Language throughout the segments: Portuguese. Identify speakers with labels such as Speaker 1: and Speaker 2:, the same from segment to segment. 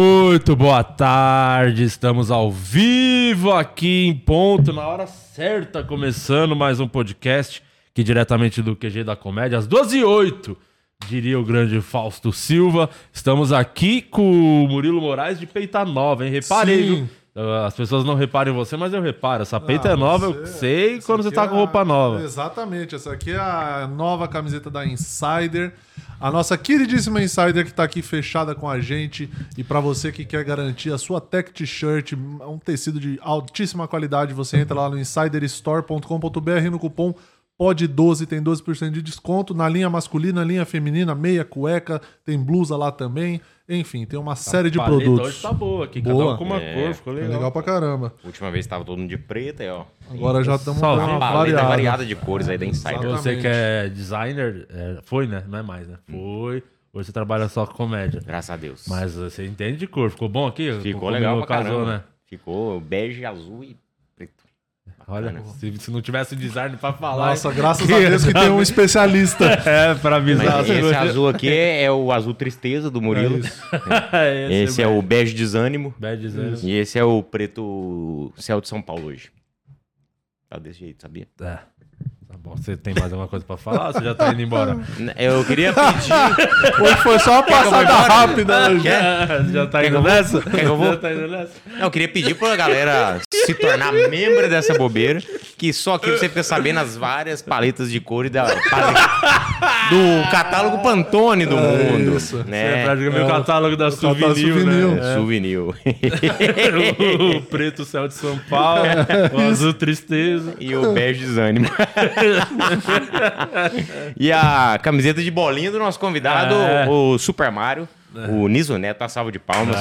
Speaker 1: Muito boa tarde, estamos ao vivo aqui em ponto, na hora certa, começando mais um podcast que diretamente do QG da Comédia, às 12 e 08 diria o grande Fausto Silva. Estamos aqui com o Murilo Moraes de peita nova, hein? Reparei,
Speaker 2: Sim.
Speaker 1: viu? Ah, As pessoas não reparam em você, mas eu reparo. Essa peita
Speaker 2: Ah,
Speaker 1: é nova, eu
Speaker 2: você-
Speaker 1: sei
Speaker 2: essa
Speaker 1: quando você
Speaker 2: aqui
Speaker 1: tá
Speaker 2: é
Speaker 1: com
Speaker 2: a-
Speaker 1: roupa nova.
Speaker 2: Exatamente, essa aqui é a nova camiseta da Insider. A nossa queridíssima Insider que tá aqui fechada com a gente. E para você que quer garantir a sua Tech T-shirt, um tecido de altíssima qualidade, você entra lá no insiderstore.com.br no cupom POD12, tem 12% de desconto. Na linha masculina, linha feminina, meia cueca, tem blusa lá também. Enfim, tem uma série de
Speaker 1: Paleta
Speaker 2: produtos.
Speaker 1: Hoje tá boa aqui, cada
Speaker 2: Boa.
Speaker 1: um com uma
Speaker 3: É,
Speaker 1: cor, ficou
Speaker 2: É
Speaker 1: legal.
Speaker 2: legal pra caramba.
Speaker 3: Última vez tava todo mundo de preto, aí, ó.
Speaker 2: Agora já estamos
Speaker 1: Salve.
Speaker 3: Uma
Speaker 2: uma
Speaker 3: paleta
Speaker 2: variada.
Speaker 3: variada de cores aí da Insider.
Speaker 1: Eu sei
Speaker 2: Exatamente.
Speaker 1: que é designer, é, foi, né? Não é mais, né?
Speaker 3: Hum.
Speaker 1: Foi. Hoje você trabalha só com comédia.
Speaker 3: Graças a Deus.
Speaker 1: Mas você entende de cor. Ficou bom aqui?
Speaker 3: Ficou
Speaker 1: Como
Speaker 3: legal
Speaker 1: meu
Speaker 3: pra
Speaker 1: casou,
Speaker 3: caramba.
Speaker 1: né?
Speaker 3: Ficou bege, azul e preto.
Speaker 1: Olha,
Speaker 3: Bacana.
Speaker 1: se, se não tivesse design pra falar.
Speaker 2: Nossa, graças a Deus que tem um especialista.
Speaker 1: é, pra avisar.
Speaker 3: Mas
Speaker 1: as
Speaker 3: esse
Speaker 1: coisas.
Speaker 3: azul aqui é é o azul tristeza do Murilo. esse é o bege desânimo.
Speaker 1: Bad design.
Speaker 3: E esse é o preto céu de São Paulo hoje. Tá desse jeito, sabia?
Speaker 1: É. Tá bom, você tem mais alguma coisa pra falar? ou Você já tá indo embora.
Speaker 3: N- Eu queria pedir.
Speaker 2: Hoje foi só uma passada rápida. né, gente?
Speaker 1: É, já tá
Speaker 3: que
Speaker 1: indo
Speaker 3: eu vou?
Speaker 1: nessa?
Speaker 3: Quer que eu vou?
Speaker 1: Já tá indo nessa?
Speaker 3: Não, eu queria pedir pra galera se tornar membro dessa bobeira, que só aqui você fica sabendo as várias paletas de cores da, do catálogo Pantone do mundo.
Speaker 2: isso.
Speaker 1: É,
Speaker 3: Né?
Speaker 1: praticamente o
Speaker 2: É,
Speaker 1: catálogo da
Speaker 2: o catálogo
Speaker 1: Souvenir,
Speaker 2: Souvenir.
Speaker 1: né? É.
Speaker 3: Souvenir.
Speaker 1: o preto céu de São Paulo, o azul tristeza.
Speaker 3: e o bege desânimo. e a camiseta de bolinha do nosso convidado,
Speaker 1: É.
Speaker 3: o Super Mario, o Niso Neto, a salva de palmas.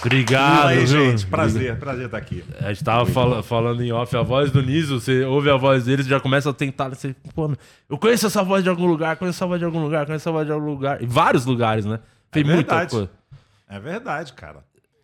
Speaker 1: Obrigado,
Speaker 4: aí,
Speaker 1: viu?
Speaker 4: gente. Prazer, prazer estar aqui.
Speaker 1: A gente tava fala- falando em off, a voz do Niso, você ouve a voz dele, você já começa a tentar. Você, pô, eu conheço essa voz de algum lugar, conheço essa voz de algum lugar, conheço essa voz de algum lugar. Em vários lugares, né? Tem muita
Speaker 4: verdade.
Speaker 1: coisa.
Speaker 4: É verdade, cara.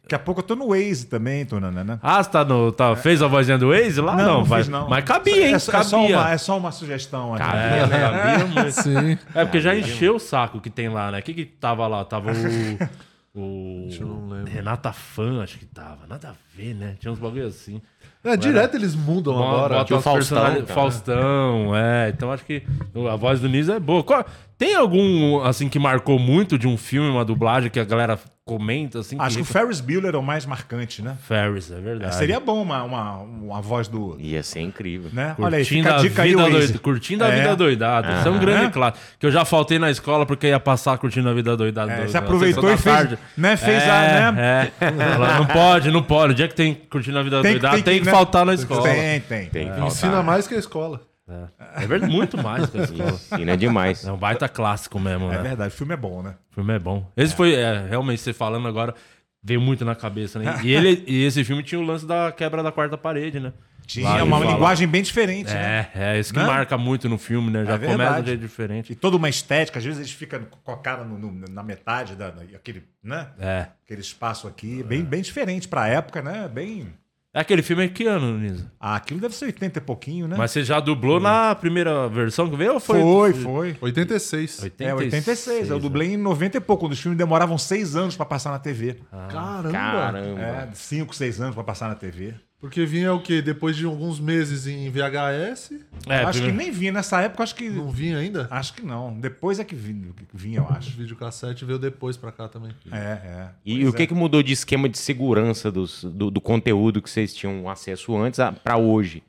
Speaker 4: Daqui a pouco eu tô no Waze também, Tonana, né?
Speaker 1: Ah, você tá no, tá, fez a vozinha do Waze lá? Ah, Não, vai,
Speaker 4: fiz, não.
Speaker 1: Mas cabia, hein?
Speaker 4: É, só- é só
Speaker 1: cabia.
Speaker 4: uma, é só uma sugestão aqui. né?
Speaker 1: É,
Speaker 3: Cabia,
Speaker 1: cabia muito.
Speaker 2: Sim.
Speaker 1: É, porque já encheu o saco que tem lá, né? O que que tava lá? Tava o... o...
Speaker 2: não lembro.
Speaker 1: Renata Fã, acho que tava. Nada a ver, né? Tinha uns bagulho assim.
Speaker 2: É, direto eles mudam agora.
Speaker 1: Bota
Speaker 3: Tinha o
Speaker 1: os
Speaker 3: Faustão,
Speaker 1: personali-
Speaker 3: cara.
Speaker 1: Faustão, é. Então acho que a voz do Niso é boa. Qual- Tem algum, assim, que marcou muito de um filme, uma dublagem que a galera comenta, assim?
Speaker 4: Acho que o Ferris Bueller é o mais marcante, né?
Speaker 1: Ferris, é verdade.
Speaker 4: Seria bom uma, uma, uma voz do.
Speaker 3: Ia ser incrível.
Speaker 4: Né?
Speaker 1: Curtindo
Speaker 4: Olha aí, fica a dica aí,
Speaker 1: vida
Speaker 4: Waze.
Speaker 1: doida- Curtindo a
Speaker 4: É.
Speaker 1: vida doidada. Isso é um grande
Speaker 4: Aham.
Speaker 1: clássico. Que eu já faltei na escola porque ia passar curtindo a vida doidada.
Speaker 4: É,
Speaker 1: do-
Speaker 4: você
Speaker 1: da
Speaker 4: aproveitou
Speaker 1: sessão
Speaker 4: e
Speaker 1: da
Speaker 4: fez,
Speaker 1: tarde.
Speaker 4: né, fez
Speaker 1: é,
Speaker 4: a, né?
Speaker 1: é. Ela, não pode, não pode. O dia que tem curtindo a vida doidada, tem que,
Speaker 4: né?
Speaker 1: faltar na escola.
Speaker 4: Tem, tem.
Speaker 3: Tem que
Speaker 2: Tipo, Ensina
Speaker 3: faltar.
Speaker 2: mais que a escola.
Speaker 1: É verdade, muito mais que a escola.
Speaker 3: Ensina demais.
Speaker 1: É um baita clássico mesmo,
Speaker 4: É
Speaker 1: né?
Speaker 4: verdade, o filme é bom, né?
Speaker 1: O filme é bom. Esse foi, é, realmente, você falando agora, veio muito na cabeça, né? E, ele, e esse filme tinha o lance da quebra da quarta parede, né?
Speaker 4: Tinha
Speaker 1: Lá,
Speaker 4: uma
Speaker 1: ele fala.
Speaker 4: linguagem bem diferente, né?
Speaker 1: É, é, isso que
Speaker 4: Né? É
Speaker 1: marca muito no filme, né? Já começa de
Speaker 4: verdade.
Speaker 1: jeito diferente.
Speaker 4: E toda uma estética, às vezes eles ficam com a cara no- no- na metade, da, na- aquele, né?
Speaker 1: É.
Speaker 4: aquele espaço aqui, bem, bem diferente pra época, né? Bem.
Speaker 1: É aquele filme é que ano, Nisa?
Speaker 4: Ah, aquilo deve ser 80 e pouquinho, né?
Speaker 1: Mas você já dublou na primeira versão que veio ou foi?
Speaker 4: foi, foi.
Speaker 2: 86.
Speaker 1: 86,
Speaker 4: É, 86. Eu
Speaker 1: né?
Speaker 4: dublei em 90 e pouco, quando os filmes demoravam seis anos pra passar na TV.
Speaker 1: Ah,
Speaker 2: Caramba.
Speaker 3: Caramba.
Speaker 4: É, 5, 6 anos pra passar na TV.
Speaker 2: Porque vinha o quê? Depois de alguns meses em VHS?
Speaker 1: É,
Speaker 4: acho
Speaker 1: primeiro-
Speaker 4: que nem vinha nessa época, acho que.
Speaker 2: Não vinha ainda?
Speaker 4: Acho que não. Depois é que vinha, que vinha eu
Speaker 2: O
Speaker 4: acho.
Speaker 2: videocassete veio depois pra cá também.
Speaker 4: É, é.
Speaker 3: E
Speaker 4: Pois
Speaker 3: o que,
Speaker 4: é.
Speaker 3: que mudou de esquema de segurança dos- do, do conteúdo que vocês tinham acesso antes a- pra hoje?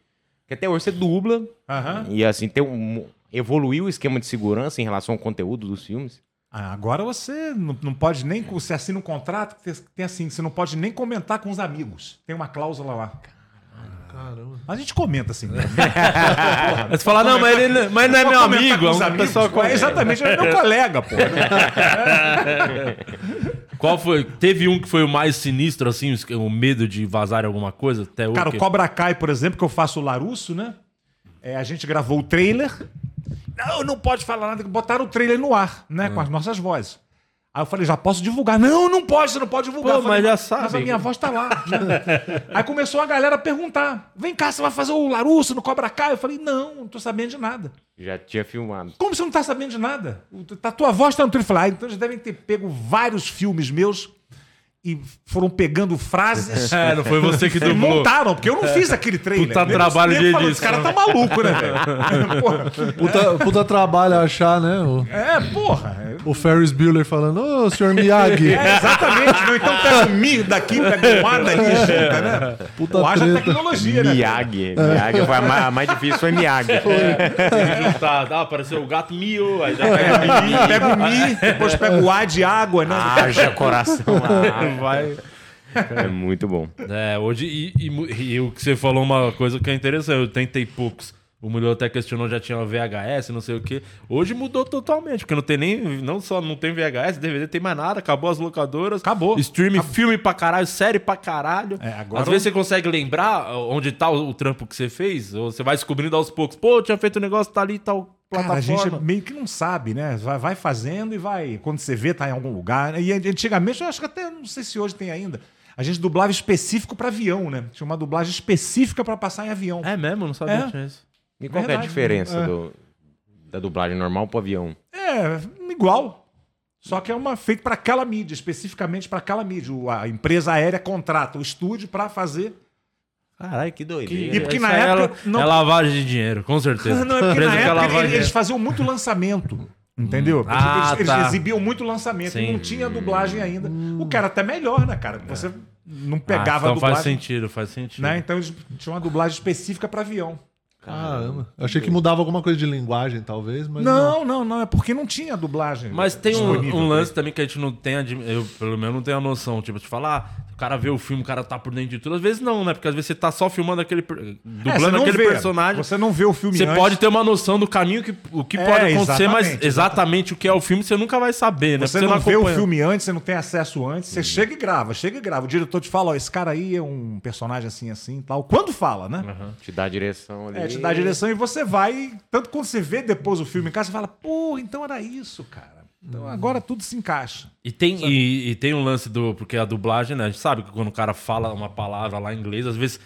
Speaker 3: Porque até hoje você dubla
Speaker 4: Aham.
Speaker 3: e assim tem um, evoluiu o esquema de segurança em relação ao conteúdo dos filmes.
Speaker 4: Ah, Agora você não, não pode nem. Você assina um contrato que tem- tem assim, você não pode nem comentar com os amigos. Tem uma cláusula lá. É.
Speaker 2: Caramba.
Speaker 4: A gente comenta assim. né?
Speaker 1: Mas você fala, não, mas ele, não- mas ele não é
Speaker 4: Só
Speaker 1: meu
Speaker 4: comentar
Speaker 1: amigo.
Speaker 4: com
Speaker 1: É
Speaker 4: os
Speaker 1: um
Speaker 4: amigos,
Speaker 1: pessoal
Speaker 4: pô, é
Speaker 1: com-
Speaker 4: Exatamente, é meu colega, pô. Né,
Speaker 1: Qual foi? Teve um que foi o mais sinistro, assim, os- o medo de vazar alguma coisa? Até hoje.
Speaker 4: Cara,
Speaker 1: que-
Speaker 4: o Cobra Kai, por exemplo, que eu faço o Larusso, né? É, a gente gravou o trailer. Não, não pode falar nada. Botaram o trailer no ar, né? Com as nossas vozes. Aí eu falei, já posso divulgar. Não, não pode, você não pode divulgar.
Speaker 1: Pô,
Speaker 4: Eu falei,
Speaker 1: mas já
Speaker 4: Mas
Speaker 1: sabe.
Speaker 4: a minha voz tá lá. Aí começou a galera a perguntar. Vem cá, você vai fazer o Larusso no Cobra Kai? Eu falei, não, não tô sabendo de nada.
Speaker 3: Já tinha filmado.
Speaker 4: Como você não tá sabendo de nada? O- Tá, tua voz tá no trailer. Eu falei, ah, então eles devem ter pego vários filmes meus e foram pegando frases.
Speaker 1: É, não foi você que
Speaker 4: E
Speaker 1: dublou.
Speaker 4: montaram, porque eu não fiz aquele trailer.
Speaker 1: Puta
Speaker 4: Nem-
Speaker 1: trabalho
Speaker 4: nem
Speaker 1: de
Speaker 4: falando,
Speaker 1: edição.
Speaker 4: Os caras tá maluco, né, velho? Porra.
Speaker 2: Puta, puta trabalho achar, né? O,
Speaker 4: É, porra.
Speaker 2: o Ferris Bueller falando, ô, senhor Miyagi.
Speaker 4: É, exatamente. Não, então pega o Mi daqui, pega o Ma daqui, junta, né?
Speaker 2: Puta
Speaker 4: Pô, haja
Speaker 2: treta.
Speaker 4: tecnologia, né?
Speaker 3: Miyagi. Miyagi foi a ma- a mais difícil, foi Miyagi.
Speaker 1: Tá, tá, apareceu o gato miou, aí já pega
Speaker 4: Pega o Mi, Pega o Mi, depois pega o A de água, né?
Speaker 3: Haja coração lá.
Speaker 1: vai.
Speaker 3: É muito bom.
Speaker 1: É, hoje. E, e mu- e o que você falou uma coisa que é interessante, eu tentei poucos. O Murilo até questionou, já tinha VHS, não sei o quê. Hoje mudou totalmente, porque não tem nem. Não só não tem VHS, DVD, tem mais nada, acabou as locadoras.
Speaker 4: Acabou.
Speaker 1: Streaming, filme pra caralho, série pra caralho.
Speaker 4: É, agora
Speaker 1: Às vezes você consegue lembrar onde tá o, o trampo que você fez, ou você vai descobrindo aos poucos. Pô, eu tinha feito um negócio, tá ali, tal
Speaker 4: Cara, a
Speaker 1: plataforma.
Speaker 4: gente é meio que não sabe, né? Vai, vai fazendo e vai. Quando você vê, tá em algum lugar. E antigamente, eu acho que até não sei se hoje tem ainda. A gente dublava específico pra avião, né? Tinha uma dublagem específica pra passar em avião.
Speaker 1: É mesmo, não sabia
Speaker 4: É.
Speaker 1: que tinha isso.
Speaker 3: E qual que é a
Speaker 4: Verdade.
Speaker 3: diferença do- da dublagem normal pro avião?
Speaker 4: É, igual. Só que é uma feita para aquela mídia, especificamente para aquela mídia. O- A empresa aérea contrata o estúdio para fazer.
Speaker 3: Caralho, que doideira.
Speaker 4: E porque
Speaker 1: Isso
Speaker 4: na
Speaker 1: aí é
Speaker 4: época
Speaker 1: la-
Speaker 4: não-
Speaker 1: É lavagem de dinheiro, com certeza.
Speaker 4: Não, é porque
Speaker 1: Preso
Speaker 4: na
Speaker 1: que é
Speaker 4: época
Speaker 1: lavagem
Speaker 4: ele-
Speaker 1: de
Speaker 4: eles,
Speaker 1: dinheiro.
Speaker 4: faziam muito lançamento. Entendeu? Eles-
Speaker 1: Ah,
Speaker 4: eles, eles
Speaker 1: tá.
Speaker 4: exibiam muito lançamento
Speaker 1: Sim. É.
Speaker 4: e não tinha dublagem ainda. O cara até melhor, né, cara? Você não
Speaker 1: Ah,
Speaker 4: pegava a
Speaker 1: então faz
Speaker 4: dublagem.
Speaker 1: sentido, faz sentido.
Speaker 4: Né? Então eles tinham uma dublagem específica para avião.
Speaker 2: Caramba. Eu achei que mudava alguma coisa de linguagem, talvez, mas.
Speaker 4: Não, não, não. É porque não tinha dublagem.
Speaker 1: Mas tem um,
Speaker 4: disponível,
Speaker 1: um
Speaker 4: né?
Speaker 1: lance também que a gente não tem, admi- eu pelo menos não tenho a noção, tipo, te falar, o cara vê o filme, o cara tá por dentro de tudo, às vezes não, né? Porque às vezes você tá só filmando aquele, per-
Speaker 4: É, você
Speaker 1: dublando
Speaker 4: não
Speaker 1: aquele
Speaker 4: vê.
Speaker 1: personagem, você,
Speaker 4: Você não vê o filme antes.
Speaker 1: pode ter uma noção do caminho que o que
Speaker 4: É,
Speaker 1: pode acontecer, mas
Speaker 4: exatamente,
Speaker 1: exatamente, o que é o filme você nunca vai saber, né?
Speaker 4: Você
Speaker 1: Porque
Speaker 4: não, vê o
Speaker 1: acompanha. Uhum.
Speaker 4: filme antes, você não tem acesso antes, você chega e grava, chega e grava. O diretor te fala, ó, esse cara aí é um personagem assim, assim e tal. Quando fala, né?
Speaker 1: Uhum.
Speaker 3: Te dá a direção ali.
Speaker 4: É, te dá a direção e você vai. Tanto quando você vê depois o filme em casa, você fala, pô, então era isso, cara. Então agora tudo se encaixa.
Speaker 1: E tem, e, e tem um lance do. Porque a dublagem, né? A gente sabe que quando o cara fala uma palavra lá em inglês, às vezes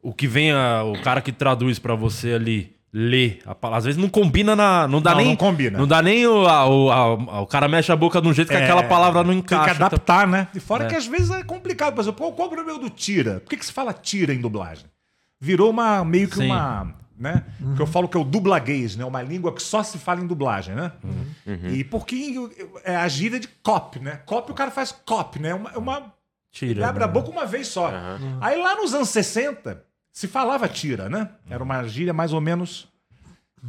Speaker 1: o que vem, a- o cara que traduz pra você ali, lê a palavra, às vezes não combina na. Não dá
Speaker 4: Não,
Speaker 1: nem.
Speaker 4: não combina. É,
Speaker 1: Não dá nem o, a- o, a- o cara mexe a boca de um jeito que aquela palavra não
Speaker 4: Tem que
Speaker 1: encaixa. Então,
Speaker 4: adaptar, né? E fora que às vezes é complicado. Por exemplo, pô, qual o problema do tira? Por que, que se fala tira em dublagem? Virou uma meio que
Speaker 1: Sim.
Speaker 4: uma. Né? Que eu falo que é o dublaguês, né? Uma língua que só se fala em dublagem, né?
Speaker 1: Uhum.
Speaker 4: E porque é a gíria de cop, né? Cop o cara faz cop, né? É uma, é uma Ele
Speaker 1: tira. né?
Speaker 4: abre a boca uma vez só. Aí lá nos anos 60, se falava tira, né? Era uma gíria mais ou menos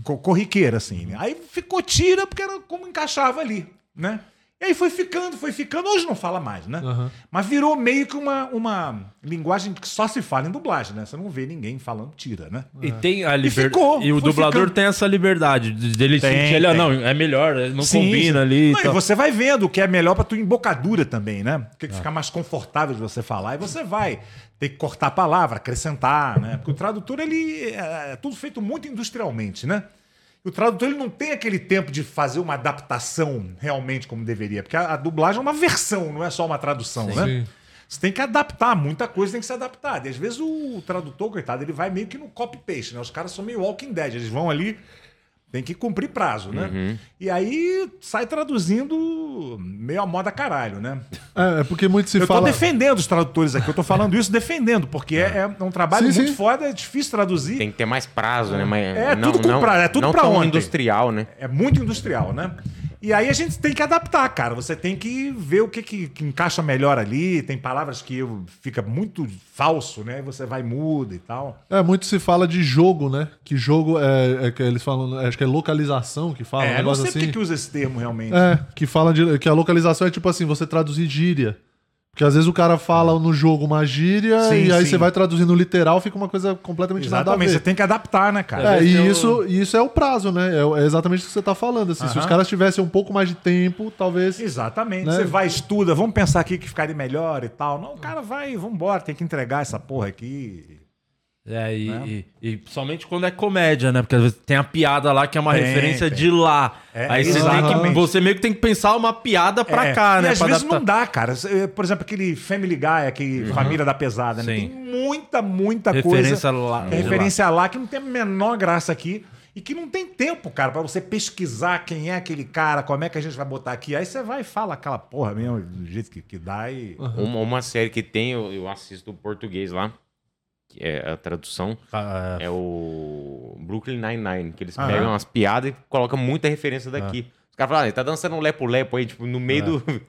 Speaker 4: co- corriqueira, assim. né? Aí ficou tira porque era como encaixava ali, né? E aí foi ficando, foi ficando. Hoje não fala mais, né?
Speaker 2: Aham.
Speaker 4: Mas virou meio que uma, uma linguagem que só se fala em dublagem, né? Você não vê ninguém falando tira, né?
Speaker 1: E tem a
Speaker 4: E ficou,
Speaker 1: liberdade. E, o
Speaker 4: foi
Speaker 1: dublador
Speaker 4: ficando.
Speaker 1: tem essa liberdade de- dele
Speaker 4: Tem,
Speaker 1: sentir ele, ah,
Speaker 4: tem.
Speaker 1: não, é melhor, não
Speaker 4: Sim,
Speaker 1: combina
Speaker 4: sim.
Speaker 1: ali. e
Speaker 4: Não, e
Speaker 1: tal. É.
Speaker 4: você vai vendo o que é melhor pra tua embocadura também, né? O que que fica mais confortável de você falar. E você vai ter que cortar a palavra, acrescentar, né? Porque o tradutor, ele é tudo feito muito industrialmente, né? E o tradutor ele não tem aquele tempo de fazer uma adaptação realmente como deveria. Porque a, a dublagem é uma versão, não é só uma tradução, né?
Speaker 2: Sim.
Speaker 4: Você tem que adaptar, muita coisa tem que se adaptar. E às vezes o tradutor, coitado, ele vai meio que no copy-paste, né? Os caras são meio Walking Dead, eles vão ali, tem que cumprir prazo, né? E aí sai traduzindo meio a moda caralho, né?
Speaker 2: É, é porque muito se
Speaker 4: eu
Speaker 2: fala.
Speaker 4: tô defendendo os tradutores aqui, eu tô falando isso defendendo, porque é, é um trabalho
Speaker 2: Sim,
Speaker 4: muito
Speaker 2: sim.
Speaker 4: foda, é difícil traduzir,
Speaker 3: Tem que ter mais prazo, né? Mas
Speaker 4: É, tudo com prazo, é tudo
Speaker 3: não
Speaker 4: pra
Speaker 3: tão
Speaker 4: ontem.
Speaker 3: industrial, né?
Speaker 4: é muito industrial, né? E aí a gente tem que adaptar, cara. Você tem que ver o que, que, que encaixa melhor ali. Tem palavras que eu- fica muito falso, né? Você vai e muda e tal.
Speaker 2: É, muito se fala de jogo, né? Que jogo é, é que eles falam, acho que é localização que fala, um
Speaker 4: É, eu não
Speaker 2: negócio
Speaker 4: sei por
Speaker 2: assim.
Speaker 4: que que usa esse termo realmente.
Speaker 2: É, que fala de, que a localização é tipo assim, você traduzir gíria. Porque às vezes o cara fala no jogo uma gíria
Speaker 4: Sim,
Speaker 2: e aí
Speaker 4: sim.
Speaker 2: você vai traduzindo literal, fica uma coisa completamente
Speaker 4: Exatamente, você
Speaker 2: nada
Speaker 4: tem que adaptar, né, cara?
Speaker 2: a ver. É,
Speaker 1: Às vezes tem
Speaker 2: e
Speaker 1: um-
Speaker 2: isso, e isso é o prazo, né? É, o- é exatamente o que você tá falando. assim, Se os
Speaker 4: Aham.
Speaker 2: caras tivessem um pouco mais de tempo, talvez.
Speaker 4: Exatamente.
Speaker 2: Né?
Speaker 4: Você vai, estuda, vamos pensar aqui que ficaria melhor e tal. Não, o cara vai, vambora, tem que entregar essa porra aqui.
Speaker 1: É, e,
Speaker 4: Né?
Speaker 1: e- e somente quando é comédia, né? Porque às vezes tem a piada lá que é uma
Speaker 4: Tem,
Speaker 1: referência
Speaker 4: tem.
Speaker 1: de lá.
Speaker 4: É,
Speaker 1: Aí você, tem que,
Speaker 4: exatamente.
Speaker 1: você meio que tem que pensar uma piada pra
Speaker 4: É,
Speaker 1: cá, né?
Speaker 4: E às
Speaker 1: pra
Speaker 4: vezes
Speaker 1: adaptar.
Speaker 4: não dá, cara. Eh, Por exemplo, aquele Family Guy, aquele Família da Pesada, né?
Speaker 1: Uhum. Sim.
Speaker 4: Tem muita, muita
Speaker 1: Referência
Speaker 4: coisa.
Speaker 1: lá,
Speaker 4: que é
Speaker 1: de
Speaker 4: referência lá que não tem a menor graça aqui. E que não tem tempo, cara, pra você pesquisar quem é aquele cara, como é que a gente vai botar aqui. Aí você vai e fala aquela porra mesmo, do jeito que, que dá e.
Speaker 1: Uhum.
Speaker 3: Uma, uma série que tem, eu, eu assisto o português lá, que é a tradução,
Speaker 1: Ah,
Speaker 3: é o Brooklyn Nine-Nine, que eles
Speaker 4: Ah,
Speaker 3: pegam
Speaker 4: é?
Speaker 3: umas piadas e colocam muita referência daqui. Os caras falam, ah, ele tá dançando um lepo-lepo aí, tipo, no meio
Speaker 4: É.
Speaker 3: do...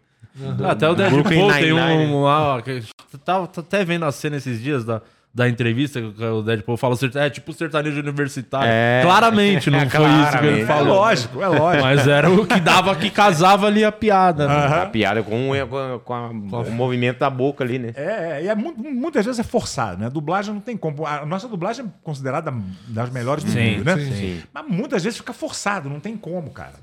Speaker 1: Ah, Até o Deadpool
Speaker 3: Brooklyn
Speaker 1: tem
Speaker 3: Nine-Nine.
Speaker 1: um lá, ó, que eu tava tava até vendo a cena esses dias da, da entrevista que o Deadpool fala, serta- é tipo sertanejo universitário.
Speaker 3: É.
Speaker 1: claramente não
Speaker 3: É,
Speaker 1: foi isso que ele
Speaker 3: claramente.
Speaker 4: É
Speaker 1: falou.
Speaker 4: lógico, é lógico.
Speaker 1: Mas era o que dava, que casava ali a piada.
Speaker 4: Ah,
Speaker 1: né?
Speaker 3: A piada com, um é com, a- com a- o movimento da boca ali, né?
Speaker 4: É, é, e é mu- muitas vezes é forçado, né? A dublagem não tem como. A nossa dublagem é considerada das melhores do mundo, né?
Speaker 2: sim, sim.
Speaker 4: Mas muitas vezes fica forçado, não tem como, cara.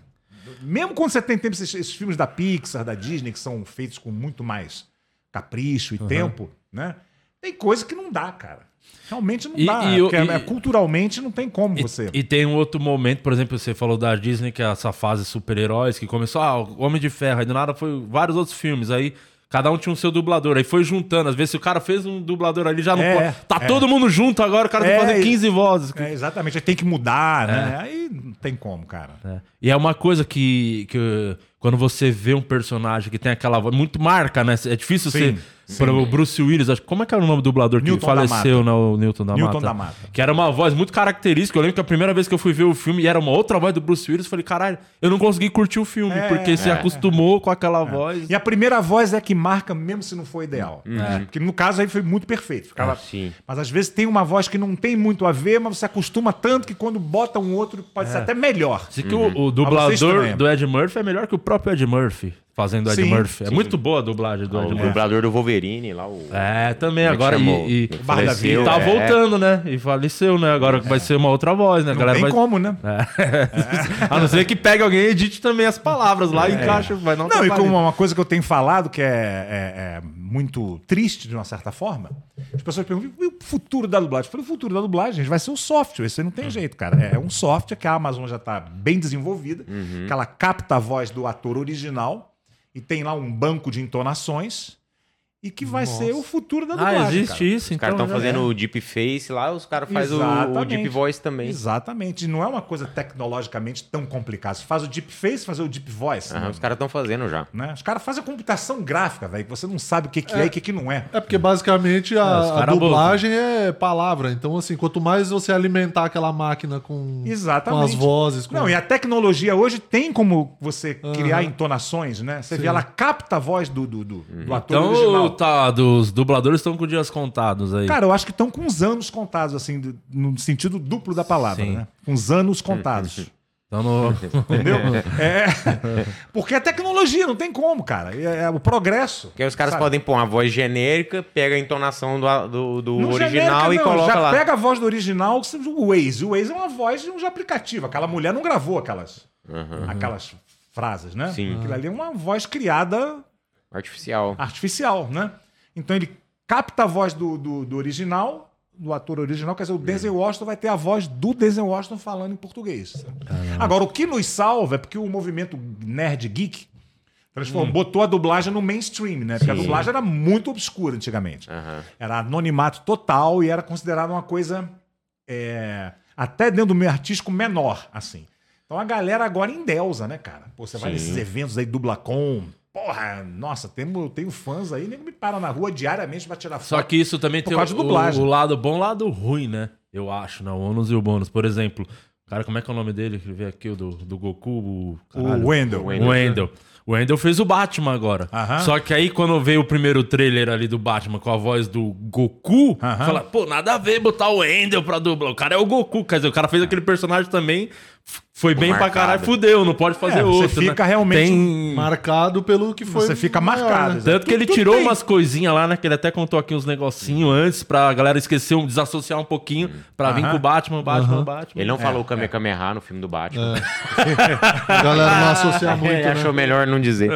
Speaker 4: Mesmo quando você tem tempo, esses, esses filmes da Pixar, da Disney, que são feitos com muito mais capricho e tempo, né? Tem coisa que não dá, cara. Realmente não
Speaker 1: E-
Speaker 4: dá.
Speaker 1: e o-
Speaker 4: porque é-
Speaker 1: e-
Speaker 4: é culturalmente não tem como
Speaker 1: E-
Speaker 4: você.
Speaker 1: E, tem um outro momento, por exemplo, você falou da Disney, que é essa fase super-heróis, que começou, ah, o Homem de Ferro, aí do nada foi vários outros filmes, aí cada um tinha um seu dublador, aí foi juntando, às vezes se o cara fez um dublador ali, já não
Speaker 4: É,
Speaker 1: pode... Tá
Speaker 4: é.
Speaker 1: todo mundo junto agora, o cara
Speaker 4: É,
Speaker 1: tem que fazer
Speaker 4: e-
Speaker 1: 15 vozes.
Speaker 4: É, exatamente, aí tem que mudar, né? Aí não tem como, cara.
Speaker 1: É. E é uma coisa que, que quando você vê um personagem que tem aquela voz, muito marca, né? É difícil
Speaker 4: Sim,
Speaker 1: ser. Por exemplo, o Bruce Willis, acho, como é que era o nome do dublador que
Speaker 4: Newton da
Speaker 1: faleceu, né? O Newton da
Speaker 4: Newton
Speaker 1: Mata.
Speaker 4: da Mata.
Speaker 1: Que era uma voz muito característica. Eu lembro que a primeira vez que eu fui ver o filme e era uma outra voz do Bruce Willis, eu falei, caralho, eu não consegui curtir o filme,
Speaker 4: É.
Speaker 1: porque se
Speaker 3: É.
Speaker 1: acostumou com aquela voz.
Speaker 4: E a primeira voz é que marca, mesmo se não for ideal.
Speaker 1: Hum. É.
Speaker 4: Porque no caso aí foi muito perfeito. Ficava...
Speaker 3: Ah, sim.
Speaker 4: Mas às vezes tem uma voz que não tem muito a ver, mas você acostuma tanto que quando bota um outro pode ser
Speaker 1: É.
Speaker 4: até melhor.
Speaker 1: Diz que o, o
Speaker 4: Mas você
Speaker 1: dublador
Speaker 4: estranha.
Speaker 1: do Ed Murphy é melhor que o próprio Ed Murphy, fazendo o Ed
Speaker 4: Sim, Ah,
Speaker 1: Murphy. É
Speaker 3: sim.
Speaker 1: muito boa a dublagem
Speaker 4: é.
Speaker 1: do Ed
Speaker 3: O
Speaker 1: Murphy.
Speaker 3: dublador do Wolverine lá, o...
Speaker 1: É, também
Speaker 3: Como é que
Speaker 1: agora.
Speaker 3: chamou?
Speaker 1: E, e-
Speaker 3: Que
Speaker 4: Barra da
Speaker 1: E
Speaker 4: Eu,
Speaker 1: tá
Speaker 3: é.
Speaker 1: voltando, né? E faleceu, né? Agora vai ser uma outra voz, né? A
Speaker 4: Não
Speaker 1: galera
Speaker 4: tem
Speaker 1: vai...
Speaker 4: como, né?
Speaker 1: É. A não ser que pegue alguém e edite também as palavras
Speaker 4: É.
Speaker 1: lá e encaixa. Vai não, tá-
Speaker 4: Não, e
Speaker 1: atrapalha.
Speaker 4: como uma coisa que eu tenho falado que é, é- é muito triste, de uma certa forma, as pessoas perguntam: e o futuro da dublagem? Eu falei, o futuro da dublagem gente, vai ser o software. Isso aí não
Speaker 1: Hum.
Speaker 4: tem jeito, cara. É um software que a Amazon já está bem desenvolvida,
Speaker 1: Uhum.
Speaker 4: que ela capta a voz do ator original e tem lá um banco de entonações e que vai ser o futuro da dublagem.
Speaker 1: Ah, existe
Speaker 4: cara.
Speaker 1: isso,
Speaker 3: Os
Speaker 1: então.
Speaker 3: caras estão
Speaker 1: né?
Speaker 3: fazendo o Deep Face lá, os caras fazem o, o
Speaker 4: Exatamente.
Speaker 3: Deep Voice também.
Speaker 4: Exatamente. Não é uma coisa tecnologicamente tão complicada. Você faz o deep face, fazer o deep voice.
Speaker 3: Aham,
Speaker 4: né?
Speaker 3: os caras estão fazendo já.
Speaker 4: Né? Os caras fazem a computação gráfica, velho, que você não sabe o que, que é, e o que, que não é.
Speaker 2: É porque basicamente a,
Speaker 1: É, os
Speaker 2: a
Speaker 1: cara
Speaker 2: dublagem é palavra. Então, assim, quanto mais você alimentar aquela máquina com,
Speaker 4: Exatamente.
Speaker 2: com as vozes. Com...
Speaker 4: Não, e a tecnologia hoje tem como você criar entonações, né? Você vê, ela capta a voz do, do, do,
Speaker 3: Uhum.
Speaker 4: do ator
Speaker 1: Então,
Speaker 4: original.
Speaker 1: tá, dos dubladores estão com dias contados aí.
Speaker 4: Cara, eu acho que estão com uns anos contados, assim, do- no sentido duplo da palavra,
Speaker 1: Sim.
Speaker 4: né? Com uns anos
Speaker 3: Uhum.
Speaker 4: contados.
Speaker 1: Então, no-
Speaker 4: Entendeu? É. Porque é tecnologia, não tem como, cara. É, é o progresso.
Speaker 3: Porque aí os caras
Speaker 4: sabe?
Speaker 3: podem pôr uma voz genérica, pega a entonação do, a- do, do
Speaker 4: No
Speaker 3: original
Speaker 4: genérica,
Speaker 3: e
Speaker 4: não,
Speaker 3: coloca
Speaker 4: já
Speaker 3: lá.
Speaker 4: pega a voz do original, você- o Waze. O Waze é uma voz de um aplicativo. Aquela mulher não gravou aquelas, aquelas frases, né?
Speaker 3: Sim.
Speaker 4: Aquilo ali é uma voz criada
Speaker 3: Artificial.
Speaker 4: artificial, né? Então ele capta a voz do, do, do original, do ator original, quer dizer, o Denzel Washington vai ter a voz do Denzel Washington falando em português. Agora, o que nos salva é porque o movimento nerd geek transformou, botou a dublagem no mainstream, né? Porque a
Speaker 3: Hum. Sim.
Speaker 4: dublagem era muito obscura antigamente.
Speaker 3: Aham.
Speaker 4: Era anonimato total e era considerada uma coisa é, até dentro do meio artístico menor, assim. Então a galera agora endeusa, né, cara? Pô, você vai
Speaker 3: Sim.
Speaker 4: nesses eventos aí, Dublacom. Porra, nossa, temo- eu tenho fãs aí, nego me para na rua diariamente pra tirar foto.
Speaker 1: Só que isso também
Speaker 4: Por
Speaker 1: tem
Speaker 4: causa
Speaker 1: o,
Speaker 4: de dublagem.
Speaker 1: o lado bom e o lado ruim, né? Eu acho, né? O ônus e o bônus. Por exemplo, cara, como é que é o nome dele que veio aqui, o do, do Goku? O, caralho.
Speaker 4: o Wendel.
Speaker 3: Wendel.
Speaker 1: O Wendel. O Wendel fez o Batman agora.
Speaker 4: Aham.
Speaker 1: Só que aí, quando veio o primeiro trailer ali do Batman com a voz do Goku,
Speaker 4: Aham.
Speaker 1: fala, pô, nada a ver botar o Wendel pra dublar. O cara é o Goku. Quer dizer, o cara
Speaker 4: É.
Speaker 1: fez aquele personagem também, f- foi bem
Speaker 3: Marcado.
Speaker 1: pra caralho, fudeu, não pode fazer
Speaker 4: É, você
Speaker 1: outro.
Speaker 4: fica
Speaker 1: né?
Speaker 4: realmente-
Speaker 1: Tem-
Speaker 2: Marcado pelo que foi.
Speaker 4: Você fica
Speaker 2: maior,
Speaker 4: marcado.
Speaker 2: né?
Speaker 1: Tanto que ele
Speaker 4: Tudo Uhum.
Speaker 1: tirou
Speaker 4: bem.
Speaker 1: umas coisinhas lá, né? Que ele até contou aqui uns negocinhos antes pra galera esquecer, um, desassociar um pouquinho, pra vir
Speaker 4: Uhum. Aham.
Speaker 1: com o Batman, Batman, Batman.
Speaker 3: Ele
Speaker 4: É,
Speaker 3: não falou Kame Kame Ha no filme do Batman.
Speaker 2: A galera não
Speaker 4: É,
Speaker 2: associa muito.
Speaker 3: Ele
Speaker 2: né?
Speaker 3: achou melhor não dizer.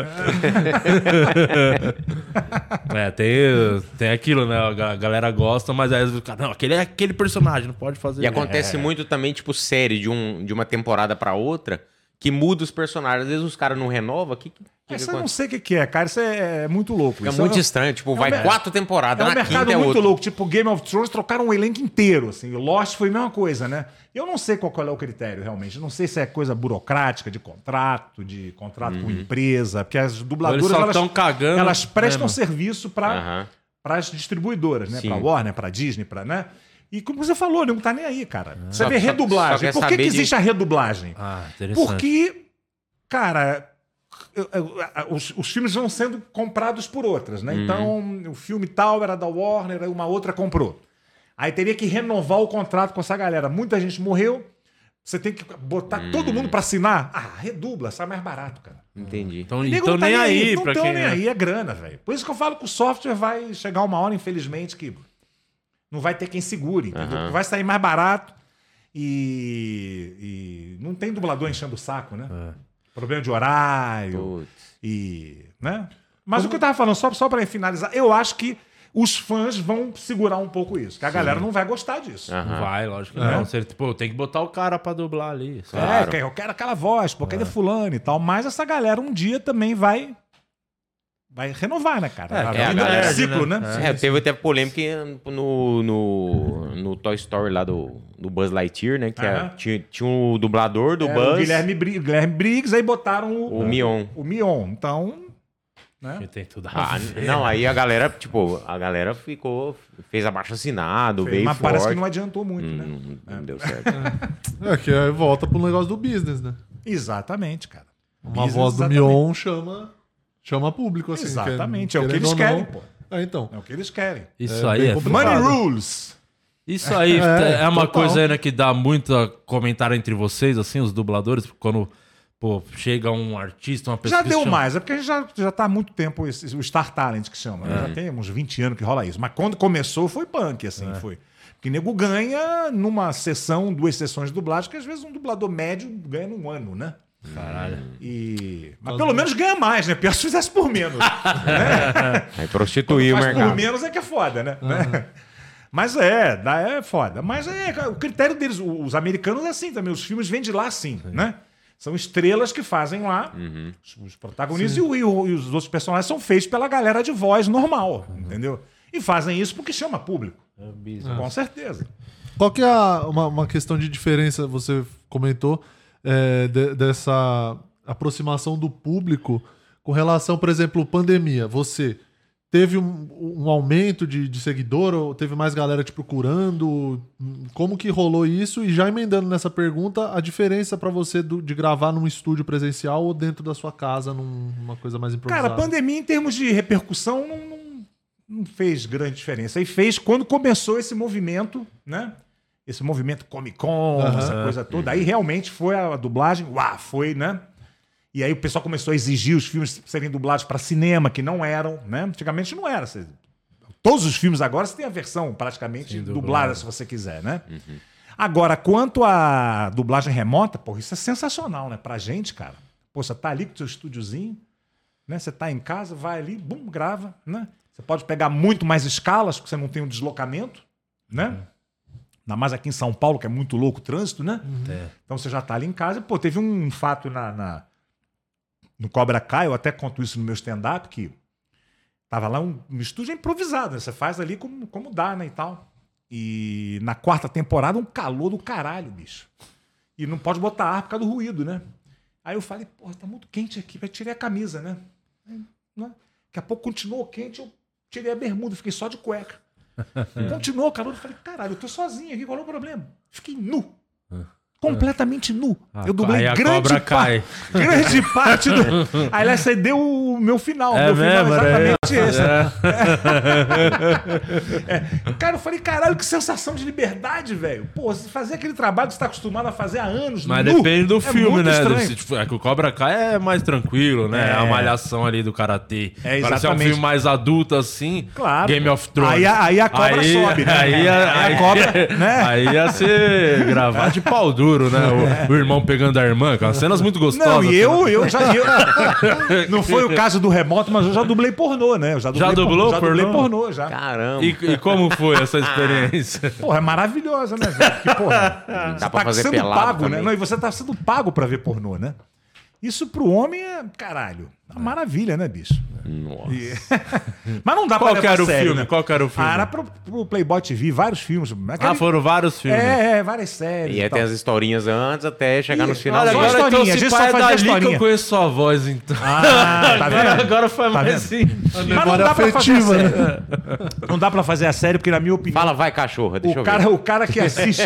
Speaker 1: É, tem, tem aquilo, né? A ga- galera gosta, mas aí às vezes o cara, não, aquele é aquele personagem, não pode fazer
Speaker 3: E
Speaker 4: É.
Speaker 1: isso.
Speaker 3: acontece muito também, tipo, série de, um, de uma temporada pra outra, que muda os personagens. Às vezes os caras não renovam. Que, que, que
Speaker 4: Isso eu não
Speaker 3: acontece?
Speaker 4: sei o que, que é, cara. Isso é, é muito louco.
Speaker 3: é
Speaker 4: Isso
Speaker 3: muito
Speaker 4: é-
Speaker 3: estranho. Tipo,
Speaker 4: um
Speaker 3: vai
Speaker 4: mer-
Speaker 3: quatro
Speaker 4: É
Speaker 3: temporadas,
Speaker 4: um
Speaker 3: na
Speaker 4: mercado
Speaker 3: quinta é
Speaker 4: muito
Speaker 3: outro.
Speaker 4: louco. Tipo, Game of Thrones trocaram um elenco inteiro, assim. O Lost foi a mesma coisa, né? Eu não sei qual, qual é o critério, realmente. Eu não sei se é coisa burocrática, de contrato, de contrato
Speaker 3: Uhum.
Speaker 4: com empresa, porque
Speaker 3: Então,
Speaker 4: as dubladoras,
Speaker 1: Eles só
Speaker 4: elas,
Speaker 1: estão cagando.
Speaker 4: elas
Speaker 1: É,
Speaker 4: prestam
Speaker 1: mano.
Speaker 4: serviço para
Speaker 3: né, Aham.
Speaker 4: as distribuidoras, né?
Speaker 3: Sim.
Speaker 4: Pra Warner, pra Disney, pra, né? E como você falou, não tá nem aí, cara. Você
Speaker 3: Só-
Speaker 4: vê
Speaker 3: só- só
Speaker 4: redublagem.
Speaker 3: quer
Speaker 4: Por que, que
Speaker 3: saber de-
Speaker 4: existe a redublagem?
Speaker 1: Ah, interessante.
Speaker 4: Porque, cara, eu- eu- a- os, os filmes vão sendo comprados por outras, né? Então, o filme tal era da Warner, aí uma outra comprou. Aí teria que renovar o contrato com essa galera. Muita gente morreu. Você tem que botar todo mundo pra assinar. Ah, redubla, sai mais barato, cara.
Speaker 3: Entendi.
Speaker 1: Então,
Speaker 4: Nego
Speaker 1: então
Speaker 4: não tá
Speaker 1: nem aí,
Speaker 4: não
Speaker 1: pra
Speaker 4: tão
Speaker 1: quem.
Speaker 4: nem
Speaker 1: é.
Speaker 4: aí, é grana, velho. Por isso que eu falo que o software vai chegar uma hora, infelizmente, que não vai ter quem segure, entendeu?
Speaker 3: Aham.
Speaker 4: Vai sair mais barato e, e não tem dublador enchendo o saco, né?
Speaker 1: É.
Speaker 4: Problema de horário
Speaker 3: Putz.
Speaker 4: e, né? Mas o que eu tava falando, só, só para finalizar, eu acho que os fãs vão segurar um pouco isso, que a galera não vai gostar disso.
Speaker 1: Não
Speaker 3: Aham.
Speaker 1: vai, lógico que
Speaker 4: É.
Speaker 1: não. Você, pô, tem que botar o cara pra dublar ali. sabe?
Speaker 4: É,
Speaker 3: Claro. É.
Speaker 4: que eu quero aquela voz, pô, cadê fulano e tal. Mas essa galera um dia também vai vai renovar, né, cara?
Speaker 1: É,
Speaker 4: a
Speaker 1: é,
Speaker 4: vida
Speaker 3: a
Speaker 4: é
Speaker 3: galera-
Speaker 4: um ciclo, né?
Speaker 3: É, teve até polêmica no, no, no Toy Story lá do, do Buzz Lightyear, né? Que é-
Speaker 4: Aham.
Speaker 3: tinha, tinha o dublador do
Speaker 4: Era o
Speaker 3: Buzz.
Speaker 4: Guilherme, Bri- Guilherme Briggs, aí botaram o,
Speaker 3: O Mion.
Speaker 4: o Mion. Então, né?
Speaker 1: Tem tudo a
Speaker 3: Ah,
Speaker 1: ver.
Speaker 3: não, aí a galera, tipo, a galera ficou, fez abaixo assinado, veio
Speaker 4: mas
Speaker 3: forte.
Speaker 4: parece que não adiantou muito,
Speaker 3: Hum,
Speaker 4: né?
Speaker 3: não, deu certo.
Speaker 2: É que aí volta pro negócio do business, né?
Speaker 4: Exatamente, cara.
Speaker 2: Uma
Speaker 4: Business,
Speaker 2: voz do
Speaker 4: exatamente.
Speaker 2: Mion chama, chama público, assim.
Speaker 4: Exatamente, é o que
Speaker 2: querendo
Speaker 4: eles
Speaker 2: ou não.
Speaker 4: querem, pô.
Speaker 2: É, então.
Speaker 4: É o que eles querem.
Speaker 1: Isso
Speaker 2: É
Speaker 1: aí
Speaker 2: bem
Speaker 1: é
Speaker 2: complicado.
Speaker 4: Money
Speaker 2: Claro.
Speaker 4: rules.
Speaker 1: Isso aí
Speaker 2: É,
Speaker 1: é, uma
Speaker 2: total.
Speaker 1: coisa ainda que dá muito comentário entre vocês, assim, os dubladores, quando pô, chega um artista, uma pessoa.
Speaker 4: Já
Speaker 1: que
Speaker 4: deu
Speaker 1: chama-
Speaker 4: mais, é porque a gente já, já tá há muito tempo esse- o Star Talent que chama.
Speaker 1: É.
Speaker 4: né? Já tem uns 20 anos que rola isso. Mas quando começou foi punk, assim,
Speaker 1: É.
Speaker 4: foi. Porque nego ganha numa sessão, duas sessões de dublagem, que às vezes um dublador médio ganha num ano, né?
Speaker 1: Caralho.
Speaker 4: E... Mas pelo menos ganha mais, né? Pior se fizesse por menos.
Speaker 3: Aí prostituiu o
Speaker 4: Mas por
Speaker 3: mercado.
Speaker 4: menos é que é foda, né? Né? Mas é, dá- é foda. Mas é, cara, o critério deles, o- os americanos é assim também, os filmes vêm de lá assim, né? São estrelas que fazem lá,
Speaker 3: Uhum.
Speaker 4: os- os protagonistas e, o- e o- e os outros personagens são feitos pela galera de voz normal,
Speaker 3: Uhum.
Speaker 4: entendeu? E fazem isso porque chama público. Com certeza.
Speaker 2: Qual que é a- uma, uma questão de diferença, você comentou, é, de- dessa aproximação do público com relação, por exemplo, pandemia? Você teve um, um aumento de, de seguidor ou teve mais galera te procurando? Como que rolou isso? E já emendando nessa pergunta, a diferença pra você do- de gravar num estúdio presencial ou dentro da sua casa, num- numa coisa mais improvisada?
Speaker 4: Cara, a pandemia, em termos de repercussão, não, não- não fez grande diferença. E fez quando começou esse movimento, né? Esse movimento Comic Con,
Speaker 2: Aham.
Speaker 4: essa coisa toda. Aí realmente foi a dublagem, uá, foi, né? E aí o pessoal começou a exigir os filmes serem dublados para cinema, que não eram, né? Antigamente não era. Você- Todos os filmes agora você tem a versão praticamente
Speaker 1: Sim, dublada.
Speaker 4: dublada, se você quiser, né? Agora, quanto à dublagem remota, porra, isso é sensacional, né? Pra gente, cara. Pô, você tá ali com o seu estúdiozinho, né? Você tá em casa, vai ali, bum, grava, né? Você pode pegar muito mais escalas, porque você não tem um deslocamento, né? Ainda mais aqui em São Paulo, que é muito louco o trânsito, né?
Speaker 1: É.
Speaker 4: Então você já tá ali em casa. Pô, teve um fato na, na- no Cobra Kai, eu até conto isso no meu stand-up, que tava lá um, um estúdio improvisado, né? Você faz ali como, como dá, né, e tal. E na quarta temporada, um calor do caralho, bicho. E não pode botar ar por causa do ruído, né? Aí eu falei, porra, tá muito quente aqui, vai tirei a camisa, né? Aí, né? Daqui a pouco continuou quente, eu tirei a bermuda, fiquei só de cueca. Continuou o calor, eu falei, caralho, eu tô sozinho aqui, qual é o problema? Fiquei nu. Completamente nu.
Speaker 1: Ah,
Speaker 4: eu dublei
Speaker 1: aí a
Speaker 4: grande,
Speaker 1: cobra
Speaker 4: par-
Speaker 1: cai.
Speaker 4: grande parte do. Aliás, você deu o meu final.
Speaker 1: É
Speaker 4: meu
Speaker 1: mesmo,
Speaker 4: final
Speaker 1: né?
Speaker 4: exatamente esse. É.
Speaker 1: É.
Speaker 4: Cara, eu falei, caralho, que sensação de liberdade, velho. Pô, você fazer aquele trabalho que você tá acostumado a fazer há anos,
Speaker 1: Mas
Speaker 4: nu,
Speaker 1: depende do
Speaker 4: é
Speaker 1: filme,
Speaker 4: muito
Speaker 1: né?
Speaker 4: estranho.
Speaker 1: Se, tipo, é que o Cobra Kai é mais tranquilo, né?
Speaker 4: É.
Speaker 1: A malhação ali do Karatê.
Speaker 4: É,
Speaker 1: Agora, se é um
Speaker 4: exatamente.
Speaker 1: filme mais adulto assim.
Speaker 4: Claro.
Speaker 1: Game of Thrones.
Speaker 4: Aí a- aí a cobra
Speaker 1: Aí-
Speaker 4: sobe, né?
Speaker 1: Aí, a,
Speaker 4: Aí a cobra, né?
Speaker 1: Aí ia ser gravar de pau duro, né? O, o irmão pegando a irmã, com as cenas muito gostosas.
Speaker 4: Não, e
Speaker 1: né?
Speaker 4: eu, eu já. eu- não foi o caso do remoto, mas eu já dublei pornô, né? Eu já dublei
Speaker 1: Já
Speaker 4: por-
Speaker 1: dublou
Speaker 4: já dublei
Speaker 1: pornô?
Speaker 4: pornô, já.
Speaker 3: Caramba.
Speaker 1: E, e como foi essa experiência?
Speaker 4: Porra, é maravilhosa, né, velho? Porque, porra,
Speaker 3: Dá pra fazer
Speaker 4: sendo
Speaker 3: pelado
Speaker 4: pago, né?
Speaker 3: também.
Speaker 4: Não, e você tá sendo pago pra ver pornô, né? Isso pro homem é, caralho, uma
Speaker 1: É.
Speaker 4: maravilha, né, bicho?
Speaker 3: Nossa.
Speaker 4: Mas não dá
Speaker 1: Qual
Speaker 4: pra
Speaker 1: que
Speaker 4: levar
Speaker 1: era
Speaker 4: a
Speaker 1: o
Speaker 4: sério,
Speaker 1: filme?
Speaker 4: né?
Speaker 1: Qual que era o filme?
Speaker 4: Ah, era pro, pro Playboy TV, vários filmes. Aquele...
Speaker 1: Ah, foram vários filmes.
Speaker 4: É, é, várias séries.
Speaker 3: E aí
Speaker 4: tal.
Speaker 3: tem as historinhas antes até chegar no
Speaker 4: Isso.
Speaker 3: final.
Speaker 1: Olha,
Speaker 4: Só
Speaker 1: agora então,
Speaker 4: historinha, a
Speaker 1: se
Speaker 4: gente
Speaker 1: pá,
Speaker 4: só
Speaker 1: é
Speaker 4: fazia
Speaker 1: dali que
Speaker 4: historinha.
Speaker 1: eu conheço sua voz, então.
Speaker 4: Ah, tá
Speaker 1: agora,
Speaker 4: vendo?
Speaker 1: agora foi
Speaker 4: Tá
Speaker 1: mais
Speaker 4: vendo?
Speaker 1: assim.
Speaker 4: Mas não
Speaker 2: Memória
Speaker 4: dá pra fazer a
Speaker 2: afetiva,
Speaker 4: série.
Speaker 1: né?
Speaker 4: Não dá pra fazer a série, porque na minha opinião...
Speaker 3: Fala, vai, cachorra, deixa
Speaker 4: O
Speaker 3: eu
Speaker 4: cara, é
Speaker 3: ver.
Speaker 4: o cara que assiste,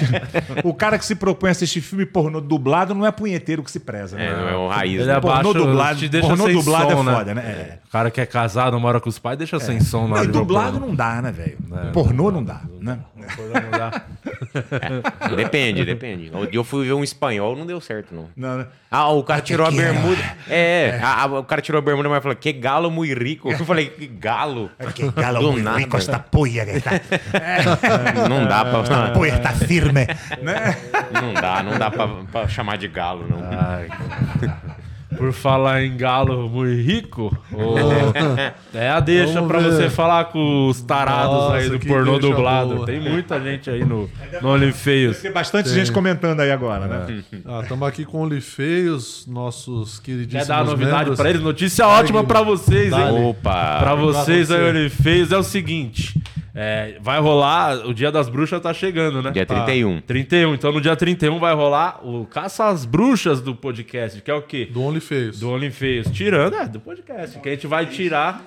Speaker 4: o cara que se propõe a assistir filme pornô dublado não é punheteiro que se preza, né?
Speaker 3: É, não é o raiz.
Speaker 1: Ele
Speaker 3: né?
Speaker 1: abaixa,
Speaker 4: pornô dublado,
Speaker 1: te deixa
Speaker 4: pornô
Speaker 1: sem
Speaker 4: dublado
Speaker 1: som,
Speaker 4: é
Speaker 1: né?
Speaker 4: foda, né? É.
Speaker 1: O cara que é casado, mora com os pais, deixa sem som na
Speaker 4: Não,
Speaker 1: hora
Speaker 4: e
Speaker 1: de ver o
Speaker 4: dublado
Speaker 1: programa.
Speaker 4: não dá, né, velho? Pornô não dá, né?
Speaker 3: Depende, depende. O dia Eu fui ver um espanhol, não deu certo, não.
Speaker 4: Não, né?
Speaker 3: Ah, o cara tirou a
Speaker 4: Tequila.
Speaker 3: bermuda. É, é. A- a- o cara tirou a bermuda, mas falou, que galo muito rico. Eu falei, que galo?
Speaker 4: Que galo
Speaker 3: Do
Speaker 4: muy
Speaker 3: nada.
Speaker 4: rico, esta polla que tá. está,
Speaker 3: Não dá pra,
Speaker 4: polla está firme, né?
Speaker 3: não dá, não dá pra, pra chamar de galo, não.
Speaker 1: Ai, cara. Por falar em galo muito rico, ô, é a deixa
Speaker 2: Vamos
Speaker 1: pra
Speaker 2: ver.
Speaker 1: você falar com os tarados
Speaker 2: Nossa,
Speaker 1: aí do
Speaker 2: que
Speaker 1: pornô
Speaker 2: deixa
Speaker 1: dublado.
Speaker 2: boa.
Speaker 1: Tem muita gente aí no, no Olifeios.
Speaker 4: Tem bastante gente comentando aí agora, né?
Speaker 2: É. Estamos Ah, aqui com o Olifeios, nossos
Speaker 1: Quer
Speaker 2: queridíssimos
Speaker 1: dar novidade
Speaker 2: membros.
Speaker 1: pra eles? Notícia ótima pra vocês, hein?
Speaker 2: Dale.
Speaker 3: Opa!
Speaker 1: Pra vocês
Speaker 2: você.
Speaker 1: aí, Olifeios, é o seguinte. é, vai rolar, o Dia das Bruxas tá chegando, né?
Speaker 3: Dia
Speaker 1: Tá.
Speaker 3: 31.
Speaker 1: 31. Então no dia 31 vai rolar o Caça às Bruxas do podcast, que é o quê?
Speaker 2: Do Olifeios.
Speaker 1: Do OnlyFeios. Tirando, é, do podcast. Que a gente vai tirar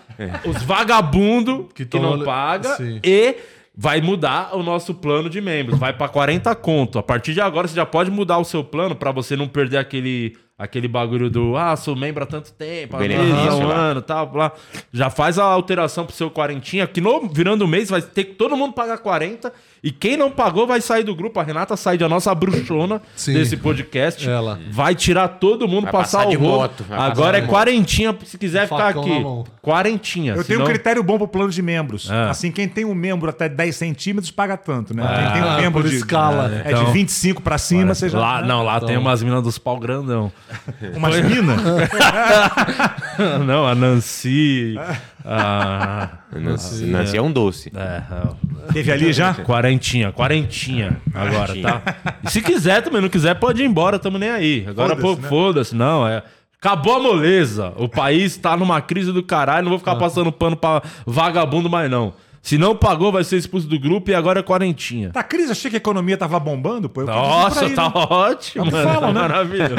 Speaker 1: os vagabundos que,
Speaker 2: Que
Speaker 1: não
Speaker 2: tão-
Speaker 1: paga
Speaker 2: Sim.
Speaker 1: e vai mudar o nosso plano de membros. Vai pra 40 conto. A partir de agora você já pode mudar o seu plano pra você não perder aquele, aquele bagulho do ah, sou membro há tanto tempo, há dois, há
Speaker 3: Benefício
Speaker 1: um
Speaker 3: lá.
Speaker 1: ano, tal, blá. Já faz a alteração pro seu quarentinha, que no virando o mês vai ter que todo mundo pagar 40 e quem não pagou vai sair do grupo. A Renata sai da nossa bruxona
Speaker 2: Sim.
Speaker 1: desse podcast.
Speaker 2: Ela.
Speaker 1: Vai tirar todo mundo
Speaker 3: Vai
Speaker 1: passar,
Speaker 3: passar
Speaker 1: o
Speaker 3: de
Speaker 1: rodo.
Speaker 3: moto, vai
Speaker 1: Agora
Speaker 3: passar
Speaker 1: é
Speaker 3: de moto.
Speaker 1: quarentinha se quiser ficar
Speaker 2: Facão
Speaker 1: aqui.
Speaker 2: na mão.
Speaker 1: Quarentinha.
Speaker 4: Eu tenho um
Speaker 1: É, senão-
Speaker 4: critério bom pro plano de membros.
Speaker 1: Ah.
Speaker 4: Assim, quem tem um membro até 10 centímetros paga tanto, né? quem tem um
Speaker 2: Ah,
Speaker 4: membro
Speaker 2: por
Speaker 4: de,
Speaker 2: escala.
Speaker 4: É,
Speaker 1: Então-
Speaker 4: de 25 pra cima, tá- seja
Speaker 1: Lá, não, lá
Speaker 2: Então.
Speaker 1: tem umas minas dos pau grandão.
Speaker 4: umas minas.
Speaker 1: não, a Nancy. a-
Speaker 3: Nancy, Nancy é um doce.
Speaker 1: Ah, é,
Speaker 4: Teve ali já?
Speaker 1: a- quarentinha, quarentinha agora, tá? E se quiser também, não quiser, pode ir embora, tamo nem aí. Agora,
Speaker 4: Foda-se,
Speaker 1: pô,
Speaker 4: né?
Speaker 1: foda-se, não, é. Acabou a moleza. O país tá numa crise do caralho, não vou
Speaker 2: Ah.
Speaker 1: ficar passando pano pra vagabundo mais, não. Se não pagou, vai ser expulso do grupo e agora é quarentinha.
Speaker 4: Tá crise, achei que a economia tava bombando, pô. Eu quis
Speaker 1: Nossa,
Speaker 4: dizer por
Speaker 1: tá
Speaker 4: aí, né?
Speaker 1: ótimo.
Speaker 4: Não
Speaker 1: Mano.
Speaker 4: fala, né?
Speaker 1: Maravilha.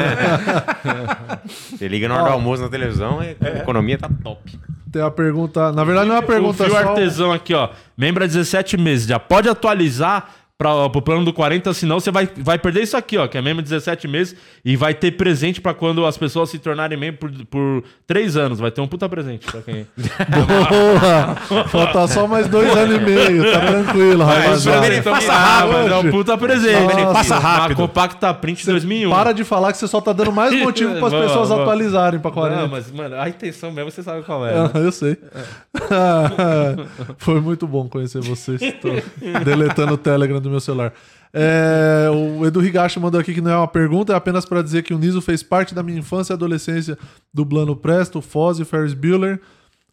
Speaker 3: Você liga na hora do almoço na televisão, e a economia tá top.
Speaker 2: Tem a pergunta. Na verdade, não é uma
Speaker 1: o
Speaker 2: pergunta
Speaker 1: fio
Speaker 2: só.
Speaker 1: artesão aqui, ó. Membro há 17 meses. Já pode atualizar para pro plano do 40, senão você vai, vai perder isso aqui, ó. Que é membro há 17 meses e vai ter presente pra quando as pessoas se tornarem membro por, por 3 anos. Vai ter um puta presente pra quem.
Speaker 2: Boa! Falta só mais dois anos e meio, tá tranquilo, rapaziada.
Speaker 3: primeiro- Então,
Speaker 1: É, passa
Speaker 3: me dá,
Speaker 1: rápido,
Speaker 2: hoje.
Speaker 1: é um puta presente.
Speaker 2: Nossa.
Speaker 1: Passa
Speaker 2: Passa
Speaker 1: rápido. Uma compacta print 2001.
Speaker 2: Para de falar que você só tá dando mais motivo pras
Speaker 1: Boa,
Speaker 2: pessoas
Speaker 1: boa.
Speaker 2: atualizarem pra 40.
Speaker 1: Não, mas, mano, a intenção mesmo você sabe qual é. né?
Speaker 2: Ah, eu sei. Foi muito bom conhecer vocês. Tô deletando o Telegram do meu celular. É, o Edu Higashi mandou aqui que não é uma pergunta, é apenas para dizer que o Niso fez parte da minha infância e adolescência dublando Presto, Foz e Ferris Bueller,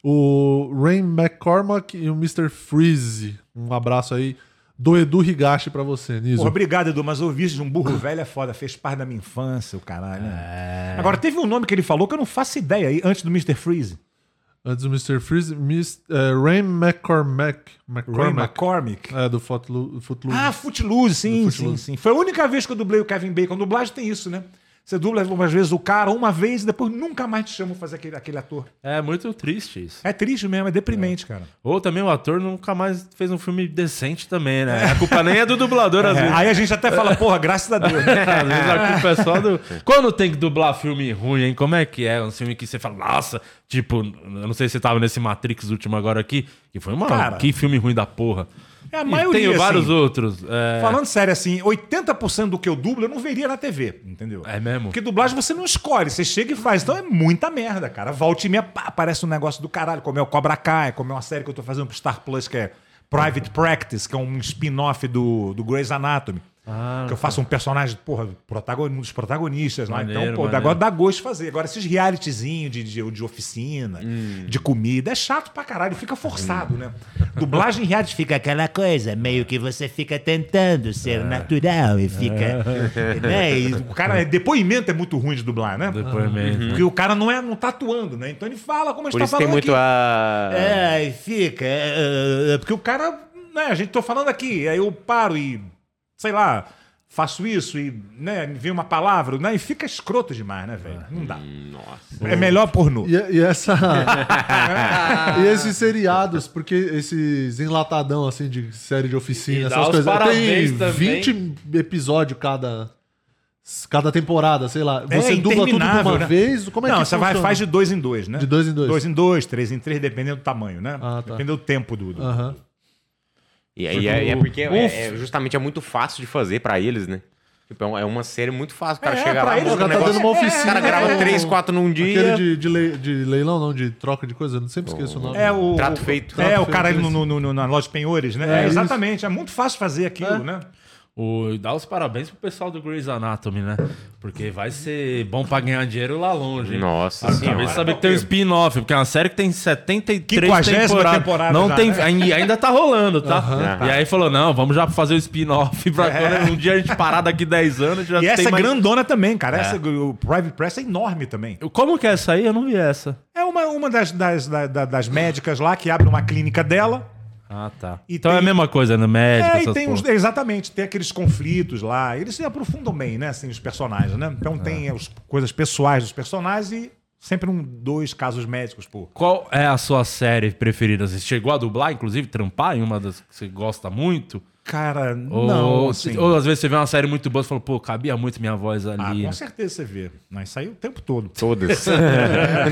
Speaker 2: o Rain McCormack e o Mr. Freeze. Um abraço aí do Edu Higashi para você, Niso.
Speaker 4: Porra, obrigado, Edu, mas ouvir de um burro velho é foda. Fez parte da minha infância, o
Speaker 2: É.
Speaker 4: caralho. né? Agora, teve um nome que ele falou que eu não faço ideia aí, antes do Mr. Freeze.
Speaker 2: Antes do Mr. Freeze, Miss, é, Rain McCormack.
Speaker 4: Ray
Speaker 2: McCormack.
Speaker 4: McCormick.
Speaker 2: É, do Footlo- É, Footloose.
Speaker 4: Ah, Footloose, sim,
Speaker 2: Do
Speaker 4: sim,
Speaker 2: Footloose.
Speaker 4: sim. Foi a única vez que eu dublei o Kevin Bacon. Dublagem tem isso, né? Você dubla algumas vezes o cara uma vez e depois nunca mais te chamam pra fazer aquele, aquele ator.
Speaker 1: É muito triste isso.
Speaker 4: É triste mesmo, é deprimente, cara.
Speaker 1: Ou também o ator nunca mais fez um filme decente também, né? A culpa nem é do dublador, às
Speaker 4: É,
Speaker 1: vezes.
Speaker 4: aí a gente até fala, porra, graças a Deus. né?
Speaker 1: Às vezes a culpa é só do. Quando tem que dublar filme ruim, hein? Como é que é? Um filme que você fala, nossa, tipo, eu não sei se você tava nesse Matrix último agora aqui, que foi uma.
Speaker 4: Cara.
Speaker 1: que filme ruim da porra.
Speaker 4: É a
Speaker 1: E
Speaker 4: maioria,
Speaker 1: Tem vários
Speaker 4: assim.
Speaker 1: outros. É...
Speaker 4: Falando sério, assim, 80% do que eu dublo eu não veria na TV, entendeu?
Speaker 1: É mesmo?
Speaker 4: Porque dublagem você não escolhe, você chega e faz. Então é muita merda, cara. Volte e meia, pá, aparece um negócio do caralho, como é o Cobra Kai, como é uma série que eu tô fazendo pro Star Plus, que é Private Practice, que é um spin-off do, do Grey's Anatomy.
Speaker 1: Ah,
Speaker 4: que eu faço um personagem, porra, protagon- um dos protagonistas lá.
Speaker 1: Maneiro,
Speaker 4: Então, pô,
Speaker 1: maneiro.
Speaker 4: agora dá gosto de fazer. Agora, esses realityzinhos de, de, de oficina,
Speaker 1: Hum.
Speaker 4: de comida, é chato pra caralho, fica forçado, né? Dublagem em reality fica aquela coisa, meio que você fica tentando ser natural e fica. Né? E o cara, depoimento é muito ruim de dublar, né?
Speaker 1: Depoimento.
Speaker 4: Porque o cara não, é, não tá atuando, né? Então ele fala como a gente
Speaker 3: Por
Speaker 4: tá
Speaker 3: isso tem
Speaker 4: falando
Speaker 3: muito né?
Speaker 4: aqui.
Speaker 3: a.
Speaker 4: É, e fica. é, é, é, porque o cara. Né, a gente tô falando aqui, aí eu paro e. Sei lá, faço isso e. Né, me vem uma palavra, né? E fica escroto demais, né, velho? Não dá.
Speaker 3: Nossa.
Speaker 4: É melhor pornô.
Speaker 2: E, e essa. e esses seriados, porque esses enlatadão, assim, de série de
Speaker 1: E
Speaker 2: oficina,
Speaker 1: dá
Speaker 2: essas
Speaker 1: os
Speaker 2: coisas.
Speaker 1: parabéns
Speaker 2: tem
Speaker 1: também.
Speaker 2: 20 episódios cada. Cada temporada, sei lá.
Speaker 4: É
Speaker 2: Você dubla tudo de
Speaker 4: interminável,
Speaker 2: uma
Speaker 4: né?
Speaker 2: vez? Como é
Speaker 4: não,
Speaker 2: que
Speaker 4: você vai,
Speaker 2: funciona?
Speaker 4: faz de dois em dois, né?
Speaker 2: De dois em dois.
Speaker 4: Dois em dois, três em três, dependendo do tamanho, né?
Speaker 2: Ah, tá.
Speaker 4: Dependendo do tempo do. do-
Speaker 2: Aham.
Speaker 3: E aí é, é porque é-
Speaker 1: Uf.
Speaker 3: é- justamente é muito fácil de fazer pra eles, né? Tipo, é um- é uma série muito fácil. O cara
Speaker 4: É,
Speaker 3: chega
Speaker 4: pra
Speaker 3: lá,
Speaker 4: eles,
Speaker 3: eles,
Speaker 2: Tá
Speaker 3: um negócio,
Speaker 2: dando uma oficina.
Speaker 3: o cara grava
Speaker 2: é.
Speaker 3: três, quatro num
Speaker 2: Aquele
Speaker 3: dia.
Speaker 2: de, de lei- de leilão, não, de troca de coisa, eu não sempre esqueço o nome.
Speaker 4: É o.
Speaker 3: Trato
Speaker 4: o-
Speaker 3: feito.
Speaker 4: É,
Speaker 2: Trato
Speaker 4: o cara
Speaker 2: feito, assim.
Speaker 4: ali no- no- no- na loja de penhores, né?
Speaker 2: É,
Speaker 4: É, exatamente. É muito fácil fazer aquilo, né?
Speaker 1: O, dá os parabéns pro pessoal do Grey's Anatomy, né? Porque vai ser bom pra ganhar dinheiro lá longe, hein?
Speaker 3: Nossa
Speaker 1: Acabei de
Speaker 3: senhora.
Speaker 1: saber que tem um spin-off, porque é uma série que tem 73
Speaker 4: Quinquagésima
Speaker 1: temporadas.
Speaker 4: temporada
Speaker 1: não
Speaker 4: já,
Speaker 1: tem,
Speaker 4: né?
Speaker 1: ainda, ainda tá rolando, tá? E aí falou, não, vamos já fazer o spin-off pra quando um dia a gente parar daqui 10 anos, a gente já
Speaker 4: É. E
Speaker 1: tem
Speaker 4: essa é
Speaker 1: mais... É.
Speaker 4: grandona também, cara. Essa, o Private Press é enorme também.
Speaker 1: Como que é essa aí? Eu não vi essa.
Speaker 4: É uma, uma das, das, da- da- das médicas lá que abre uma clínica dela.
Speaker 1: Ah, tá.
Speaker 4: E
Speaker 1: então é
Speaker 4: tem-
Speaker 1: a mesma coisa, né? Médico,
Speaker 4: É,
Speaker 1: essas
Speaker 4: e tem uns,
Speaker 1: porra.
Speaker 4: exatamente, tem aqueles conflitos lá. Eles se aprofundam bem, né? Assim, os personagens, né? Então tem as coisas pessoais dos personagens e sempre um, dois casos médicos, pô.
Speaker 1: Qual é a sua série preferida? Você chegou a dublar, inclusive, trampar em uma das que você gosta muito?
Speaker 4: Cara,
Speaker 1: Ou,
Speaker 4: não, assim.
Speaker 1: ou às vezes você vê uma série muito boa e fala, pô, cabia muito minha voz
Speaker 4: Ah,
Speaker 1: ali.
Speaker 4: com certeza você vê. Mas saiu o tempo todo.
Speaker 3: Todas.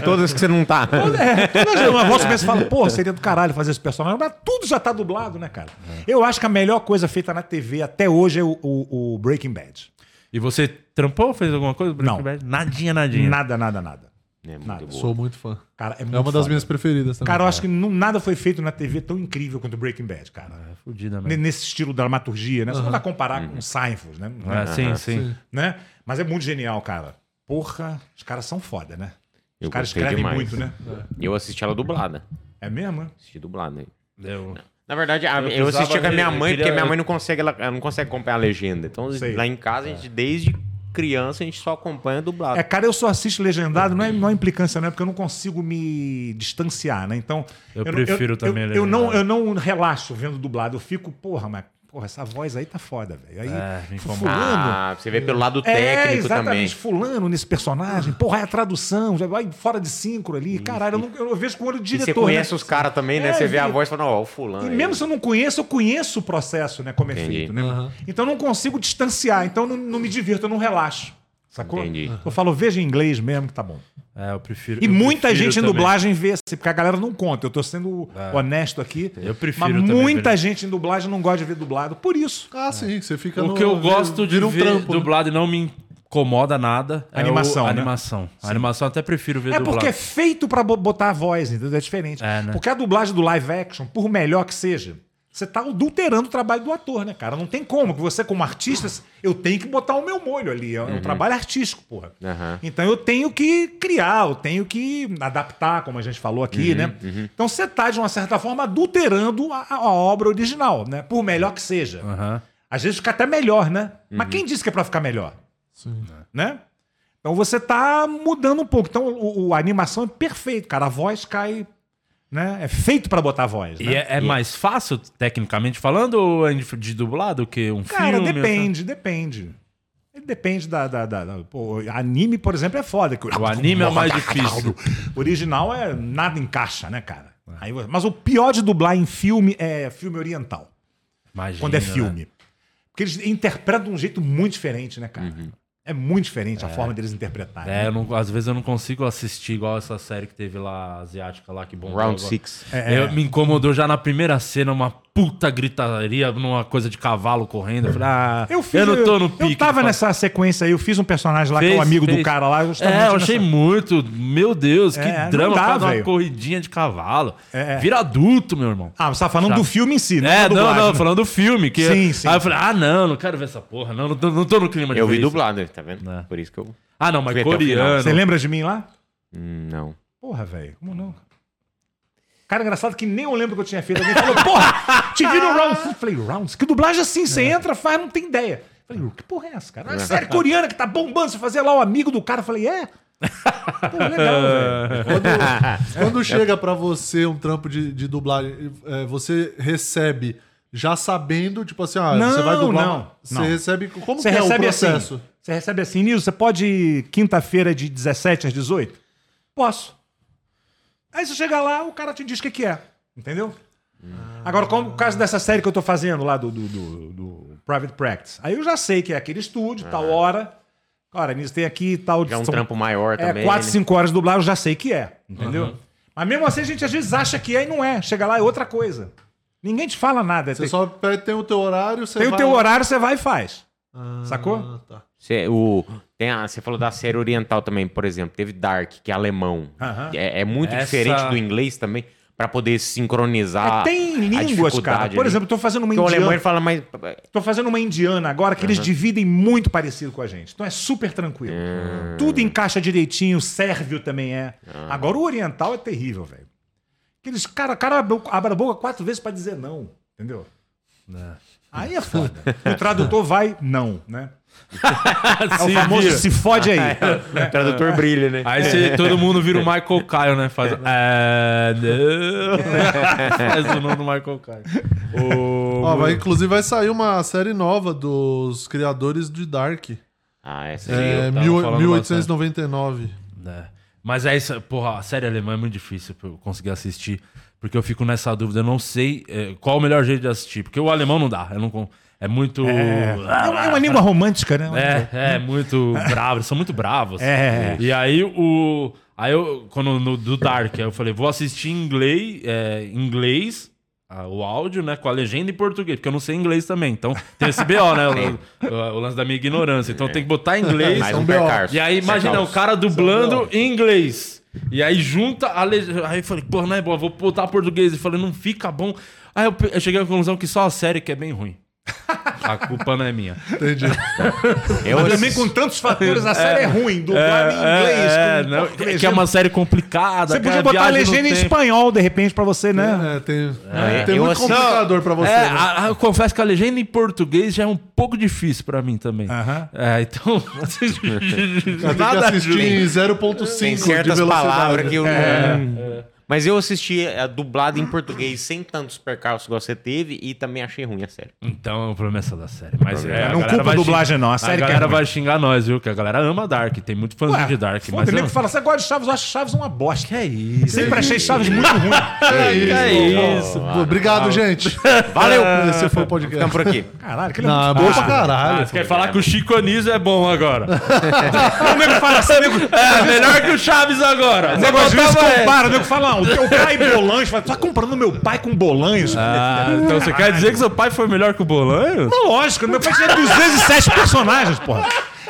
Speaker 3: Todas que você não tá.
Speaker 4: É, todas as voz começa e fala, pô, seria do caralho fazer esse personagem, mas tudo já tá dublado, né, cara? Eu acho que a melhor coisa feita na TV até hoje é o, o- o Breaking Bad.
Speaker 1: E você trampou, fez alguma coisa? Breaking
Speaker 4: Não.
Speaker 1: Bad? Nadinha, nadinha.
Speaker 4: Nada, nada, nada.
Speaker 3: É muito
Speaker 4: Nada.
Speaker 3: boa.
Speaker 2: Sou muito fã.
Speaker 4: Cara, é, muito
Speaker 2: É uma das
Speaker 4: foda.
Speaker 2: minhas preferidas também.
Speaker 4: Cara, eu acho que não- nada foi feito na TV tão incrível quanto Breaking Bad, cara.
Speaker 1: Fudida
Speaker 4: N-
Speaker 1: mesmo.
Speaker 4: Nesse estilo dramaturgia, né? Você não vai comparar com Seinfeld, né?
Speaker 1: É, sim, sim.
Speaker 4: né? Mas é muito genial, cara. Porra, os caras são foda, né? Os
Speaker 3: Eu
Speaker 4: caras
Speaker 3: gostei
Speaker 4: escrevem
Speaker 3: demais.
Speaker 4: muito, né?
Speaker 3: Eu assisti ela dublada.
Speaker 4: É mesmo? né?
Speaker 3: Assisti dublada.
Speaker 1: Deu.
Speaker 3: Na verdade, a- eu,
Speaker 1: precisava
Speaker 3: assistia com a minha
Speaker 1: ver, eu
Speaker 3: mãe, porque
Speaker 1: queria-
Speaker 3: minha mãe não consegue, ela, ela não consegue acompanhar a legenda. Então,
Speaker 4: Sei.
Speaker 3: lá em casa, a gente, desde criança, a gente só acompanha dublado.
Speaker 4: É, cara, eu só assisto legendado, não é, não é implicância, não, é porque eu não consigo me distanciar, né? Então.
Speaker 1: Eu
Speaker 4: não-
Speaker 1: prefiro
Speaker 4: eu-
Speaker 1: também
Speaker 4: eu, eu não Eu
Speaker 1: legendado.
Speaker 4: não relaxo vendo dublado, eu fico, porra, mas. Porra, essa voz aí tá foda, velho. Aí,
Speaker 1: É, me incomoda.
Speaker 4: fulano,
Speaker 3: Ah, você vê pelo lado
Speaker 4: É,
Speaker 3: técnico também.
Speaker 4: exatamente. Fulano nesse personagem. Porra, é a tradução. Já vai fora de sincro ali. Caralho, eu, não- eu vejo com o olho do
Speaker 3: E
Speaker 4: diretor.
Speaker 3: você conhece
Speaker 4: né?
Speaker 3: os caras também, né?
Speaker 4: É,
Speaker 3: você vê a
Speaker 4: vi-
Speaker 3: voz e fala, ó, o fulano. é
Speaker 4: E
Speaker 3: aí.
Speaker 4: mesmo se eu não conheço, eu conheço o processo, né? Como é
Speaker 3: Entendi.
Speaker 4: feito, né?
Speaker 2: Aham.
Speaker 4: Então eu não consigo distanciar. Então eu não, não me divirto, eu não relaxo. Sacou?
Speaker 3: Entendi.
Speaker 4: Eu falo, veja em inglês mesmo que tá bom.
Speaker 1: É, eu prefiro.
Speaker 4: E
Speaker 1: eu
Speaker 4: muita
Speaker 1: prefiro
Speaker 4: gente em
Speaker 1: também. É.
Speaker 4: dublagem vê assim, porque a galera não conta. Eu tô sendo honesto aqui.
Speaker 1: Eu prefiro
Speaker 4: Mas
Speaker 1: também,
Speaker 4: muita
Speaker 1: velho.
Speaker 4: gente em dublagem não gosta de ver dublado. Por isso.
Speaker 2: Ah, sim, você fica
Speaker 1: O
Speaker 2: no-
Speaker 1: que eu gosto de
Speaker 2: vira um
Speaker 1: ver
Speaker 2: trampo, né?
Speaker 1: dublado e não me incomoda nada é
Speaker 4: Animação,
Speaker 1: o-
Speaker 4: né?
Speaker 1: animação. A animação eu até prefiro ver
Speaker 4: É
Speaker 1: dublado.
Speaker 4: porque é feito pra bo- botar a voz, entendeu? É diferente.
Speaker 1: É, né?
Speaker 4: Porque a dublagem do live action, por melhor que seja, você tá adulterando o trabalho do ator, né, cara? Não tem como. que Você, como artista, eu tenho que botar o meu molho ali. É um
Speaker 1: Uhum.
Speaker 4: trabalho artístico, porra.
Speaker 3: Aham.
Speaker 4: Então eu tenho que criar, eu tenho que adaptar, como a gente falou
Speaker 1: Uhum,
Speaker 4: aqui, né? Então você tá, de uma certa forma, adulterando a, a obra original, né? Por melhor que seja.
Speaker 1: Aham.
Speaker 4: Às vezes fica até melhor, né?
Speaker 1: Uhum.
Speaker 4: Mas quem disse que é pra ficar melhor?
Speaker 2: Sim.
Speaker 4: né? Então você tá mudando um pouco. Então o, o- a animação é perfeita, cara. A voz cai, né? É feito pra botar a voz,
Speaker 1: E
Speaker 4: né?
Speaker 1: é, é mais fácil, tecnicamente falando, ou é de de dublado que um
Speaker 4: Cara,
Speaker 1: filme?
Speaker 4: depende, depende. Ele Depende da... da, da, da- pô, anime, por exemplo, é foda. que
Speaker 1: O anime é o mais difícil.
Speaker 4: O original é nada encaixa, né, cara? Aí você- mas o pior de dublar em filme é filme oriental,
Speaker 1: Imagina,
Speaker 4: quando é
Speaker 1: né?
Speaker 4: filme. Porque eles interpretam de um jeito muito diferente, né, cara? É muito diferente a forma deles interpretarem.
Speaker 1: Uhum. É, eu não- às vezes eu não consigo assistir igual essa
Speaker 4: Então,
Speaker 1: série que teve lá, asiática lá, que bombou.
Speaker 3: Um Round
Speaker 4: É.
Speaker 1: agora.
Speaker 3: 6.
Speaker 1: Eu, me incomodou já na primeira cena uma puta gritaria numa coisa de cavalo correndo. Eu falei, ah, eu,
Speaker 4: Eu fiz.
Speaker 1: não tô no pique.
Speaker 4: Eu tava nessa sequência aí, eu fiz um personagem lá que é o
Speaker 1: Fez,
Speaker 4: amigo do
Speaker 1: fez.
Speaker 4: cara lá.
Speaker 1: É,
Speaker 4: justamente
Speaker 1: eu achei
Speaker 4: nessa-
Speaker 1: muito. Meu Deus, que
Speaker 4: É, não
Speaker 1: drama
Speaker 4: dá,
Speaker 1: pra dar uma
Speaker 4: velho.
Speaker 1: corridinha de cavalo.
Speaker 4: É.
Speaker 1: Vira adulto, meu irmão.
Speaker 4: Ah, você tá falando
Speaker 1: Já.
Speaker 4: do filme em si, né?
Speaker 1: É,
Speaker 4: da
Speaker 1: não,
Speaker 4: dublagem,
Speaker 1: não,
Speaker 4: né?
Speaker 1: falando do filme. Que
Speaker 4: Sim, sim.
Speaker 1: Aí eu falei, ah, não, não quero ver essa porra, não, não tô, não tô no clima de
Speaker 3: Eu
Speaker 1: ver
Speaker 3: vi
Speaker 1: isso.
Speaker 3: dublado, tá vendo?
Speaker 1: É.
Speaker 3: Por isso que eu.
Speaker 1: Ah, não, mas
Speaker 3: Fui até o
Speaker 1: coreano.
Speaker 3: final.
Speaker 4: Você lembra de mim lá?
Speaker 3: Hum, Não.
Speaker 4: Porra, velho, como não? Cara, engraçado que nem eu lembro que eu tinha feito. Alguém falou, porra, te vi no Rounds. Eu falei, Rounds? Que dublagem assim? Você entra, faz, não tem ideia. Eu falei, que porra é essa, cara? Uma série coreana que tá bombando. Você fazia lá o amigo do cara. Eu falei, é? Pô, legal, velho.
Speaker 2: Quando chega pra você um trampo de, de dublagem, é, você recebe já sabendo, tipo assim, ah,
Speaker 4: Não,
Speaker 2: você vai dublar.
Speaker 4: não,
Speaker 2: você
Speaker 4: não.
Speaker 2: recebe. Como
Speaker 4: Você
Speaker 2: que é o
Speaker 4: recebe
Speaker 2: processo?
Speaker 4: assim. Você recebe assim, Nilson, você pode quinta-feira de 17 às 18? Posso. Aí você chega lá, o cara te diz o que, que é. Entendeu?
Speaker 2: Ah.
Speaker 4: Agora, como o caso dessa série que eu tô fazendo lá do, do, do- do Private Practice. Aí eu já sei que é aquele estúdio,
Speaker 2: Ah.
Speaker 4: tal hora. Cara, Nilson tem aqui tal.
Speaker 3: Já é um
Speaker 4: são-
Speaker 3: trampo maior
Speaker 4: é,
Speaker 3: também.
Speaker 4: 4,
Speaker 3: né?
Speaker 4: 5 horas dublado, eu já sei que é, entendeu?
Speaker 2: Uhum.
Speaker 4: Mas mesmo assim, a gente às vezes acha que é e não é. Chega lá, é outra coisa. Ninguém te fala nada.
Speaker 2: Você
Speaker 4: Tem,
Speaker 2: só pede- tem o teu horário, você
Speaker 4: tem o
Speaker 2: vai-
Speaker 4: teu horário, você vai e faz.
Speaker 2: Ah,
Speaker 4: sacou?
Speaker 2: tá.
Speaker 3: Cê, o, tem a- você falou da série oriental também, por exemplo. Teve Dark, que é alemão.
Speaker 4: Aham.
Speaker 3: É, é muito
Speaker 1: Essa-
Speaker 3: diferente do inglês também, pra poder sincronizar.
Speaker 4: É, tem
Speaker 3: a
Speaker 4: línguas, cara.
Speaker 3: dificuldade
Speaker 4: Por
Speaker 3: ali.
Speaker 4: exemplo, eu tô fazendo uma É.
Speaker 3: Porque o alemão ele
Speaker 4: indiana.
Speaker 3: fala mais.
Speaker 4: Tô fazendo uma indiana agora que eles dividem muito parecido com a gente. Então é super tranquilo. Tudo encaixa direitinho, sérvio também é. Agora o oriental é terrível, velho. Aqueles cara, cara abre abre a boca quatro vezes pra dizer não, entendeu? Aí é foda. o tradutor vai, não, né? É o
Speaker 1: Se
Speaker 4: famoso
Speaker 1: assim,
Speaker 4: É.
Speaker 1: vira.
Speaker 4: se fode aí.
Speaker 3: O
Speaker 4: É.
Speaker 3: tradutor brilha, né?
Speaker 1: Aí você- todo mundo vira o Michael Caio, né? Faz. É, não. Faz o nome do Michael Caio. O-
Speaker 2: Ó, vai, inclusive vai sair uma série nova dos criadores de Dark.
Speaker 3: Ah, essa aí.
Speaker 2: É,
Speaker 1: eu tava
Speaker 2: mil-
Speaker 1: falando
Speaker 2: 1899.
Speaker 1: É. Mas é isso, porra, a série alemã é muito difícil pra eu conseguir assistir, porque eu fico nessa dúvida, eu não sei é, qual o melhor jeito de assistir, porque o alemão não dá, eu não, con- é muito...
Speaker 4: É, é uma- é uma língua romântica, né?
Speaker 1: É, é muito bravo, eles são muito bravos.
Speaker 4: É.
Speaker 1: E aí o. Aí eu, quando no, do Dark, aí eu falei, vou assistir em inglês, é, em inglês ah, o áudio, né, com a legenda em português, porque eu não sei inglês também. Então tem esse BO, né? o- O, o lance da minha ignorância. Então tem que botar em inglês.
Speaker 3: Mais
Speaker 2: São
Speaker 3: um Então,
Speaker 2: B.O.
Speaker 3: percarço.
Speaker 1: E aí, imagina, o
Speaker 3: Percarço.
Speaker 1: cara dublando em inglês. E aí junta a legenda. Aí eu falei, porra, não é bom, eu vou botar português. E falei, não fica bom. Aí eu, pe- eu cheguei à conclusão que só a série que é bem ruim. A culpa não é minha.
Speaker 2: Entendi.
Speaker 3: Eu
Speaker 4: Também com tantos fatores, a série é, ruim. Dublado em inglês.
Speaker 1: É,
Speaker 4: com
Speaker 1: não,
Speaker 4: legenda.
Speaker 1: que é uma série complicada.
Speaker 4: Você
Speaker 1: que
Speaker 4: podia
Speaker 1: a
Speaker 4: botar a
Speaker 1: viagem no
Speaker 4: legenda em
Speaker 1: tempo.
Speaker 4: espanhol, de repente, pra você, né?
Speaker 2: É, tem
Speaker 3: É,
Speaker 2: tem
Speaker 3: eu
Speaker 2: muito
Speaker 3: assim-
Speaker 2: complicador pra você.
Speaker 1: É,
Speaker 2: né?
Speaker 1: a- a- eu confesso que a legenda em português já é um pouco difícil pra mim também.
Speaker 4: Aham.
Speaker 1: É, então.
Speaker 2: Tem que
Speaker 1: nada
Speaker 2: assistir
Speaker 1: ajuda.
Speaker 2: em
Speaker 3: Tem
Speaker 2: 0.5 de
Speaker 3: certas
Speaker 2: velocidade.
Speaker 3: palavras que eu. Hum.
Speaker 4: É.
Speaker 3: Mas eu assisti a dublada em português sem tantos percalços igual você teve e também achei ruim a série.
Speaker 1: Então, promessa da série. Mas é, a
Speaker 4: Não
Speaker 1: galera
Speaker 4: culpa
Speaker 1: vai
Speaker 4: a dublagem, não. A série que é
Speaker 1: galera
Speaker 4: ruim.
Speaker 1: vai xingar nós, viu? Que a galera ama Dark. Tem muito fãzinho de Dark. Mas
Speaker 4: O
Speaker 1: eu...
Speaker 4: nego fala, você gosta de Chaves? Eu acho Chaves uma bosta.
Speaker 1: Que é isso?
Speaker 4: Sempre achei Chaves muito ruim.
Speaker 2: É isso.
Speaker 1: É isso.
Speaker 2: Pô, Obrigado, gente.
Speaker 3: Valeu!
Speaker 2: Esse foi o
Speaker 3: Ficamos
Speaker 2: podcast.
Speaker 3: Então, por aqui.
Speaker 4: Caralho, aquele é
Speaker 2: Não, é
Speaker 4: muito
Speaker 2: bom pra
Speaker 1: Ah,
Speaker 2: caralho.
Speaker 1: você quer falar que o Chico Anísio é bom agora?
Speaker 4: O nego fala assim, o nego, o
Speaker 1: é, melhor que o Chaves agora. Você
Speaker 4: nego às vezes
Speaker 1: botava essa.
Speaker 4: compara. O nego fala, ah, o teu pai Bolanhos. Fala, tá comparando meu pai com Bolanhos?
Speaker 1: Ah, então você quer dizer que seu pai foi melhor que o Bolanho?
Speaker 4: Não, lógico, meu pai tinha 207 personagens, porra.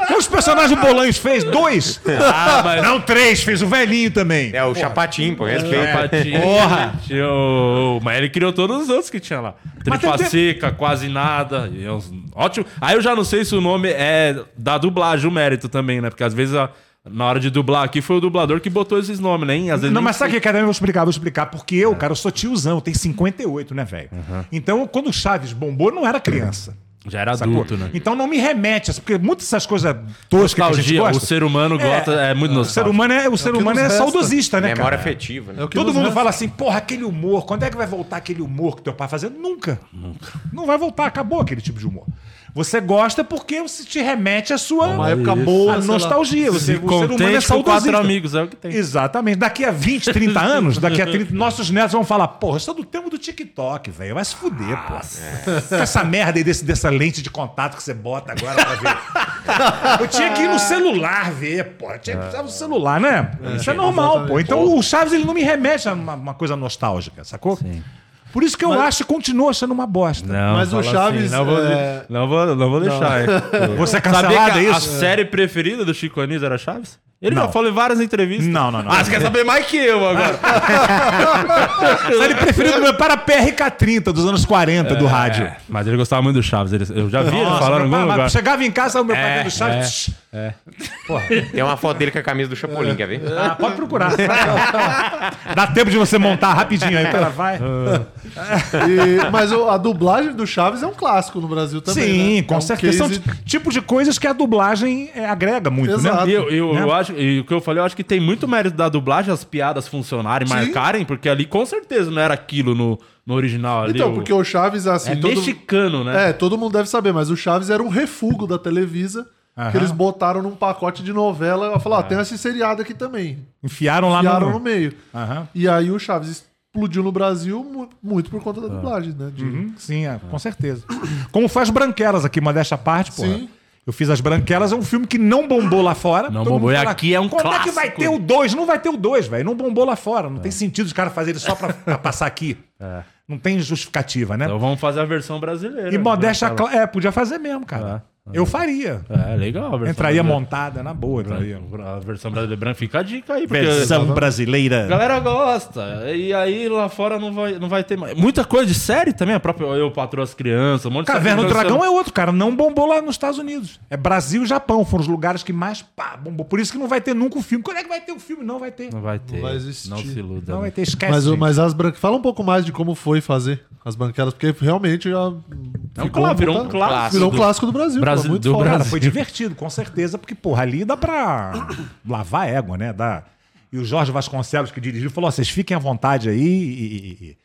Speaker 4: Quantos personagens o Bolanhos fez? Dois?
Speaker 1: Ah, mas
Speaker 4: Não, três. Fez o velhinho também.
Speaker 3: É o Chapatinho, pô, respeito.
Speaker 1: Patinho.
Speaker 4: É. Porra.
Speaker 1: Tinha o- Mas ele criou todos os outros que tinha lá. Tripa
Speaker 4: tem-
Speaker 1: seca, quase nada. e é uns- Ótimo. Aí eu já não sei se o nome é da dublagem, o mérito também, né? Porque às vezes a- na hora de dublar aqui foi o dublador que botou esses nomes, né? hein? Às vezes
Speaker 4: Não,
Speaker 1: nem
Speaker 4: mas sabe o que, cara? Eu vou explicar, vou explicar. Porque eu, cara, eu sou tiozão, tenho 58, né, velho? Então, quando o Chaves bombou, eu não era criança.
Speaker 1: Já era
Speaker 4: sacou?
Speaker 1: adulto, né?
Speaker 4: Então não me remete, a isso, porque muitas dessas coisas toscas que a gente
Speaker 1: Nostalgia. O
Speaker 4: gosta,
Speaker 1: ser humano gosta. É muito
Speaker 4: o ser
Speaker 1: nostálgico.
Speaker 4: humano é, o ser
Speaker 2: que nos
Speaker 4: humano é
Speaker 2: resta.
Speaker 4: saudosista, né,
Speaker 3: Memória
Speaker 4: cara?
Speaker 3: afetiva, né?
Speaker 2: É o que
Speaker 4: Todo
Speaker 2: nos
Speaker 4: mundo
Speaker 2: resta.
Speaker 4: fala assim, porra, aquele humor, quando é que vai voltar aquele humor que teu pai fazia? Nunca. Nunca. Não vai voltar, acabou aquele tipo de humor. Você gosta porque você te remete à sua
Speaker 2: É Uma época
Speaker 1: Isso.
Speaker 2: boa,
Speaker 4: a
Speaker 2: sei lá.
Speaker 4: nostalgia.
Speaker 1: Se
Speaker 4: Você, o ser humano é
Speaker 1: contente com
Speaker 4: saudosista.
Speaker 1: quatro amigos, é o que tem.
Speaker 4: Exatamente. Daqui a 20, 30 anos, daqui a 30, nossos netos vão falar, porra, isso é do tempo do TikTok, velho. Vai se fuder, pô. Com essa merda aí desse, dessa lente de contato que você bota agora pra ver. Eu tinha que ir no celular ver, pô. Eu tinha que precisar do celular, é
Speaker 1: é,
Speaker 4: né? isso é normal, pô. Então o Chaves, ele não me remete a uma, uma coisa nostálgica, sacou? Por isso que eu acho que continua sendo uma bosta.
Speaker 1: Não,
Speaker 2: Mas o
Speaker 1: fala assim,
Speaker 2: Chaves,
Speaker 1: não, vou,
Speaker 2: é-
Speaker 1: não, vou, não vou deixar, hein?
Speaker 4: Você
Speaker 1: Sabia
Speaker 4: é cancelado,
Speaker 1: que
Speaker 4: é
Speaker 1: a, a
Speaker 4: isso?
Speaker 1: série preferida do Chico Anísio era Chaves? Ele
Speaker 4: Não.
Speaker 1: já falou em várias entrevistas.
Speaker 4: Não, não, não.
Speaker 1: Ah, você quer saber mais que eu agora.
Speaker 4: Ele preferiu comer para a PRK30 dos anos 40 do rádio.
Speaker 1: É, mas ele gostava muito do Chaves. ele- eu já vi ele falando em algum
Speaker 4: meu pai,
Speaker 1: lugar.
Speaker 4: chegava em casa, o meu
Speaker 1: É,
Speaker 4: pai vendo Chaves.
Speaker 3: Tem uma foto dele com a camisa do Chapolin, quer ver?
Speaker 4: Ah, pode procurar. Dá tempo de você montar rapidinho aí, Ah. cara. Vai.
Speaker 2: E- mas o- a dublagem do Chaves é um clássico no Brasil também.
Speaker 4: Sim,
Speaker 2: né?
Speaker 4: com
Speaker 2: É um
Speaker 4: certeza. São
Speaker 2: case-
Speaker 4: ti- tipo de coisas que a dublagem é, agrega muito,
Speaker 2: Exato.
Speaker 4: né?
Speaker 1: E eu, eu,
Speaker 4: Né?
Speaker 1: eu acho, e o que eu falei, eu acho que tem muito mérito da dublagem, as piadas funcionarem, marcarem, porque ali com certeza não era aquilo no, no original. Ali,
Speaker 2: Então,
Speaker 1: o-
Speaker 2: porque o Chaves, assim.
Speaker 1: é mexicano, né?
Speaker 2: É, todo mundo deve saber, mas o Chaves era um refugo da Televisa.
Speaker 4: Aham.
Speaker 2: Que eles botaram num pacote de novela e falaram: ah, tem esse seriado aqui também.
Speaker 4: Enfiaram lá
Speaker 2: Enfiaram no
Speaker 4: no...
Speaker 2: meio.
Speaker 4: Aham.
Speaker 2: E aí o Chaves explodiu no Brasil mu- muito por conta da dublagem, né? de-
Speaker 4: Hum, Sim, é, com certeza. Como faz Branquelas aqui, modéstia à parte, porra.
Speaker 2: Sim.
Speaker 4: Eu fiz As Branquelas, é um filme que não bombou lá fora.
Speaker 1: Não
Speaker 4: Todo mundo
Speaker 1: bombou, e
Speaker 4: fala,
Speaker 1: aqui é um
Speaker 4: Quando é que
Speaker 1: clássico." É.
Speaker 4: vai ter o 2? Não vai ter o 2, velho. Não bombou lá fora. Não tem sentido os caras fazerem só pra, pra passar aqui. Não tem justificativa, né?
Speaker 1: Então vamos fazer a versão brasileira. né?
Speaker 4: E modéstia... à
Speaker 1: Branquelas.
Speaker 4: cla- É, podia fazer mesmo, cara. Eu faria.
Speaker 1: É, legal. A versão brasileira.
Speaker 4: Entraria montada, na boa. Entraria.
Speaker 1: A versão brasileira branca fica a dica aí, porque
Speaker 4: brasileira.
Speaker 1: a galera gosta. E aí lá fora não vai, não vai ter mais. Muita coisa de série também, a própria Eu Patroa as Crianças, um monte de
Speaker 4: Caverna do
Speaker 1: série que
Speaker 4: Dragão
Speaker 1: lançou-
Speaker 4: é outro, cara. Não bombou lá nos Estados Unidos. É Brasil e Japão. Foram os lugares que mais pá, bombou. Por isso que não vai ter nunca um filme. Quando é que vai ter um filme? Não vai ter.
Speaker 1: Não vai ter. Não,
Speaker 2: vai existir.
Speaker 1: se iluda.
Speaker 4: Não vai
Speaker 1: né?
Speaker 4: ter. Esquece.
Speaker 2: Mas, o-
Speaker 4: gente.
Speaker 2: mas as branquelas. Fala um pouco mais de como foi fazer as branquelas, porque realmente já.
Speaker 1: É um clá- virou
Speaker 4: tá
Speaker 1: um clássico
Speaker 2: Virou um
Speaker 1: do-
Speaker 2: clássico do Brasil.
Speaker 1: Brasil-
Speaker 2: pô,
Speaker 1: do
Speaker 2: foda.
Speaker 1: Brasil.
Speaker 4: Cara, foi divertido, com certeza. Porque, porra, ali dá pra lavar a égua, né? Dá... E o Jorge Vasconcelos, que dirigiu, falou: ó, vocês fiquem à vontade aí. e- e- e-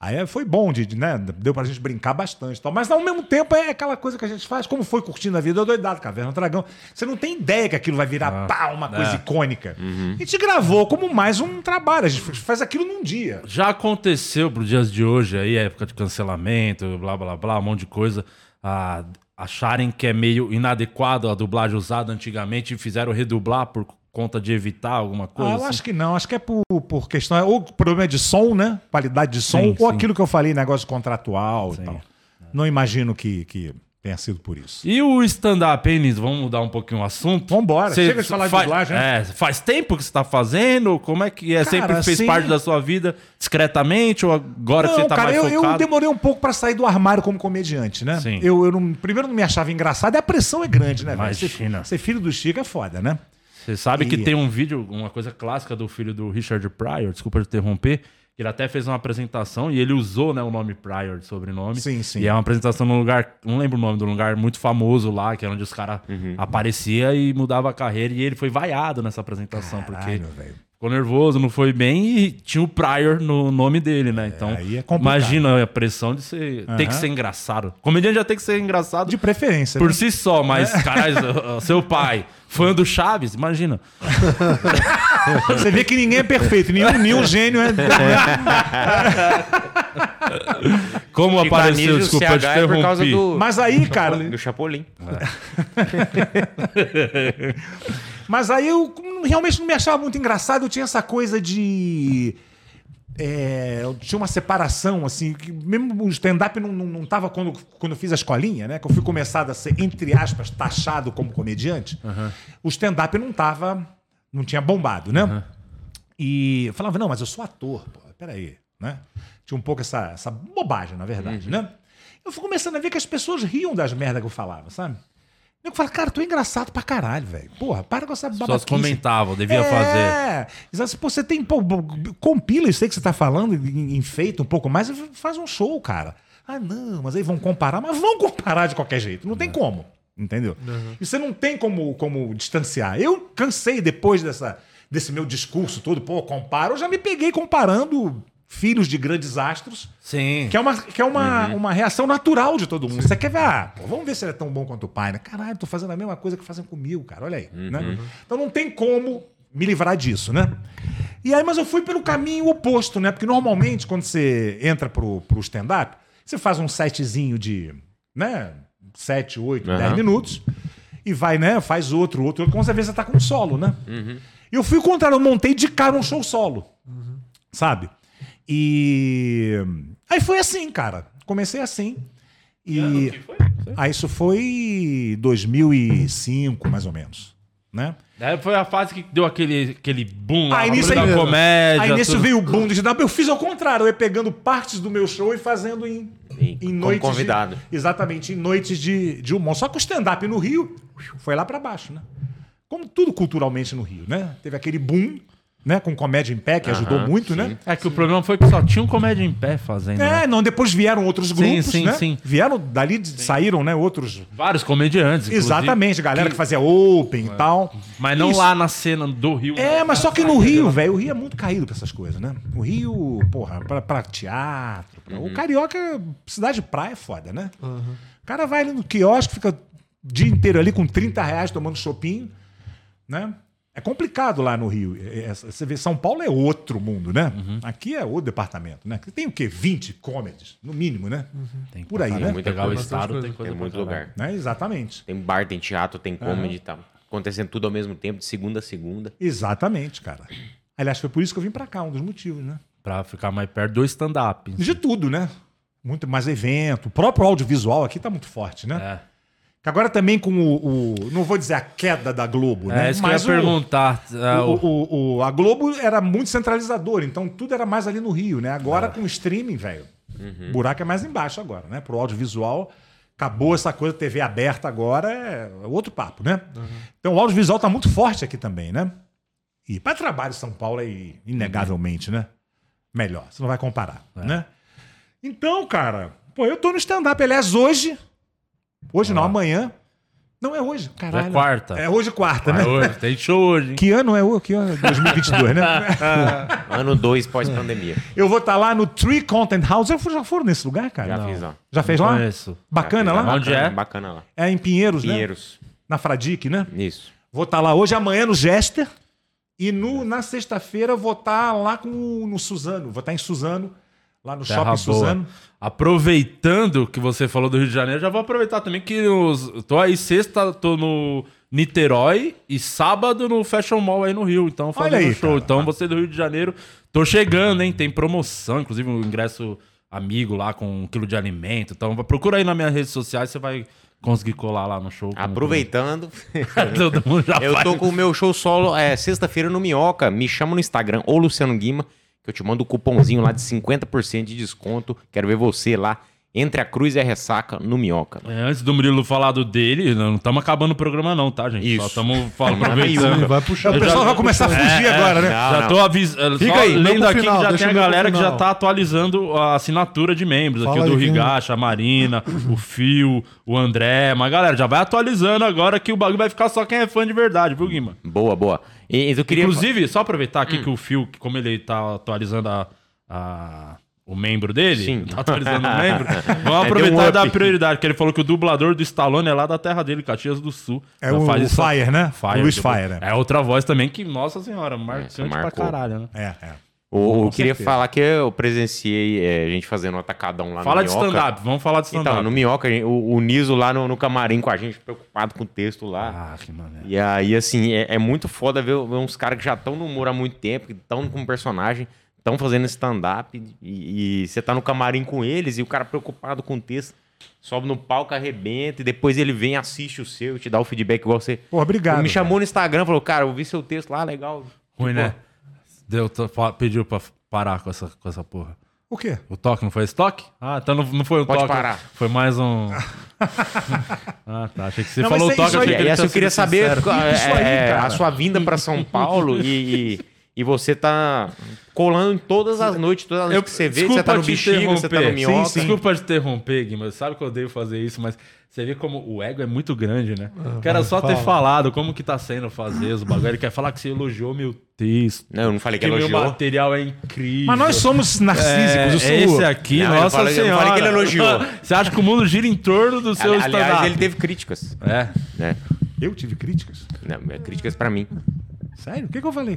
Speaker 4: Aí é, foi bom, de, de, né? Deu pra gente brincar bastante. e Tal. Mas ao mesmo tempo é aquela coisa que a gente faz. Como foi curtindo a vida, eu doidado, Caverna do Dragão. Você não tem ideia que aquilo vai virar pá, uma coisa icônica. A gente gravou como mais um trabalho. A gente faz aquilo num dia.
Speaker 1: Já aconteceu para os dias de hoje aí, época de cancelamento, blá blá blá, um monte de coisa. ah, acharem que é meio inadequado a dublagem usada antigamente e fizeram redublar por conta de evitar alguma
Speaker 4: Ah,
Speaker 1: coisa.
Speaker 4: eu
Speaker 1: assim?
Speaker 4: acho que não, acho que é por, por questão, ou problema de som, né? Qualidade de som,
Speaker 1: Sim,
Speaker 4: ou
Speaker 1: sim.
Speaker 4: aquilo que eu falei, negócio contratual e tal. Não imagino que, que tenha sido por isso.
Speaker 1: E o stand-up, hein, Nis? Vamos mudar um pouquinho o assunto?
Speaker 4: Vambora,
Speaker 1: Cê
Speaker 4: chega de falar de
Speaker 1: faz-
Speaker 4: dublagem, né?
Speaker 1: É, faz tempo que você tá fazendo? Como é que é?
Speaker 4: Cara,
Speaker 1: Sempre fez
Speaker 4: assim-
Speaker 1: parte da sua vida discretamente? Ou agora que você
Speaker 4: Não,
Speaker 1: tá
Speaker 4: cara,
Speaker 1: mais
Speaker 4: eu, eu
Speaker 1: focado?
Speaker 4: demorei um pouco pra sair do armário como comediante, né?
Speaker 1: Sim.
Speaker 4: Eu, eu não- primeiro não me achava engraçado, e a pressão é grande, né? velho?
Speaker 1: Imagina.
Speaker 4: Ser, ser filho do Chico é foda, né?
Speaker 1: Você sabe que
Speaker 4: E-
Speaker 1: tem um vídeo, uma coisa clássica do filho do Richard Pryor, desculpa de interromper, que ele até fez uma apresentação e ele usou né, o nome Pryor de sobrenome.
Speaker 4: Sim, sim.
Speaker 1: E é uma apresentação num lugar, não lembro o nome, de um lugar muito famoso lá, que era onde os caras
Speaker 4: Uhum.
Speaker 1: aparecia e mudava a carreira. E ele foi vaiado nessa apresentação,
Speaker 4: Caralho,
Speaker 1: porque
Speaker 4: velho.
Speaker 1: ficou nervoso, não foi bem e tinha o Pryor no nome dele, né? Então,
Speaker 4: aí é complicado.
Speaker 1: imagina a pressão de ser, ter que
Speaker 4: Aham.
Speaker 1: ser engraçado. Comediante já tem que ser engraçado
Speaker 4: De preferência.
Speaker 1: por
Speaker 4: né?
Speaker 1: si só, mas, caralho, seu pai, fã do Chaves, imagina.
Speaker 4: Você vê que ninguém é perfeito, nenhum, nenhum gênio é.
Speaker 1: Como
Speaker 3: Chico
Speaker 1: apareceu,
Speaker 3: Anísio,
Speaker 1: desculpa,
Speaker 3: CH
Speaker 1: eu te
Speaker 3: é por causa
Speaker 1: interrompi.
Speaker 3: do,
Speaker 4: Mas aí, cara,
Speaker 3: do Chapolin.
Speaker 4: Mas aí eu não- realmente não me achava muito engraçado, eu tinha essa coisa de. é, eu tinha uma separação, assim, que mesmo o stand-up não, não, não tava quando, quando eu fiz a escolinha, né? Que eu fui começado a ser, entre aspas, taxado como comediante, o stand-up não tava. não tinha bombado, né? E eu falava, não, mas eu sou ator, pô, peraí, né? Tinha um pouco essa, essa bobagem, na verdade, né? Eu fui começando a ver que as pessoas riam das merdas que eu falava, sabe? Eu falo, cara, tu é engraçado pra caralho, velho. Porra, para com essa
Speaker 1: Só se
Speaker 4: babaquice.
Speaker 1: comentavam, devia fazer.
Speaker 4: É, exato. Se Você tem, pô, bo- compila isso aí que você tá falando, en- enfeita um pouco mais e faz um show, cara. Ah, não, mas aí vão comparar. Mas vão comparar de qualquer jeito, não tem como, entendeu?
Speaker 1: Uhum.
Speaker 4: E você não tem como, como distanciar. Eu cansei depois dessa, desse meu discurso todo, pô, compara. Eu já me peguei comparando filhos de grandes astros
Speaker 1: Sim.
Speaker 4: que é uma, que é uma, uma reação natural de todo mundo. Você quer ver, ah, pô, vamos ver se ele é tão bom quanto o pai, né? Caralho, tô fazendo a mesma coisa que fazem comigo, cara. Olha aí. né? Então não tem como me livrar disso, né? E aí, mas eu fui pelo caminho oposto, né? Porque normalmente, quando você entra pro, pro stand-up, você faz um setzinho de, né? 7, 8, 10
Speaker 3: Aham.
Speaker 4: minutos. E vai, né? Faz outro, outro. Com certeza você tá com solo, né? E eu fui ao contrário, eu montei de cara um show solo sabe? E Aí foi assim, cara. Comecei assim. E
Speaker 1: foi?
Speaker 4: aí isso foi 2005, mais ou menos, né?
Speaker 1: Daí É, foi a fase que deu aquele, aquele boom lá
Speaker 4: Aí
Speaker 1: na
Speaker 4: nisso
Speaker 1: da
Speaker 4: aí-
Speaker 3: É,
Speaker 1: comédia.
Speaker 4: aí nisso
Speaker 1: tudo.
Speaker 4: veio o boom do stand-up. Eu fiz ao contrário, eu ia pegando partes do meu show e fazendo em,
Speaker 3: Em-
Speaker 4: em
Speaker 3: como
Speaker 4: noites. de-
Speaker 3: convidado.
Speaker 4: exatamente, em noites de, de humor. Só que o stand-up no Rio foi lá pra baixo, né? Como tudo culturalmente no Rio, né? Teve aquele boom, né? Com comédia em pé, que ajudou
Speaker 3: Aham,
Speaker 4: muito,
Speaker 3: sim.
Speaker 4: né?
Speaker 1: É que o problema foi que só tinha um comédia em pé fazendo. né?
Speaker 4: É, não, depois vieram outros grupos,
Speaker 1: sim,
Speaker 4: né?
Speaker 1: sim.
Speaker 4: Vieram dali, de- saíram, né, outros.
Speaker 1: Vários comediantes. inclusive.
Speaker 4: Exatamente, galera que, fazia open e tal.
Speaker 1: Mas não
Speaker 4: Isso.
Speaker 1: lá na cena do Rio.
Speaker 4: É,
Speaker 1: né?
Speaker 4: mas só que no Rio, velho, o Rio é muito caído pra essas coisas, né? O Rio, porra, pra, pra teatro. pra-
Speaker 1: Uhum.
Speaker 4: O carioca, cidade de praia é foda, né? O cara vai ali no quiosque, fica o dia inteiro ali com 30 reais tomando shopping, né? É complicado lá no Rio. É- é- Você vê, São Paulo é outro mundo, né?
Speaker 1: Uhum.
Speaker 4: Aqui é outro departamento, né? Aqui Tem o quê? 20 comedies, no mínimo, né?
Speaker 1: Tem
Speaker 4: Por aí,
Speaker 1: pra
Speaker 4: né?
Speaker 1: caralho, Pegar o
Speaker 2: Tem
Speaker 1: estado
Speaker 2: bastante
Speaker 1: tem
Speaker 2: coisa.
Speaker 1: coisa
Speaker 3: Tem muito
Speaker 1: pra caralho.
Speaker 3: lugar.
Speaker 4: né? Exatamente.
Speaker 3: Tem bar, tem teatro, tem comedy, tá acontecendo tudo ao mesmo tempo, de segunda a segunda.
Speaker 4: Exatamente, cara. Aliás, foi por isso que eu vim pra cá, um dos motivos, né?
Speaker 1: Pra ficar mais perto do stand-up.
Speaker 4: De tudo, né? Muito mais evento. O próprio audiovisual aqui tá muito forte, né?
Speaker 1: É.
Speaker 4: Que Agora também com o, o- Não vou dizer a queda da Globo, né?
Speaker 1: É isso que eu ia
Speaker 4: Mas o-
Speaker 1: perguntar. é,
Speaker 4: Ah, o-
Speaker 1: o-
Speaker 4: o- o- a Globo era muito centralizadora, então tudo era mais ali no Rio, né? Agora com o streaming, velho. O buraco é mais embaixo agora, né? Pro audiovisual. Acabou essa coisa, TV aberta agora é outro papo, né? Então o audiovisual tá muito forte aqui também, né? E para trabalho, São Paulo é inegavelmente, né? Melhor. Você não vai comparar, né? Então, cara, pô, eu tô no stand-up. Aliás, hoje. Hoje não, amanhã. Não é hoje, caralho.
Speaker 1: quarta.
Speaker 4: É hoje quarta, né?
Speaker 1: Ah, hoje, tem show hoje, hein?
Speaker 4: Que ano é o que ano? 2022, né?
Speaker 3: Ano 2 pós-pandemia.
Speaker 4: Eu vou estar lá no Tree Content House. Já fui- já foram nesse lugar, cara?
Speaker 3: Já
Speaker 4: Não.
Speaker 3: fiz lá.
Speaker 4: Já fez lá?
Speaker 1: Conheço.
Speaker 4: Bacana
Speaker 3: Já fiz
Speaker 4: lá?
Speaker 1: Onde
Speaker 3: bacana,
Speaker 1: é?
Speaker 3: Bacana lá.
Speaker 4: É em Pinheiros, né?
Speaker 3: Pinheiros.
Speaker 4: Na Fradique, né?
Speaker 3: Isso.
Speaker 4: Vou estar lá hoje, amanhã no Jester. E no, na sexta-feira eu vou estar lá com, o- no Suzano. Vou estar em Suzano, lá no
Speaker 1: Terra boa.
Speaker 4: Shopping Suzano.
Speaker 1: Aproveitando que você falou do Rio de Janeiro, já vou aproveitar também que os, eu tô aí sexta, tô no Niterói e sábado no Fashion Mall aí no Rio. Então, fazendo
Speaker 4: aí,
Speaker 1: show.
Speaker 4: cara.
Speaker 1: Então, você do Rio de Janeiro, tô chegando, hein? Tem promoção, inclusive um ingresso amigo lá com um quilo de alimento. Então, procura aí nas minhas redes sociais, você vai conseguir colar lá no show.
Speaker 3: Aproveitando,
Speaker 1: Todo mundo já
Speaker 3: eu
Speaker 1: faz.
Speaker 3: tô com o meu show solo é, sexta-feira no Minhoca. Me chama no Instagram ou Luciano Guima, que eu te mando o cupomzinho lá de 50% de desconto. Quero ver você lá entre a cruz e a ressaca no Minhoca.
Speaker 1: É, antes do Murilo falar do dele, não estamos acabando o programa não, tá, gente? Só
Speaker 3: Isso. Tá
Speaker 1: estamos falando
Speaker 2: Ih,
Speaker 1: aproveitando.
Speaker 2: Vai puxar
Speaker 4: O pessoal vai começar a fugir agora, né?
Speaker 3: Não,
Speaker 1: É, já
Speaker 3: não.
Speaker 1: tô avisando.
Speaker 2: Fica
Speaker 1: só
Speaker 2: aí, vamos
Speaker 1: lendo
Speaker 2: pro
Speaker 1: aqui
Speaker 2: final,
Speaker 1: que já tem
Speaker 2: deixa
Speaker 1: a
Speaker 2: eu ver pro
Speaker 1: galera que já
Speaker 2: final.
Speaker 1: tá atualizando a assinatura de membros
Speaker 2: Fala
Speaker 1: aqui, o do
Speaker 2: aí, quem-
Speaker 1: Rigacha, a Marina, o Fio, o André. Mas galera, já vai atualizando agora que o bagulho vai ficar só quem é fã de verdade, viu, Guima?
Speaker 3: Boa, boa. E, eu queria... Hum.
Speaker 1: Inclusive, só aproveitar aqui que o Fio, que como ele tá atualizando a- a- o membro dele,
Speaker 3: Sim.
Speaker 1: tá atualizando o membro,
Speaker 3: deu um
Speaker 1: vamos aproveitar e dar
Speaker 3: up.
Speaker 1: prioridade, que ele falou que o dublador do Stallone é lá da terra dele, Caxias do Sul.
Speaker 4: É
Speaker 1: Já
Speaker 4: o,
Speaker 1: faz
Speaker 4: o
Speaker 1: isso-
Speaker 4: Fire, né?
Speaker 1: Fire,
Speaker 4: o Luiz
Speaker 1: dubla-
Speaker 4: Fire, né?
Speaker 1: É outra voz também que, nossa senhora, marcante pra
Speaker 3: marcou.
Speaker 1: caralho, né?
Speaker 4: É, é.
Speaker 3: Eu,
Speaker 4: Com
Speaker 3: eu queria
Speaker 4: certeza.
Speaker 3: falar que eu presenciei é, a gente fazendo um atacadão lá
Speaker 1: Fala
Speaker 3: no
Speaker 1: de
Speaker 3: Minhoca.
Speaker 1: stand-up, vamos falar de stand-up.
Speaker 3: Então, no Minhoca, a gente- o, o Niso lá no, no camarim com a gente, preocupado com o texto lá.
Speaker 1: Ah, que mané.
Speaker 3: E aí, assim, é, é muito foda ver, ver uns caras que já estão no humor há muito tempo, que estão com personagem, estão fazendo stand-up, e e você tá no camarim com eles, e o cara preocupado com o texto, sobe no palco, arrebenta, e depois ele vem, assiste o seu, te dá o feedback igual você.
Speaker 4: Pô, obrigado.
Speaker 3: Me chamou no Instagram, falou, cara, eu vi seu texto lá, legal.
Speaker 1: Ruim,
Speaker 3: Tipo,
Speaker 1: né? Deu, tô- fa- pediu pra f- parar com essa, com essa porra.
Speaker 4: O quê?
Speaker 1: O toque, não foi esse toque? Ah, então não, não foi o
Speaker 3: Pode
Speaker 1: toque.
Speaker 3: parar.
Speaker 1: Foi mais um. ah, tá. Achei que você
Speaker 4: Não,
Speaker 1: falou
Speaker 4: mas
Speaker 1: o toque.
Speaker 4: isso aí-
Speaker 1: achei
Speaker 3: E
Speaker 1: que ele
Speaker 3: essa
Speaker 1: tinha
Speaker 3: eu queria
Speaker 1: sido
Speaker 3: saber
Speaker 1: sincero.
Speaker 3: é,
Speaker 4: Isso aí,
Speaker 3: é,
Speaker 4: cara.
Speaker 3: a sua vinda para São Paulo e, e, e você tá colando em todas as noites, todas as noites
Speaker 1: Eu-
Speaker 3: que você vê,
Speaker 1: desculpa
Speaker 3: você tá no
Speaker 1: te
Speaker 3: bexiga, você tá no
Speaker 1: interromper.
Speaker 3: minhoca.
Speaker 1: Sim, sim. Desculpa te interromper, Guima. Sabe que eu odeio fazer isso, mas você vê como o ego é muito grande, né?
Speaker 3: Ah,
Speaker 1: Que era só ter falado como que tá sendo fazer os bagulho. Ele quer falar que você elogiou meu texto.
Speaker 3: Não, eu não falei que,
Speaker 1: Que meu
Speaker 3: elogiou.
Speaker 1: material é incrível.
Speaker 4: Mas nós somos narcísicos.
Speaker 1: É,
Speaker 4: eu sou-
Speaker 1: esse aqui,
Speaker 3: Não, eu
Speaker 1: nossa
Speaker 3: falei- eu
Speaker 1: senhora.
Speaker 3: não falei que ele elogiou.
Speaker 1: Você acha que o mundo gira em torno do seu
Speaker 3: Ali- Aliás,
Speaker 1: stand-up?
Speaker 3: ele teve críticas.
Speaker 1: É.
Speaker 3: Né?
Speaker 4: Eu tive críticas?
Speaker 3: Não, é críticas pra mim.
Speaker 4: Sério? O que, que eu falei?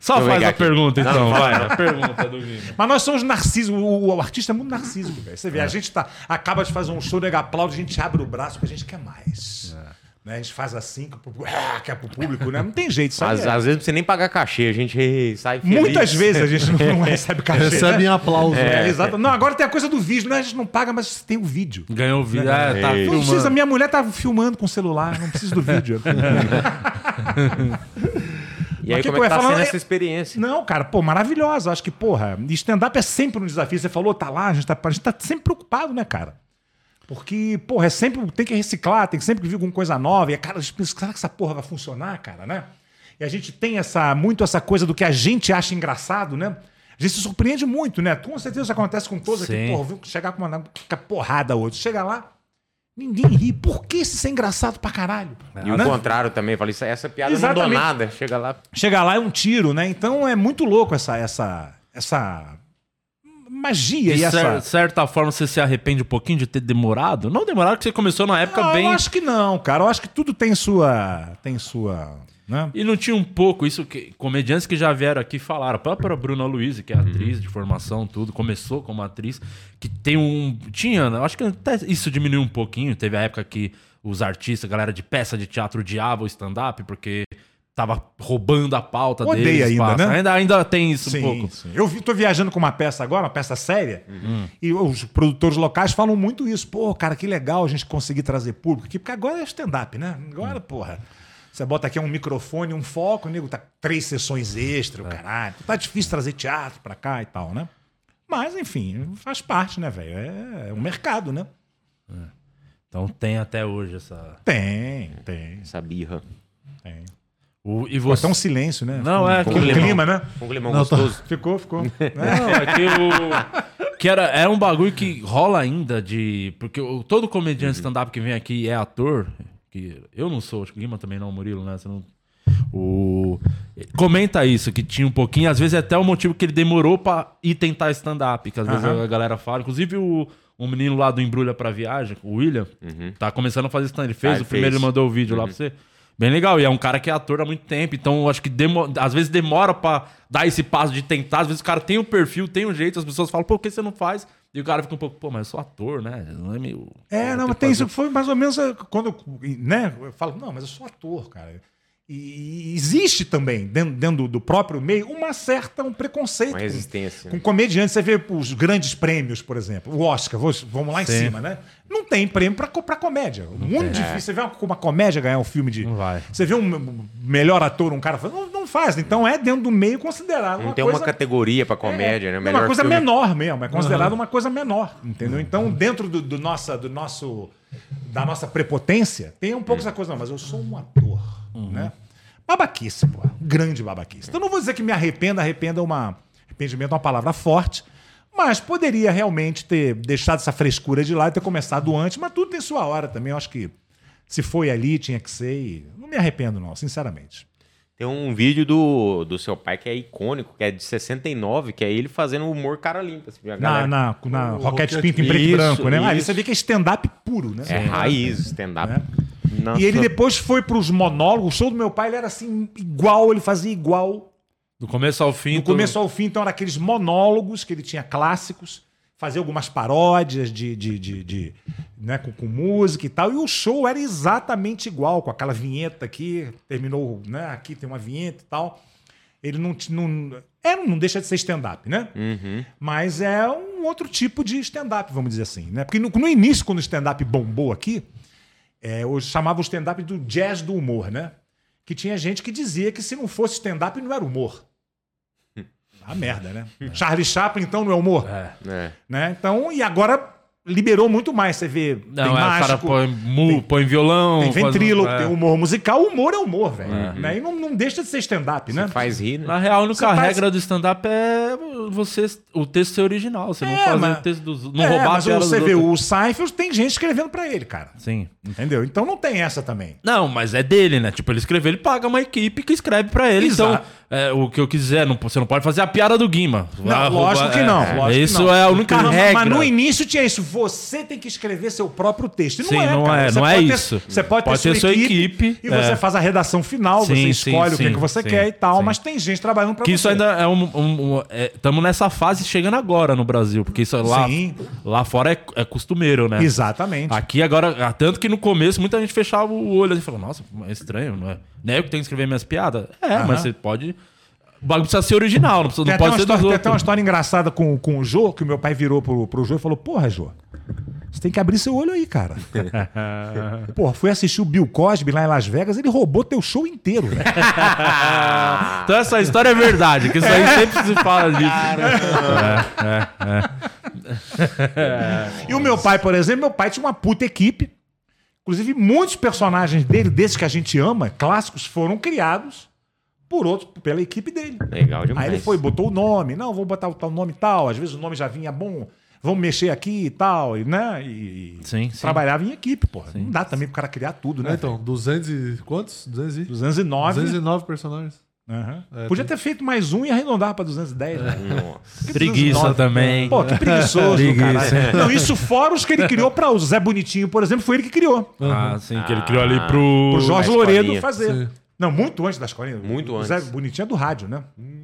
Speaker 1: Só
Speaker 3: Deixa eu
Speaker 1: faz
Speaker 3: pegar
Speaker 1: a
Speaker 3: aqui.
Speaker 1: pergunta,
Speaker 3: Não,
Speaker 1: então,
Speaker 3: não
Speaker 1: vai. A pergunta do Guima.
Speaker 4: Mas nós somos narcísicos. O, o artista é muito narcísico, velho. Você vê, a gente tá, acaba de fazer um show, nega aplaude, a gente abre o braço porque a gente quer mais. né? A gente faz assim, que é pro- que é pro público, né? Não tem jeito, sabe?
Speaker 3: Às, às vezes não precisa nem pagar cachê, a gente sai feliz.
Speaker 4: Muitas vezes a gente não, não recebe cachê.
Speaker 2: Recebe em
Speaker 4: né?
Speaker 2: aplauso.
Speaker 4: É, exato. Não, agora tem a coisa do vídeo, né? A gente não paga, mas tem o vídeo.
Speaker 1: Ganhou o vídeo. É, tá
Speaker 3: Ei.
Speaker 4: Não precisa,
Speaker 1: filmando.
Speaker 4: minha mulher tá filmando com o celular, não precisa do vídeo.
Speaker 3: E aí
Speaker 4: Mas que
Speaker 3: como
Speaker 4: eu
Speaker 3: é
Speaker 4: ia
Speaker 3: que tá
Speaker 4: falar,
Speaker 3: sendo
Speaker 4: é-
Speaker 3: essa experiência?
Speaker 4: Não, cara, pô, maravilhosa. Acho que, porra, stand-up é sempre um desafio. Você falou, tá lá, a gente tá, a gente tá sempre preocupado, né, cara? Porque, porra, é sempre, tem que reciclar, tem que sempre vir alguma coisa nova. E, cara, a gente pensa, será que essa porra vai funcionar, cara, né? E a gente tem essa, muito essa coisa do que a gente acha engraçado, né? A gente se surpreende muito, né? Com certeza isso acontece com todos
Speaker 1: Sim.
Speaker 4: aqui. Porra, viu? Chegar com uma fica porrada outro. Chega lá, ninguém ri. Por que isso é engraçado pra caralho?
Speaker 3: E o
Speaker 4: Né?
Speaker 3: contrário também, falei, isso- essa piada não
Speaker 4: Exatamente.
Speaker 3: dou nada. Chega lá,
Speaker 4: chegar lá é um tiro, né? Então é muito louco essa essa essa magia e é
Speaker 1: De cer-
Speaker 4: essa
Speaker 1: certa forma, você se arrepende um pouquinho de ter demorado? Não demorado, porque você começou na época
Speaker 4: Não,
Speaker 1: bem.
Speaker 4: Ah, Eu acho que não, cara. Eu acho que tudo tem sua tem sua, né?
Speaker 1: E não tinha um pouco, isso que comediantes que já vieram aqui falaram. A própria Bruna Luiz, que é atriz de formação, tudo, começou como atriz, que tem um. Tinha, né? eu acho que até isso diminuiu um pouquinho. Teve a época que os artistas, a galera de peça de teatro odiava o stand-up, porque tava roubando a pauta
Speaker 4: Odeia
Speaker 1: deles.
Speaker 4: ainda,
Speaker 1: espaço.
Speaker 4: né?
Speaker 1: ainda, ainda tem isso
Speaker 4: Sim,
Speaker 1: um pouco.
Speaker 4: sim. Eu vi, tô viajando com uma peça agora, uma peça séria, e os produtores locais falam muito isso. Pô, cara, que legal a gente conseguir trazer público aqui, porque agora é stand-up, né? Agora, porra. Você bota aqui um microfone, um foco, nego, tá três sessões extra,
Speaker 1: É.
Speaker 4: o caralho. Tá difícil trazer teatro pra cá e tal, né? Mas, enfim, faz parte, né, velho? É, é um mercado, né?
Speaker 1: Então tem até hoje essa.
Speaker 4: Tem, tem,
Speaker 3: essa birra.
Speaker 4: tem.
Speaker 1: O- e
Speaker 4: Pô,
Speaker 1: você.
Speaker 4: até um silêncio, né?
Speaker 1: Não, é
Speaker 4: Ficou um
Speaker 1: aquele-
Speaker 4: clima, né?
Speaker 3: Com um limão
Speaker 2: Não, tá-
Speaker 3: gostoso.
Speaker 4: Ficou, ficou.
Speaker 1: Não, é que o. Que era, é um bagulho que rola ainda de. Porque o- todo comediante
Speaker 3: Uhum.
Speaker 1: stand-up que vem aqui e é ator. Que eu não sou, acho que o Guima também não, Murilo, né? Você não. O... Comenta isso, que tinha um pouquinho. Às vezes é até o motivo que ele demorou pra ir tentar stand-up. Que às vezes
Speaker 4: Aham.
Speaker 1: a galera fala. Inclusive o. Um menino lá do Embrulha pra Viagem, o William, tá começando a fazer stand-up. Ele fez,
Speaker 3: Uhum. Ah, ele
Speaker 1: o primeiro
Speaker 3: fez.
Speaker 1: ele mandou o vídeo lá pra você. Bem legal. E é um cara que é ator há muito tempo. Então, eu acho que demo- às vezes demora pra dar esse passo de tentar. Às vezes o cara tem o perfil, tem o jeito. As pessoas falam, por que você não faz? E o cara fica um pouco, pô, mas eu sou ator, né? Não é meio.
Speaker 4: É,
Speaker 1: eu
Speaker 4: não,
Speaker 1: tenho
Speaker 4: mas
Speaker 1: que
Speaker 4: tem
Speaker 1: fazer
Speaker 4: isso. Foi mais ou menos eh, quando eu, né, eu falo, não, mas eu sou ator, cara. E, e existe também, dentro, dentro do- do próprio meio, uma certa um preconceito.
Speaker 3: Uma
Speaker 4: com-
Speaker 3: resistência. né?
Speaker 4: Com comediante, você vê os grandes prêmios, por exemplo, o Oscar, vou- vamos lá em
Speaker 1: Sim.
Speaker 4: cima, né? Não tem prêmio pra, co- pra comédia.
Speaker 3: É.
Speaker 4: Muito difícil. Você vê uma, uma comédia ganhar um filme de.
Speaker 1: Não vai.
Speaker 4: Você vê um um melhor ator, um cara. fala, Não, não faz. Então é dentro do meio considerado.
Speaker 3: Não tem uma categoria pra comédia,
Speaker 4: É,
Speaker 3: né?
Speaker 4: É uma coisa
Speaker 3: filme.
Speaker 4: menor mesmo, é considerado uma coisa menor, entendeu? Então, dentro do, do nossa, do nosso, da nossa prepotência, tem um pouco essa coisa, não, mas eu sou um ator,
Speaker 3: Uhum.
Speaker 4: né? Babaquice, pô, grande babaquice. Então, não vou dizer que me arrependa, arrependa é uma arrependimento é uma palavra forte, mas poderia realmente ter deixado essa frescura de lado, e ter começado antes, mas tudo tem sua hora também, eu acho que se foi ali, tinha que ser, e não me arrependo não, sinceramente.
Speaker 3: Tem um vídeo do, do seu pai que é icônico, que é de 69, que é ele fazendo humor cara limpa. Assim, a
Speaker 4: Na,
Speaker 3: galera-
Speaker 4: na, na
Speaker 2: O
Speaker 4: Roquete
Speaker 2: Roquete
Speaker 4: Pinto em preto e
Speaker 3: Isso,
Speaker 4: branco, né? Ali
Speaker 3: isso.
Speaker 4: você vê que é stand-up puro, né?
Speaker 3: É raiz, stand-up.
Speaker 4: Né?
Speaker 3: Nossa.
Speaker 4: E ele depois foi pros monólogos. O show do meu pai ele era assim, igual, ele fazia igual.
Speaker 1: Do começo ao fim.
Speaker 4: Do começo ao fim, então, eram aqueles monólogos que ele tinha clássicos, fazia algumas paródias de, de, de, de, né, com, com música e tal. E o show era exatamente igual, com aquela vinheta aqui, terminou, né? Aqui tem uma vinheta e tal. Ele não. ti- não é, não deixa de ser stand-up, né?
Speaker 3: Uhum.
Speaker 4: Mas é um outro tipo de stand-up, vamos dizer assim, né? Porque no, no início, quando o stand-up bombou aqui, é, eu chamava o stand-up do jazz do humor, né? Que tinha gente que dizia que se não fosse stand-up não era humor. A merda, né? Charlie Chaplin, então, não é humor.
Speaker 1: É.
Speaker 3: É.
Speaker 4: Né? Então, e agora liberou muito mais. Você vê,
Speaker 1: Não, é,
Speaker 4: tem
Speaker 1: o cara
Speaker 4: mágico,
Speaker 1: põe, mu,
Speaker 4: tem-
Speaker 1: põe violão.
Speaker 4: tem
Speaker 1: faz um-
Speaker 4: ventríloco,
Speaker 1: é.
Speaker 4: tem humor musical. O humor é humor, velho. Né? E não, não deixa de ser stand-up, né?
Speaker 3: Faz rir, né?
Speaker 1: Na real, a única
Speaker 4: Você faz-
Speaker 1: regra do stand-up é você, o texto ser original. Você não
Speaker 4: É,
Speaker 1: fazer
Speaker 4: mas-
Speaker 1: o texto dos. Não
Speaker 4: É,
Speaker 1: roubar
Speaker 4: mas
Speaker 1: a piada
Speaker 4: você
Speaker 1: dos
Speaker 4: vê,
Speaker 1: outros.
Speaker 4: o Seinfeld tem gente escrevendo pra ele, cara.
Speaker 1: Sim.
Speaker 4: Entendeu? Então não tem essa também.
Speaker 1: Não, mas é dele, né? Tipo, ele escreveu, ele paga uma equipe que escreve pra ele.
Speaker 4: Exato.
Speaker 1: Então, é, o que eu quiser, não- você não pode fazer a piada do Guima.
Speaker 4: Não,
Speaker 1: Ah,
Speaker 4: lógico
Speaker 1: roubar-
Speaker 4: que
Speaker 1: é,
Speaker 4: não.
Speaker 1: é,
Speaker 4: lógico que
Speaker 1: isso
Speaker 4: não.
Speaker 1: é a única
Speaker 4: Mas-
Speaker 1: regra.
Speaker 4: Mas no início tinha isso. você tem que escrever seu próprio texto. E
Speaker 1: Sim, não é,
Speaker 4: Você
Speaker 1: não é
Speaker 4: pode ter-
Speaker 1: isso.
Speaker 4: Você pode,
Speaker 1: Pode
Speaker 4: ter,
Speaker 1: ter
Speaker 4: sua
Speaker 1: sua
Speaker 4: equipe,
Speaker 1: equipe,
Speaker 4: e
Speaker 1: é.
Speaker 4: você faz a redação final,
Speaker 1: Sim,
Speaker 4: você
Speaker 1: sim,
Speaker 4: escolhe o que,
Speaker 1: sim,
Speaker 4: é que você
Speaker 1: sim,
Speaker 4: quer e tal,
Speaker 1: sim.
Speaker 4: mas tem gente trabalhando para
Speaker 1: Que
Speaker 4: você.
Speaker 1: isso ainda é um. Estamos nessa fase chegando agora no Brasil, porque isso é lá,
Speaker 4: Sim.
Speaker 1: lá fora é, é costumeiro, né?
Speaker 4: Exatamente.
Speaker 1: Aqui agora, ah, tanto que no começo muita gente fechava o olho e falava, nossa, é estranho, não é? Não é eu que tenho que escrever minhas piadas? É, mas você pode. O bagulho precisa ser original, não, precisa,
Speaker 4: Tem
Speaker 1: não
Speaker 4: até,
Speaker 1: pode
Speaker 4: uma
Speaker 1: ser
Speaker 4: história,
Speaker 1: dos
Speaker 4: tem até uma
Speaker 1: outros.
Speaker 4: história engraçada com, com o Jô, que o meu pai virou pro, pro Jô e falou: Porra, Jô, você tem que abrir seu olho aí, cara. Porra, fui assistir o Bill Cosby lá em Las Vegas, ele roubou teu show inteiro. velho.
Speaker 1: Então essa história é verdade, que isso aí sempre se fala disso.
Speaker 4: E o meu pai, por exemplo, meu pai tinha uma puta equipe. Inclusive, muitos personagens dele, desses que a gente ama, clássicos, foram criados por outros, pela equipe dele.
Speaker 3: Legal demais.
Speaker 4: Aí ele foi, botou o nome. Não, vou botar o tal nome tal. Às vezes o nome já vinha bom. Vamos mexer aqui e tal, e, né? E, e
Speaker 1: Sim, sim.
Speaker 4: trabalhava em equipe, porra. Não dá também pro cara criar tudo, né?
Speaker 2: É, então, 200 e... Quantos? 200 e...
Speaker 4: 209.
Speaker 2: 209 personagens.
Speaker 4: Aham.
Speaker 2: É,
Speaker 4: Podia ter feito mais um e arredondar pra 210, né?
Speaker 3: Nossa.
Speaker 4: Que
Speaker 1: É, Preguiça
Speaker 4: 209?
Speaker 1: também.
Speaker 4: Pô, que preguiçoso,
Speaker 1: Preguiça.
Speaker 4: caralho. Não, isso fora os que ele criou pra o Zé Bonitinho, por exemplo, foi ele que criou.
Speaker 1: Ah, sim, que ele criou ali pro.
Speaker 4: Pro Jorge
Speaker 3: a escolinha.
Speaker 4: Loredo fazer.
Speaker 2: Sim.
Speaker 4: Não, muito antes da escolinha.
Speaker 3: Muito
Speaker 4: o Zé
Speaker 3: antes.
Speaker 4: Bonitinho é do rádio, né?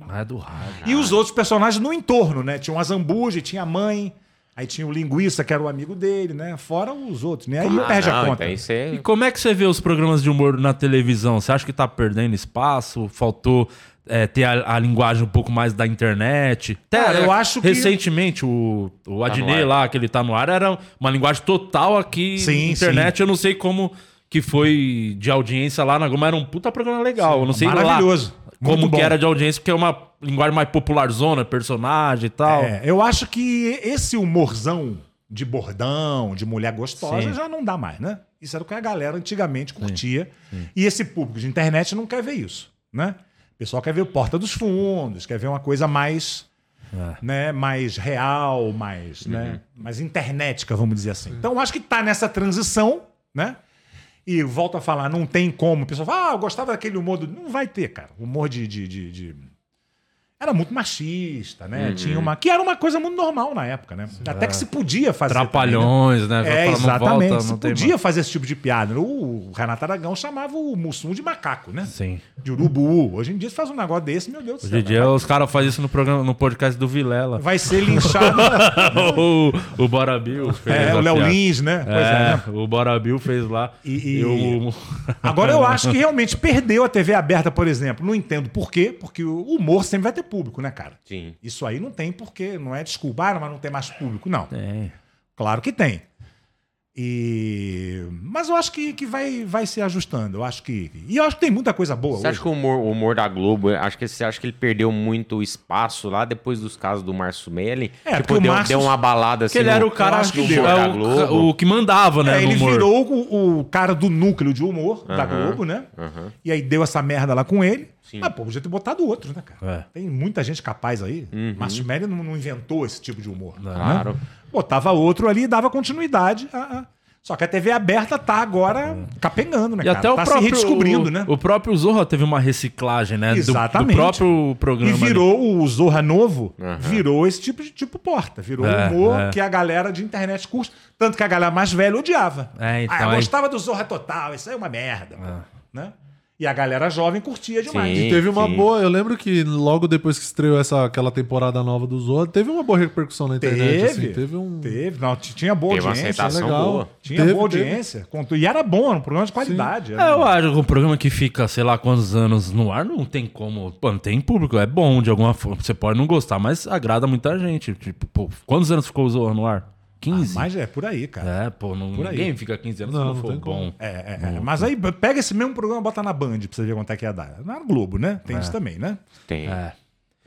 Speaker 1: Ah, é do rádio.
Speaker 4: E os outros personagens no entorno, né? Tinha o Azambuja, tinha a mãe, aí tinha o Linguiça, que era o amigo dele, né? Fora os outros, né? Aí não perde a
Speaker 3: não,
Speaker 4: conta.
Speaker 3: então isso é-
Speaker 1: E como é que você vê os programas de humor na televisão? Você acha que tá perdendo espaço? Faltou é, ter a, a linguagem um pouco mais da internet? Até,
Speaker 4: Cara, eu
Speaker 1: é,
Speaker 4: acho que-
Speaker 1: Recentemente, o, o Adnet
Speaker 3: ar.
Speaker 1: lá, que ele tá no ar, era uma linguagem total aqui
Speaker 4: Sim,
Speaker 1: internet. Eu não sei como que foi de audiência lá na Goma. Era um puta programa legal. eu não sei lá
Speaker 4: maravilhoso. Muito
Speaker 1: como
Speaker 4: bom.
Speaker 1: que era de audiência, porque é uma linguagem mais popularzona, personagem e tal.
Speaker 4: É, eu acho que esse humorzão de bordão, de mulher gostosa,
Speaker 1: Sim.
Speaker 4: já não dá mais, né? Isso era o que a galera antigamente curtia. E esse público de internet não quer ver isso, né? O pessoal quer ver o Porta dos Fundos, quer ver uma coisa mais,
Speaker 1: É.
Speaker 4: né, mais real, mais, né,
Speaker 1: Uhum.
Speaker 4: mais internetica, vamos dizer assim. Então, eu acho que tá nessa transição, né? E volto a falar, não tem como. O pessoal fala, ah, eu gostava daquele humor do... Não vai ter, cara. Humor de- de- de- de era muito machista, né?
Speaker 1: Uhum.
Speaker 4: Tinha uma que era uma coisa muito normal na época, né? Até que se podia fazer.
Speaker 1: Trapalhões, né?
Speaker 4: também, né? tá É,
Speaker 1: Fala, não volta,
Speaker 4: exatamente. se
Speaker 1: não tem
Speaker 4: podia fazer esse tipo de piada. O Renato Aragão chamava o Mussum de macaco, né?
Speaker 1: mais. Sim.
Speaker 4: De urubu. Hoje em dia, se faz um negócio desse, meu Deus do
Speaker 1: Hoje
Speaker 4: céu. né?
Speaker 1: em dia os caras fazem isso no programa, no podcast do Vilela.
Speaker 4: Vai ser linchado. né?
Speaker 1: o, o Bora Bill fez
Speaker 4: é,
Speaker 1: a
Speaker 4: o Léo
Speaker 1: piada.
Speaker 4: Lins, né?
Speaker 1: É,
Speaker 4: Pois é, né?
Speaker 1: o Bora Bill fez lá.
Speaker 4: E- e-
Speaker 1: o-
Speaker 4: Agora eu acho que realmente perdeu a TV aberta, por exemplo. Não entendo por quê, porque o humor sempre vai ter público, né, cara?
Speaker 3: Sim.
Speaker 4: Isso aí não tem porquê, não é desculpa, ah, mas não tem mais público. Não.
Speaker 1: Tem.
Speaker 4: Claro que tem. E... Mas eu acho que, que vai, vai se ajustando. Eu acho que. E eu acho que tem muita coisa boa.
Speaker 3: Você acha que o humor, o humor da Globo, acho que você acha que ele perdeu muito espaço lá depois dos casos do Márcio Melli?
Speaker 4: É, porque
Speaker 3: tipo,
Speaker 4: o
Speaker 3: deu,
Speaker 4: Márcio-
Speaker 3: deu uma balada assim.
Speaker 1: Porque ele era o
Speaker 3: no-
Speaker 1: cara
Speaker 3: acho
Speaker 1: acho
Speaker 3: que
Speaker 1: que
Speaker 3: o humor da
Speaker 1: é
Speaker 3: Globo.
Speaker 1: o, o que mandava, né?
Speaker 4: É,
Speaker 1: no
Speaker 4: ele
Speaker 1: humor.
Speaker 4: virou o, o cara do núcleo de humor da
Speaker 3: Aham,
Speaker 4: Globo, né?
Speaker 3: aham.
Speaker 4: E aí deu essa merda lá com ele.
Speaker 3: Sim.
Speaker 4: Mas, pô, podia ter botado outro, né, cara?
Speaker 1: É.
Speaker 4: Tem muita gente capaz aí.
Speaker 3: Uhum.
Speaker 4: Márcio Melli não, não inventou esse tipo de humor.
Speaker 3: Claro.
Speaker 4: Botava outro ali e dava continuidade. a- a- Só que a TV aberta tá agora capengando, né,
Speaker 1: E
Speaker 4: cara?
Speaker 1: até o
Speaker 4: tá
Speaker 1: próprio.
Speaker 4: se redescobrindo,
Speaker 1: o,
Speaker 4: né?
Speaker 1: o próprio Zorra teve uma reciclagem, né? do-
Speaker 4: Exatamente.
Speaker 1: Do, próprio
Speaker 4: E
Speaker 1: programa.
Speaker 4: virou o Zorra Novo,
Speaker 3: Aham.
Speaker 4: virou esse tipo de tipo porta. Virou
Speaker 1: É,
Speaker 4: humor
Speaker 1: é.
Speaker 4: que a galera de internet curte. Tanto que a galera mais velha odiava.
Speaker 1: É, então,
Speaker 4: ah, eu
Speaker 1: aí-
Speaker 4: gostava do Zorra Total, isso aí é uma merda. Né? E a galera jovem curtia demais.
Speaker 3: Sim.
Speaker 2: Teve uma
Speaker 3: sim.
Speaker 2: boa. Eu lembro que logo depois que estreou essa, aquela temporada nova do Zorro, teve uma boa repercussão na internet.
Speaker 4: Teve,
Speaker 2: assim, teve um.
Speaker 4: teve. Não, t- tinha boa
Speaker 3: Teve uma
Speaker 4: audiência.
Speaker 3: aceitação
Speaker 2: legal.
Speaker 3: boa.
Speaker 4: Tinha
Speaker 2: Teve,
Speaker 4: boa
Speaker 2: teve.
Speaker 4: audiência. contu- E era bom, era um programa de qualidade.
Speaker 1: É,
Speaker 4: era-
Speaker 1: eu acho que um programa que fica, sei lá, quantos anos no ar, não tem como. Pô, não tem público. É bom de alguma forma. Você pode não gostar, mas agrada muita gente. Tipo, pô, quantos anos ficou o Zorra no ar?
Speaker 4: Ah,
Speaker 1: 15?
Speaker 4: mas é por aí, cara.
Speaker 1: É, pô, não,
Speaker 4: Por aí.
Speaker 1: ninguém fica 15 anos
Speaker 2: Não,
Speaker 1: não,
Speaker 2: não
Speaker 1: se não for
Speaker 2: tem
Speaker 1: bom.
Speaker 2: como.
Speaker 4: É, é, é. Mas aí b- pega esse mesmo programa e bota na Band pra você ver quanto é que ia dar. Na Globo, né?
Speaker 3: É.
Speaker 4: Tem isso também, né?
Speaker 3: Tem.
Speaker 1: É.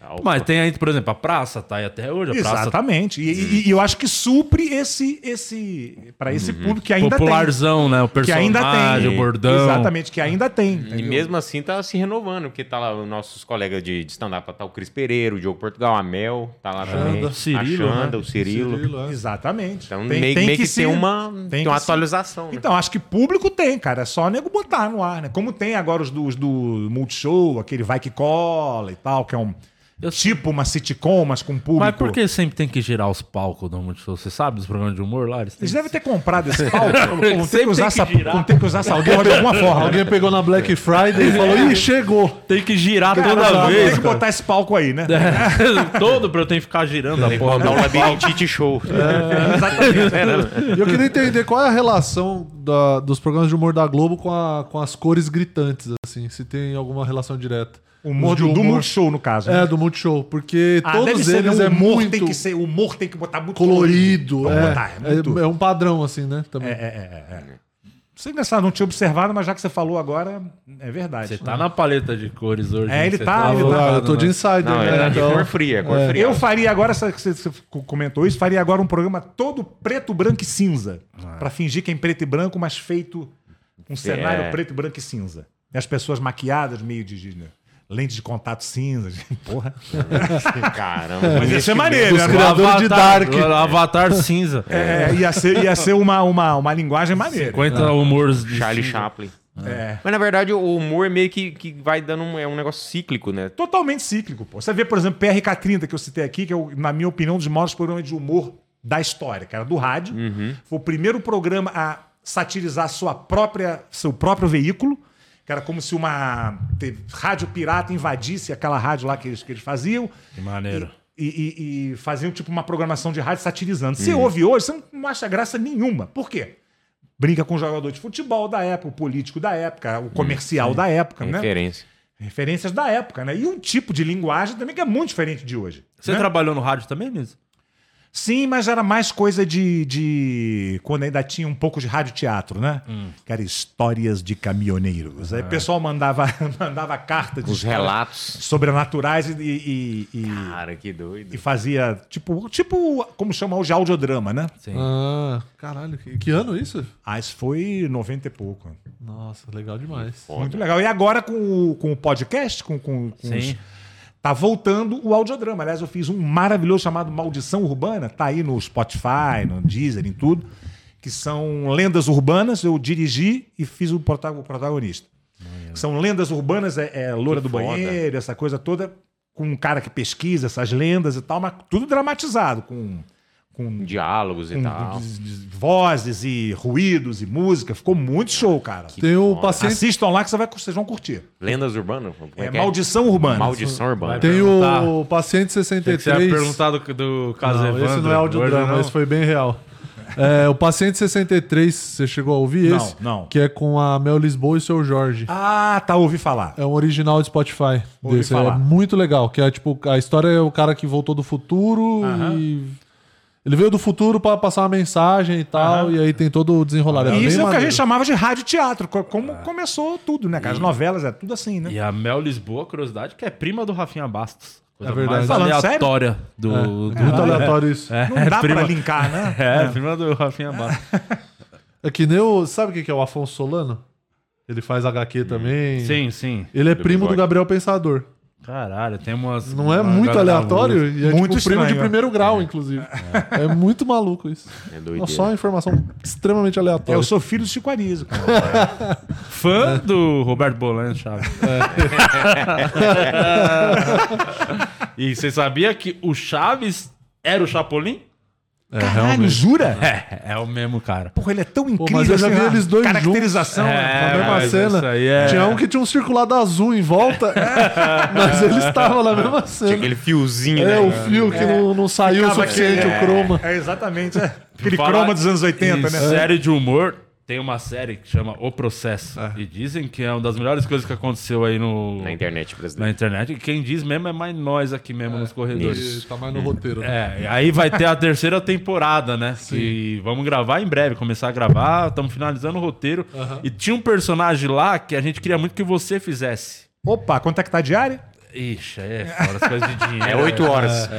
Speaker 3: Ah, o-
Speaker 1: Mas tem aí, por exemplo, a praça, tá aí até hoje. A praça
Speaker 4: Exatamente. E, e- e eu acho que supre esse esse para esse
Speaker 3: Uhum.
Speaker 4: público que ainda
Speaker 1: popularzão, né? O
Speaker 4: tem, que
Speaker 1: personagem,
Speaker 4: ainda tem.
Speaker 1: o bordão.
Speaker 4: Exatamente, que ainda tem.
Speaker 3: E
Speaker 4: entendeu?
Speaker 3: mesmo assim tá se renovando, porque tá lá os nossos colegas de, de stand-up, tá o Cris Pereira, o Diogo Portugal, a Mel, tá lá também.
Speaker 1: o Cirilo,
Speaker 3: a Xanda,
Speaker 1: né?
Speaker 3: o Cirilo.
Speaker 2: é.
Speaker 4: Exatamente.
Speaker 3: Então meio, meio que,
Speaker 4: se-
Speaker 3: tem uma, tem
Speaker 4: que
Speaker 3: uma
Speaker 4: se-
Speaker 3: atualização, né?
Speaker 4: Então, acho que público tem, cara. É só nego botar no ar, né? Como tem agora os do, os do Multishow, aquele Vai Que Cola e tal, que é um,
Speaker 1: Eu-
Speaker 4: Tipo uma sitcom, mas com público.
Speaker 1: Mas por que sempre tem que girar os palcos do Multishow? Você sabe dos programas de humor lá? Eles têm-
Speaker 4: Eles devem ter comprado esse palco. Vão ter
Speaker 1: Sempre tem
Speaker 4: que usar,
Speaker 1: que
Speaker 4: essa,
Speaker 1: girar.
Speaker 4: vão ter que usar essa aldeia de alguma forma.
Speaker 2: Alguém pegou na Black Friday e falou: ih, chegou.
Speaker 1: Tem que girar
Speaker 4: Cara,
Speaker 1: toda
Speaker 4: vão ter
Speaker 1: vez.
Speaker 4: que botar esse palco aí, né?
Speaker 1: É, Todo pra eu ter que ficar girando a porra
Speaker 3: Dá um
Speaker 1: do
Speaker 3: labirintite show.
Speaker 2: E eu queria entender qual é a relação da- dos programas de humor da Globo com, a- com as cores gritantes, assim, se tem alguma relação direta.
Speaker 4: O humor
Speaker 2: Os de
Speaker 4: do, do Multishow, no caso. né?
Speaker 2: É, do Multishow, porque
Speaker 4: Ah, deve
Speaker 2: todos
Speaker 4: ser, né?
Speaker 2: eles é
Speaker 4: o humor
Speaker 2: muito
Speaker 4: tem que ser, o humor tem que botar muito
Speaker 2: colorido.
Speaker 4: Vamos
Speaker 2: É,
Speaker 4: botar, é muito-
Speaker 2: é- é um padrão, assim, né? Também.
Speaker 4: É, é, é, é. Isso é engraçado, não tinha observado, mas já que você falou agora, é verdade.
Speaker 1: Você tá na paleta de cores hoje.
Speaker 4: É,
Speaker 1: hein?
Speaker 4: ele
Speaker 1: Você
Speaker 4: tá, ele
Speaker 2: Ah, Eu,
Speaker 1: louco,
Speaker 4: tá.
Speaker 2: eu tô de
Speaker 1: né?
Speaker 2: insider,
Speaker 3: Não,
Speaker 2: né?
Speaker 3: é de
Speaker 2: Então-
Speaker 3: cor fria, é cor fria.
Speaker 4: Eu faria agora, essa que você você comentou isso, faria agora um programa todo preto, branco e cinza. Pra fingir que é em preto e branco, mas feito um cenário preto, branco e cinza. E as pessoas maquiadas, meio de, de né, lente de contato cinza. de- porra.
Speaker 3: Caramba.
Speaker 4: Mas ia ser maneiro,
Speaker 2: Os
Speaker 4: né?
Speaker 2: criadores um de
Speaker 1: Avatar,
Speaker 2: Dark.
Speaker 1: Avatar cinza.
Speaker 4: É, ia ser, ia ser uma, uma, uma linguagem maneira.
Speaker 1: 50 humores de
Speaker 3: Ah, Charlie
Speaker 1: cinza.
Speaker 3: Chaplin.
Speaker 4: É.
Speaker 3: Mas na verdade o humor meio que, que vai dando um, é um negócio cíclico, né?
Speaker 4: Totalmente cíclico, pô. Você vê, por exemplo, PRK30, que eu citei aqui, que é, o- na minha opinião, um dos maiores programas de humor da história, cara, do rádio.
Speaker 1: Uhum.
Speaker 4: Foi o primeiro programa a satirizar sua própria, seu próprio veículo, que era como se uma te- rádio pirata invadisse aquela rádio lá que eles, que eles faziam.
Speaker 1: Que maneiro.
Speaker 4: E, e- e faziam tipo uma programação de rádio satirizando.
Speaker 1: Uhum.
Speaker 4: Você ouve hoje, você não- não acha graça nenhuma. Por quê? Brinca com o jogador de futebol da época, o político da época, o
Speaker 1: Uhum.
Speaker 4: comercial da época, né?
Speaker 3: Referência.
Speaker 4: referências da época, né? E um tipo de linguagem também que é muito diferente de hoje.
Speaker 1: Você
Speaker 4: né?
Speaker 1: trabalhou no rádio também, Nisso?
Speaker 4: Sim, mas era mais coisa de, de- Quando ainda tinha um pouco de radioteatro, né?
Speaker 3: Hum.
Speaker 4: Que era histórias de caminhoneiros. Aí o pessoal mandava, mandava carta de
Speaker 3: Ah. Os
Speaker 4: histórias
Speaker 3: relatos.
Speaker 4: sobrenaturais e, e- e-
Speaker 3: Cara, que doido.
Speaker 4: e fazia tipo, tipo, como chama hoje, audiodrama, né?
Speaker 2: Ah, caralho, que, que ano isso?
Speaker 4: Ah, isso foi 90 e pouco.
Speaker 2: Nossa, legal demais.
Speaker 3: Foda.
Speaker 4: Muito legal. E agora com o, com o podcast, com, com, com os-
Speaker 1: Sim.
Speaker 4: Tá voltando o audiodrama. Aliás, eu fiz um maravilhoso chamado Maldição Urbana, tá aí no Spotify, no Deezer, em tudo, que são lendas urbanas. Eu dirigi e fiz o prota- o protagonista. São lendas urbanas, é, é Loura do
Speaker 3: foda.
Speaker 4: Banheiro, essa coisa toda, com um cara que pesquisa essas lendas e tal, mas tudo dramatizado, com, com,
Speaker 3: Diálogos e
Speaker 4: com
Speaker 3: tal.
Speaker 4: d- d- d- vozes e ruídos e música. Ficou muito show, cara.
Speaker 2: Tem um
Speaker 3: foda.
Speaker 2: paciente.
Speaker 4: Assistam lá que você vai- vocês vão curtir.
Speaker 3: Lendas urbanas? Como
Speaker 4: É,
Speaker 3: que
Speaker 4: Maldição Urbana.
Speaker 3: Maldição urbana.
Speaker 1: Vai.
Speaker 2: Tem o
Speaker 1: perguntar.
Speaker 2: paciente
Speaker 1: Tem
Speaker 2: 63.
Speaker 1: que ser perguntar do, do caso
Speaker 2: Não,
Speaker 1: Evandro.
Speaker 2: esse não é
Speaker 1: Hoje
Speaker 2: audiodrama,
Speaker 1: não.
Speaker 2: esse foi bem real. É, o Paciente 63, você chegou a ouvir
Speaker 4: Não,
Speaker 2: esse?
Speaker 4: não.
Speaker 2: Que é com a Mel Lisboa e o seu Jorge.
Speaker 4: Ah, tá, ouvi falar.
Speaker 2: É um original de Spotify.
Speaker 4: Ouvi
Speaker 2: Desse,
Speaker 4: falar.
Speaker 2: É muito legal. Que é tipo, a história é o cara que voltou do futuro e. Ele veio do futuro pra passar uma mensagem e tal, e aí tem todo o desenrolar. Era
Speaker 4: E
Speaker 2: bem
Speaker 4: isso é o que a
Speaker 2: maneiro.
Speaker 4: gente chamava de rádio teatro, co- como começou tudo, né? cara? As novelas, é tudo assim, né?
Speaker 1: Ah. E a Mel Lisboa, curiosidade, que é prima do Rafinha Bastos. Coisa
Speaker 2: É verdade. É.
Speaker 1: mais
Speaker 4: Falando
Speaker 1: aleatória do... do-
Speaker 2: Muito aleatório isso. É.
Speaker 4: Não dá
Speaker 1: prima-
Speaker 4: pra linkar, né?
Speaker 1: É, prima do Rafinha Bastos.
Speaker 2: que nem o. Sabe o que que é o Afonso Solano? Ele faz HQ também.
Speaker 1: sim, sim.
Speaker 2: Ele é primo do
Speaker 3: bigode.
Speaker 2: Gabriel Pensador.
Speaker 1: Caralho, tem umas...
Speaker 2: Não é
Speaker 1: uma
Speaker 2: muito
Speaker 1: Ah, galera
Speaker 2: aleatório? E é
Speaker 4: Muito
Speaker 2: tipo, primo
Speaker 4: estranho,
Speaker 2: de
Speaker 4: né?
Speaker 2: primeiro grau, inclusive. É. muito maluco isso.
Speaker 3: É
Speaker 2: Não,
Speaker 3: doideira.
Speaker 2: só uma informação extremamente aleatória.
Speaker 4: Eu sou filho do Chico Anísio,
Speaker 1: É,
Speaker 4: cara.
Speaker 1: Fã do Roberto Bolan, Chaves. É. e você sabia que o Chaves era o Chapolin?
Speaker 2: É,
Speaker 4: Caralho, jura?
Speaker 1: É, é o mesmo cara.
Speaker 4: Porra, ele é tão incrível.
Speaker 2: mas eu já vi
Speaker 4: a
Speaker 2: eles dois
Speaker 4: Caracterização, né?
Speaker 2: Na
Speaker 1: É,
Speaker 2: mesma
Speaker 1: mas
Speaker 2: cena.
Speaker 1: isso aí é-
Speaker 2: Tinha um que tinha um circulado azul em volta, mas ele estava na mesma
Speaker 3: Tinha
Speaker 2: cena.
Speaker 3: aquele fiozinho,
Speaker 2: É,
Speaker 3: né?
Speaker 2: o fio que não, não saiu o
Speaker 4: Ficava
Speaker 2: suficiente,
Speaker 4: aquele-
Speaker 2: o croma.
Speaker 4: É, exatamente. é. Aquele
Speaker 1: Falar
Speaker 4: croma dos anos
Speaker 1: em
Speaker 4: 80, né?
Speaker 1: Série de humor. Tem uma série que chama O Processo. E dizem que é uma das melhores coisas que aconteceu aí no...
Speaker 3: Na internet
Speaker 1: na
Speaker 3: brasileira.
Speaker 1: internet. E quem diz mesmo é mais nós aqui mesmo nos corredores.
Speaker 2: E Tá mais no roteiro. né?
Speaker 1: É, e aí vai ter a terceira temporada, né? Que vamos gravar em breve, começar a gravar, estamos finalizando o roteiro. E tinha um personagem lá que a gente queria muito que você fizesse.
Speaker 4: Opa, quanto é que tá a diária?
Speaker 1: Ixi, aí é fora as coisas de dinheiro.
Speaker 3: É oito horas.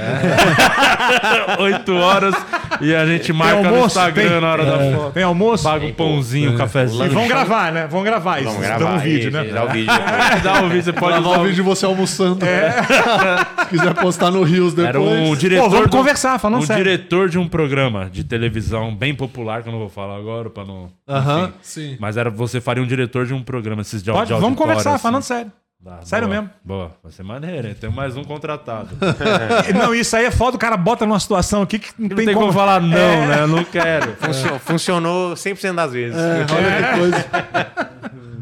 Speaker 1: Oito horas e a gente marca no
Speaker 4: almoço?
Speaker 1: Instagram
Speaker 4: Tem- É.
Speaker 1: na hora da foto.
Speaker 4: Tem almoço?
Speaker 1: Paga o pãozinho, o cafezinho.
Speaker 4: E vão gravar, né? Vão gravar isso.
Speaker 3: Vamos
Speaker 4: Dá
Speaker 3: gravar.
Speaker 4: um vídeo,
Speaker 3: aí,
Speaker 1: é.
Speaker 4: né?
Speaker 3: Dá o vídeo. depois.
Speaker 1: Dá um vídeo, você pode
Speaker 2: Gravar
Speaker 1: usar
Speaker 2: o
Speaker 1: o
Speaker 2: vídeo de você almoçando. Se quiser postar no Rios depois.
Speaker 1: Era um diretor.
Speaker 4: Pô, vamos
Speaker 1: do-
Speaker 4: conversar, falando
Speaker 1: um
Speaker 4: sério.
Speaker 1: diretor de um programa de televisão bem popular, que eu não vou falar agora pra não.
Speaker 2: Aham,
Speaker 1: enfim.
Speaker 2: sim.
Speaker 1: Mas era você faria um diretor de um programa esses de,
Speaker 4: Pode,
Speaker 1: de
Speaker 4: vamos
Speaker 1: auditório,
Speaker 4: conversar,
Speaker 1: assim.
Speaker 4: falando sério.
Speaker 1: Dá,
Speaker 4: Sério
Speaker 1: boa.
Speaker 4: mesmo?
Speaker 1: Boa, vai ser maneiro, hein? Tem mais um contratado.
Speaker 4: Não, isso aí é foda, o cara bota numa situação aqui que não
Speaker 1: Não tem como, falar não,
Speaker 4: É.
Speaker 1: né? Eu não quero.
Speaker 3: Funcio- Funcionou 100% das vezes.
Speaker 2: É,
Speaker 4: É.
Speaker 2: Olha que coisa.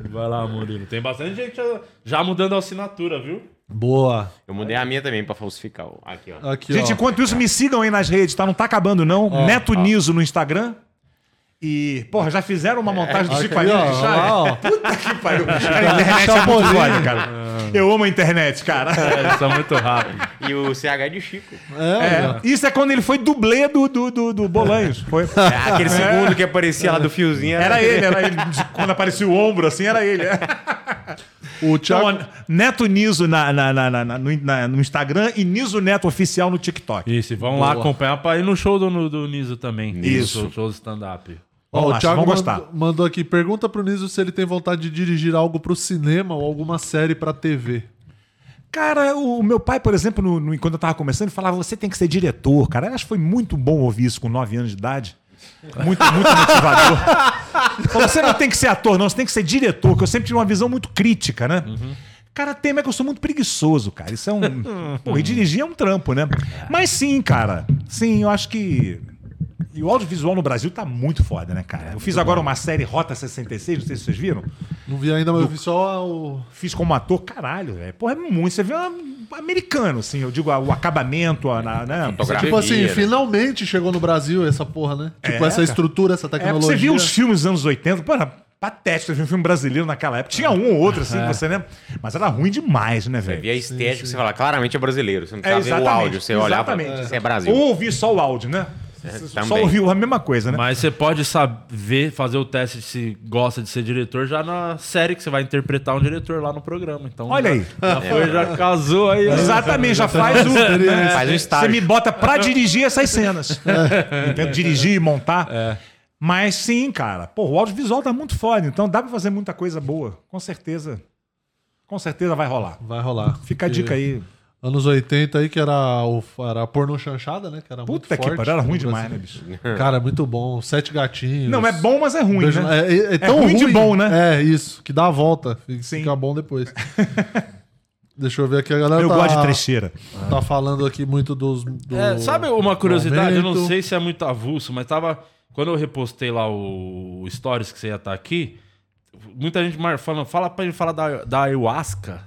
Speaker 1: Vai lá, Murilo. Tem bastante gente já- já mudando a assinatura, viu?
Speaker 2: Boa.
Speaker 3: Eu mudei a minha também pra falsificar. ó. Aqui, ó.
Speaker 2: Aqui,
Speaker 4: Gente,
Speaker 2: ó.
Speaker 4: enquanto isso, me sigam aí nas redes, tá? Não tá acabando, não. Neto Niso no Instagram. E, porra, já fizeram uma montagem do
Speaker 2: É, Aqui,
Speaker 4: Chico Anísio Tipo de né?
Speaker 2: ó,
Speaker 4: Chave?
Speaker 2: lá, ó.
Speaker 4: Puta que pariu. A internet é muito
Speaker 2: Chapolin.
Speaker 4: foda, cara.
Speaker 2: É.
Speaker 4: Eu amo a internet, cara.
Speaker 1: É, isso é muito rápido.
Speaker 3: E o CH de Chico.
Speaker 2: É,
Speaker 4: É, Isso é quando ele foi dublê do, do, do, do Bolanhos. Foi.
Speaker 3: É,
Speaker 2: Ah,
Speaker 3: Aquele segundo que aparecia lá do fiozinho.
Speaker 4: Era ele, era ele. Quando aparecia o ombro, assim, era ele.
Speaker 2: o Thiago.
Speaker 4: Então, ó, Neto Niso na, na- na- na- na- no, na- no Instagram e Niso Neto Oficial no TikTok.
Speaker 1: Isso, e vão lá
Speaker 2: Boa.
Speaker 1: acompanhar pra ir no show do, no- do Niso também.
Speaker 4: Isso.
Speaker 1: O show de stand-up.
Speaker 2: Ó,
Speaker 4: Vamos lá,
Speaker 2: o Thiago
Speaker 4: vamos
Speaker 2: mandou,
Speaker 4: gostar.
Speaker 2: mandou aqui, pergunta pro Niso se ele tem vontade de dirigir algo pro cinema ou alguma série pra TV.
Speaker 4: Cara, o meu pai, por exemplo, no, no- quando eu tava começando, ele falava: você tem que ser diretor, cara. Eu acho que foi muito bom ouvir isso com 9 anos de idade. Muito, muito motivador. Falou, você não tem que ser ator, não, você tem que ser diretor, que eu sempre tive uma visão muito crítica, né? Cara, tema é que eu sou muito preguiçoso, cara. Isso é um. Pô, e dirigir é um trampo, né? Mas sim, cara. Sim, eu acho que. E o audiovisual no Brasil tá muito foda, né, cara? Eu fiz agora uma série Rota 66, não sei se vocês viram.
Speaker 2: Não vi ainda, mas eu vi só o.
Speaker 4: Fiz como ator, caralho, velho. Porra, é muito. Você vê um americano, assim, eu digo, ah, o acabamento, a, na- né?
Speaker 3: Fotografia.
Speaker 2: Tipo assim,
Speaker 3: Devia, né?
Speaker 2: finalmente chegou no Brasil essa porra, né? Tipo,
Speaker 4: É,
Speaker 2: essa
Speaker 4: cara.
Speaker 2: estrutura, essa
Speaker 4: É,
Speaker 2: tecnologia.
Speaker 4: você viu os filmes dos anos 80, pô, era patético, você viu um filme brasileiro naquela época. Tinha um ou outro, assim, que você lembra. Mas era ruim demais, né, velho?
Speaker 3: Via estética, você fala, claramente é brasileiro. Você não
Speaker 4: É,
Speaker 3: precisava ver o
Speaker 4: exatamente,
Speaker 3: áudio. Você olhava,
Speaker 4: exatamente.
Speaker 3: isso é Brasil. É,
Speaker 4: Ou ouvir só o áudio, né? Só
Speaker 3: também.
Speaker 4: ouviu a mesma coisa, né?
Speaker 1: Mas você pode saber, fazer o teste de se gosta de ser diretor já na série que você vai interpretar um diretor lá no programa. Então,
Speaker 4: Olha
Speaker 1: já-
Speaker 4: aí.
Speaker 1: Já foi, já casou aí. né?
Speaker 4: Exatamente, já faz o.
Speaker 3: Faz um
Speaker 4: É, Você
Speaker 3: estágio.
Speaker 4: me bota pra dirigir essas cenas. Entendo? Dirigir e montar.
Speaker 1: É.
Speaker 4: Mas sim, cara. Pô, o audiovisual tá muito foda, então dá pra fazer muita coisa boa. Com certeza. Com certeza vai rolar.
Speaker 2: Vai rolar.
Speaker 4: Fica a dica aí.
Speaker 2: Anos 80 aí, que era, o, era a porno chanchada, né? Que era muito
Speaker 4: Puta que
Speaker 2: forte
Speaker 4: pariu, era ruim
Speaker 2: no
Speaker 4: demais, né,
Speaker 2: Brasil.
Speaker 4: bicho?
Speaker 2: Cara, é muito bom. Sete gatinhos.
Speaker 4: Não, é bom, mas é ruim,
Speaker 2: Beijo-
Speaker 4: né?
Speaker 2: é, é- é tão
Speaker 4: ruim
Speaker 2: ruim,
Speaker 4: de bom, né?
Speaker 2: É, isso. Que dá a volta. Fica
Speaker 4: Sim.
Speaker 2: fica bom depois. Deixa eu ver aqui. A galera
Speaker 4: Eu
Speaker 2: tá,
Speaker 4: gosto de trecheira.
Speaker 2: tá falando aqui muito dos... do
Speaker 1: É, sabe uma curiosidade? Eu não
Speaker 2: momento.
Speaker 1: sei se é muito avulso, mas tava. Quando eu repostei lá o o Stories que você ia estar aqui, muita gente mar- falando, fala pra gente falar da, da ayahuasca.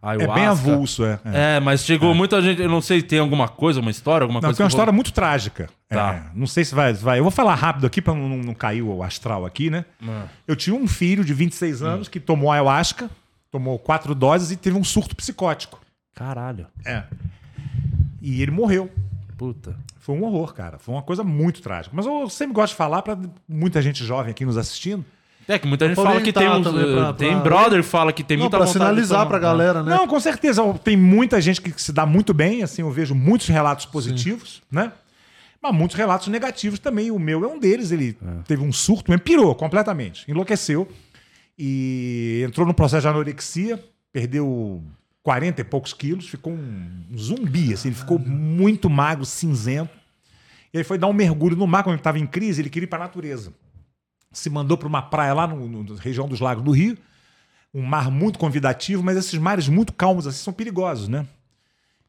Speaker 4: É
Speaker 1: Ayahuasca.
Speaker 4: bem avulso, é. é.
Speaker 1: É, mas chegou muita gente. Eu não sei, tem alguma coisa, uma história, alguma
Speaker 4: Não,
Speaker 1: coisa.
Speaker 4: tem uma
Speaker 1: que eu
Speaker 4: história muito trágica.
Speaker 1: Tá.
Speaker 4: É, não sei se vai, se vai. Eu vou falar rápido aqui pra não, não- não cair o astral aqui, né?
Speaker 1: Ah.
Speaker 4: Eu tinha um filho de 26 anos que tomou ayahuasca, tomou quatro doses e teve um surto psicótico.
Speaker 1: vou- Caralho.
Speaker 4: É. E ele morreu.
Speaker 1: Puta.
Speaker 4: Foi um horror, cara. Foi uma coisa muito trágica. Mas eu sempre gosto de falar pra muita gente jovem aqui nos assistindo.
Speaker 1: É que muita gente
Speaker 2: Pra
Speaker 1: fala que tem
Speaker 2: orientar
Speaker 1: uns. eh,
Speaker 2: também, pra-
Speaker 1: tem
Speaker 2: pra-
Speaker 1: brother que fala que tem
Speaker 2: Não,
Speaker 1: muita
Speaker 2: pra
Speaker 1: tá vontade de
Speaker 2: sinalizar
Speaker 1: tomar. um
Speaker 2: pra galera, né?
Speaker 4: Não, com certeza. Tem muita gente que se dá muito bem, assim, eu vejo muitos relatos positivos, né? Mas muitos relatos negativos também. O meu é um deles. Ele teve um surto, mesmo, pirou completamente, enlouqueceu. E entrou no processo de anorexia, perdeu 40 e poucos quilos, ficou um zumbi, assim, ele ficou muito magro, cinzento. E aí foi dar um mergulho no mar, quando ele estava em crise, ele queria ir para a natureza. Se mandou para uma praia lá no- no- na região dos Lagos do Rio, um mar muito convidativo, mas esses mares muito calmos assim são perigosos, né?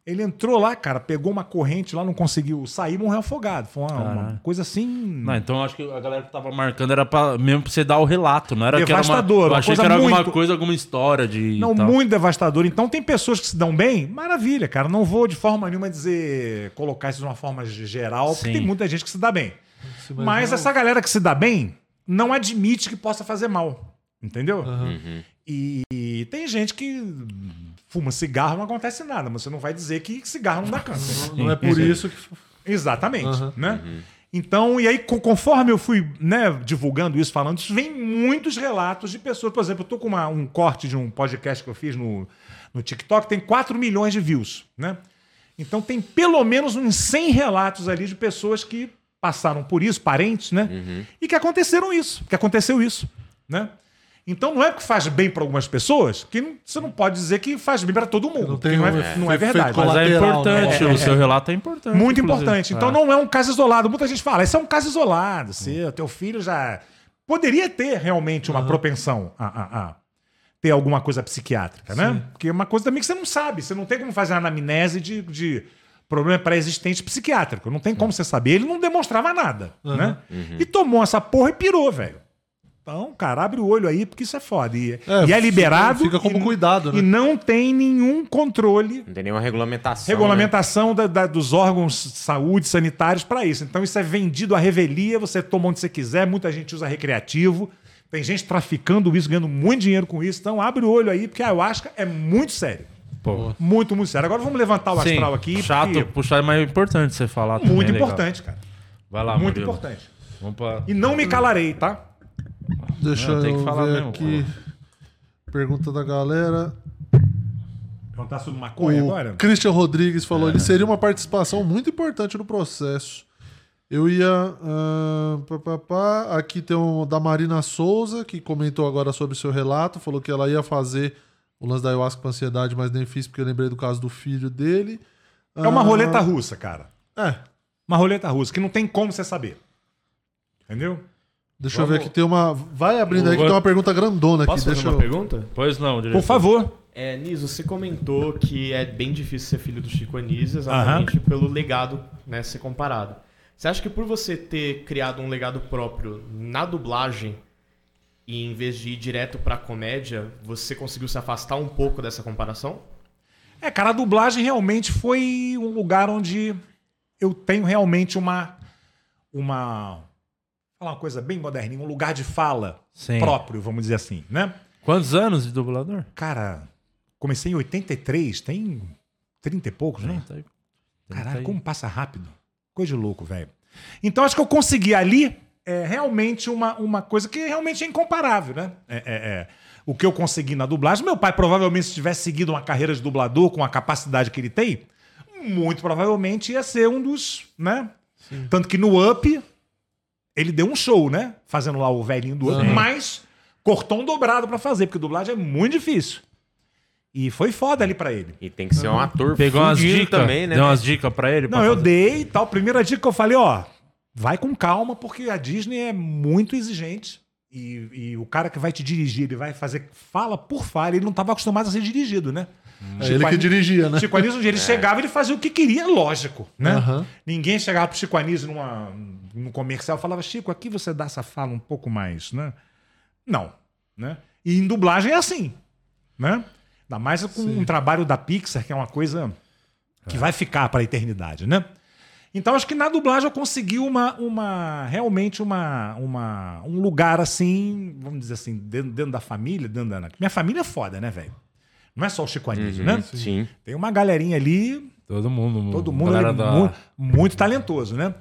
Speaker 4: Ele entrou lá, cara, pegou uma corrente lá, não conseguiu sair, morreu afogado. Foi uma, uma
Speaker 1: Caralho.
Speaker 4: coisa assim.
Speaker 1: Não, então eu acho que a galera que tava marcando era pra, mesmo pra você dar o relato, não era que era
Speaker 4: Devastador,
Speaker 1: uma, eu
Speaker 4: uma
Speaker 1: achei que
Speaker 4: coisa
Speaker 1: era alguma
Speaker 4: muito-
Speaker 1: coisa, alguma história de
Speaker 4: Não,
Speaker 1: e tal.
Speaker 4: muito devastador. Então, tem pessoas que se dão bem, maravilha, cara. Não vou de forma nenhuma dizer, colocar isso de uma forma ge- geral,
Speaker 1: Sim.
Speaker 4: porque tem muita gente que se dá bem.
Speaker 2: Sim,
Speaker 4: Mas,
Speaker 2: não-
Speaker 4: essa galera que se dá bem não admite que possa fazer mal. Entendeu? E, e tem gente que fuma cigarro não acontece nada, mas você não vai dizer que cigarro não dá câncer.
Speaker 2: Não é por isso que...
Speaker 4: Exatamente, né? Então, e aí, co- conforme eu fui né, divulgando isso, falando isso, vem muitos relatos de pessoas. Por exemplo, eu tô com uma- um corte de um podcast que eu fiz no, no TikTok, tem 4 milhões de views, né? Então tem pelo menos uns 100 relatos ali de pessoas que passaram por isso, parentes, né? E que aconteceram isso, que aconteceu isso, né? Então não é que faz bem para algumas pessoas, que não- você não pode dizer que faz bem para todo mundo,
Speaker 2: Não
Speaker 4: porque
Speaker 2: tem
Speaker 4: não
Speaker 2: um
Speaker 4: é, não é
Speaker 2: efeito
Speaker 4: verdade.
Speaker 1: Mas é
Speaker 2: Lateral,
Speaker 1: importante,
Speaker 2: né?
Speaker 1: o seu relato é importante.
Speaker 4: Muito
Speaker 1: inclusive.
Speaker 4: importante. Então
Speaker 1: É.
Speaker 4: não é um caso isolado. Muita gente fala, isso é um caso isolado. Seu, teu filho já. Poderia ter realmente uma propensão a, a, a ter alguma coisa psiquiátrica, né? Porque é uma coisa também que você não sabe, você não tem como fazer uma anamnese de, de problema pré-existente psiquiátrico, não tem como você saber. Ele não demonstrava nada, né?
Speaker 2: Uhum.
Speaker 4: E tomou essa porra e pirou, velho. Então, cara, abre o olho aí, porque isso é foda. E
Speaker 2: É,
Speaker 4: e é,
Speaker 2: fica-
Speaker 4: liberado.
Speaker 2: fica como
Speaker 4: e-
Speaker 2: cuidado, né?
Speaker 4: E não tem nenhum controle
Speaker 3: Não tem nenhuma
Speaker 1: né?
Speaker 3: regulamentação.
Speaker 4: regulamentação da- da- dos órgãos de saúde sanitários para isso. Então isso é vendido à revelia, você toma onde você quiser, muita gente usa recreativo. Tem gente traficando isso, ganhando muito dinheiro com isso. Então abre o olho aí, porque a ayahuasca é muito sério.
Speaker 1: Pô.
Speaker 4: Muito, muito sério. Agora vamos levantar o
Speaker 1: Sim,
Speaker 4: astral aqui.
Speaker 1: Chato,
Speaker 4: porque
Speaker 1: puxar, mas é importante você falar também, é
Speaker 4: Muito
Speaker 1: legal.
Speaker 4: importante, cara.
Speaker 1: Vai lá,
Speaker 4: muito
Speaker 1: Murilo.
Speaker 4: importante.
Speaker 1: Vamos pra...
Speaker 4: E não me calarei, tá?
Speaker 2: Deixa
Speaker 1: Não, tem que
Speaker 2: eu
Speaker 1: falar
Speaker 2: ver
Speaker 1: mesmo,
Speaker 2: aqui. Pergunta da galera.
Speaker 4: Contar sobre maconha agora?
Speaker 2: O Christian Rodrigues falou:
Speaker 5: É.
Speaker 2: ele seria uma participação muito importante no processo. Eu ia. ah, pá, pá, pá. aqui tem um da Marina Souza, que comentou agora sobre o seu relato, falou que ela ia fazer o lance da ayahuasca com ansiedade, mas nem fiz porque eu lembrei do caso do filho dele.
Speaker 4: É uma roleta russa, cara.
Speaker 2: Ah. É.
Speaker 4: Uma roleta russa, que não tem como você saber. Entendeu?
Speaker 2: Deixa eu ver aqui, tem uma. Vai abrindo aí que
Speaker 1: Vou-
Speaker 2: tem uma pergunta grandona aqui.
Speaker 5: Posso fazer
Speaker 2: Deixa
Speaker 5: uma
Speaker 2: eu.
Speaker 5: pergunta?
Speaker 1: Pois não, diretor.
Speaker 4: Por favor.
Speaker 5: É, Niso, você comentou que é bem difícil ser filho do Chico Anísio, exatamente pelo legado né, ser comparado. Você acha que por você ter criado um legado próprio na dublagem, e em vez de ir direto pra comédia, você conseguiu se afastar um pouco dessa comparação?
Speaker 4: É, cara, a dublagem realmente foi um lugar onde eu tenho realmente uma. Uma. Falar uma coisa bem moderninha, um lugar de fala
Speaker 1: Sim.
Speaker 4: próprio, vamos dizer assim, né?
Speaker 1: Quantos anos de dublador?
Speaker 4: Cara, comecei em 83, tem 30 e poucos, né?
Speaker 1: Trinta e- trinta
Speaker 4: Caralho,
Speaker 1: e-
Speaker 4: como passa rápido. Coisa de louco, velho. Então acho que eu consegui ali é, realmente uma, uma coisa que realmente é incomparável, né? É, é, é. O que eu consegui na dublagem, meu pai provavelmente se tivesse seguido uma carreira de dublador com a capacidade que ele tem, muito provavelmente ia ser um dos, né? Tanto que no Up ele deu um show, né? Fazendo lá o velhinho do Up, mas cortou um dobrado pra fazer, porque dublagem é muito difícil. E foi foda ali pra ele.
Speaker 3: E tem que ser
Speaker 4: Uhum.
Speaker 3: um ator
Speaker 1: Pegou umas
Speaker 3: fudido
Speaker 1: dicas,
Speaker 3: também, né?
Speaker 1: deu umas dicas pra ele?
Speaker 4: Não,
Speaker 1: pra
Speaker 4: eu
Speaker 1: fazer?
Speaker 4: dei e tal. Primeira dica que eu falei, ó, vai com calma, porque a Disney é muito exigente. E, e o cara que vai te dirigir, ele vai fazer fala por fala, ele não estava acostumado a ser dirigido, né?
Speaker 2: É ele que
Speaker 4: Anísio-
Speaker 2: dirigia, né?
Speaker 4: Chico Anísio, um dia ele chegava e ele fazia o que queria, lógico, né?
Speaker 2: Aham.
Speaker 4: Ninguém chegava pro Chico Anísio numa, num comercial e falava, Chico, aqui você dá essa fala um pouco mais, né? Não, né? E em dublagem é assim, né? Ainda mais com um trabalho da Pixar, que é uma coisa que vai ficar para a eternidade, né? Então acho que na dublagem eu consegui uma, uma realmente uma, uma um lugar assim, vamos dizer assim, dentro, dentro da família, dentro da minha família é foda, né, velho? Não é só o Chico Anísio, né?
Speaker 3: Uhum. Sim.
Speaker 4: Tem uma galerinha ali,
Speaker 1: Todo mundo.
Speaker 4: todo mundo
Speaker 1: Hum, galera
Speaker 4: ali
Speaker 1: da- É
Speaker 4: mu- muito talentoso, né?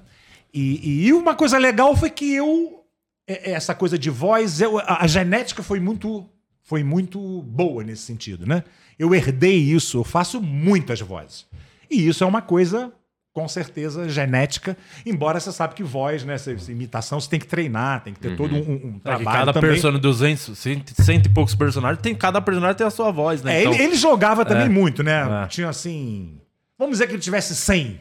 Speaker 4: E, e uma coisa legal foi que eu é- é essa coisa de voz, eu- a, a genética foi muito foi muito boa nesse sentido, né? Eu herdei isso, eu faço muitas vozes. E isso é uma coisa com certeza genética, embora você sabe que voz, né, essa, essa imitação você tem que treinar, tem que ter todo um, um
Speaker 1: É que
Speaker 4: trabalho
Speaker 1: cada
Speaker 4: também.
Speaker 1: personagem, 200, cento, cento e poucos personagens, tem, cada personagem tem a sua voz, né?
Speaker 4: É,
Speaker 1: Então,
Speaker 4: ele, ele jogava também
Speaker 1: É.
Speaker 4: muito, né?
Speaker 1: É.
Speaker 4: Tinha assim. Vamos dizer que ele tivesse 100.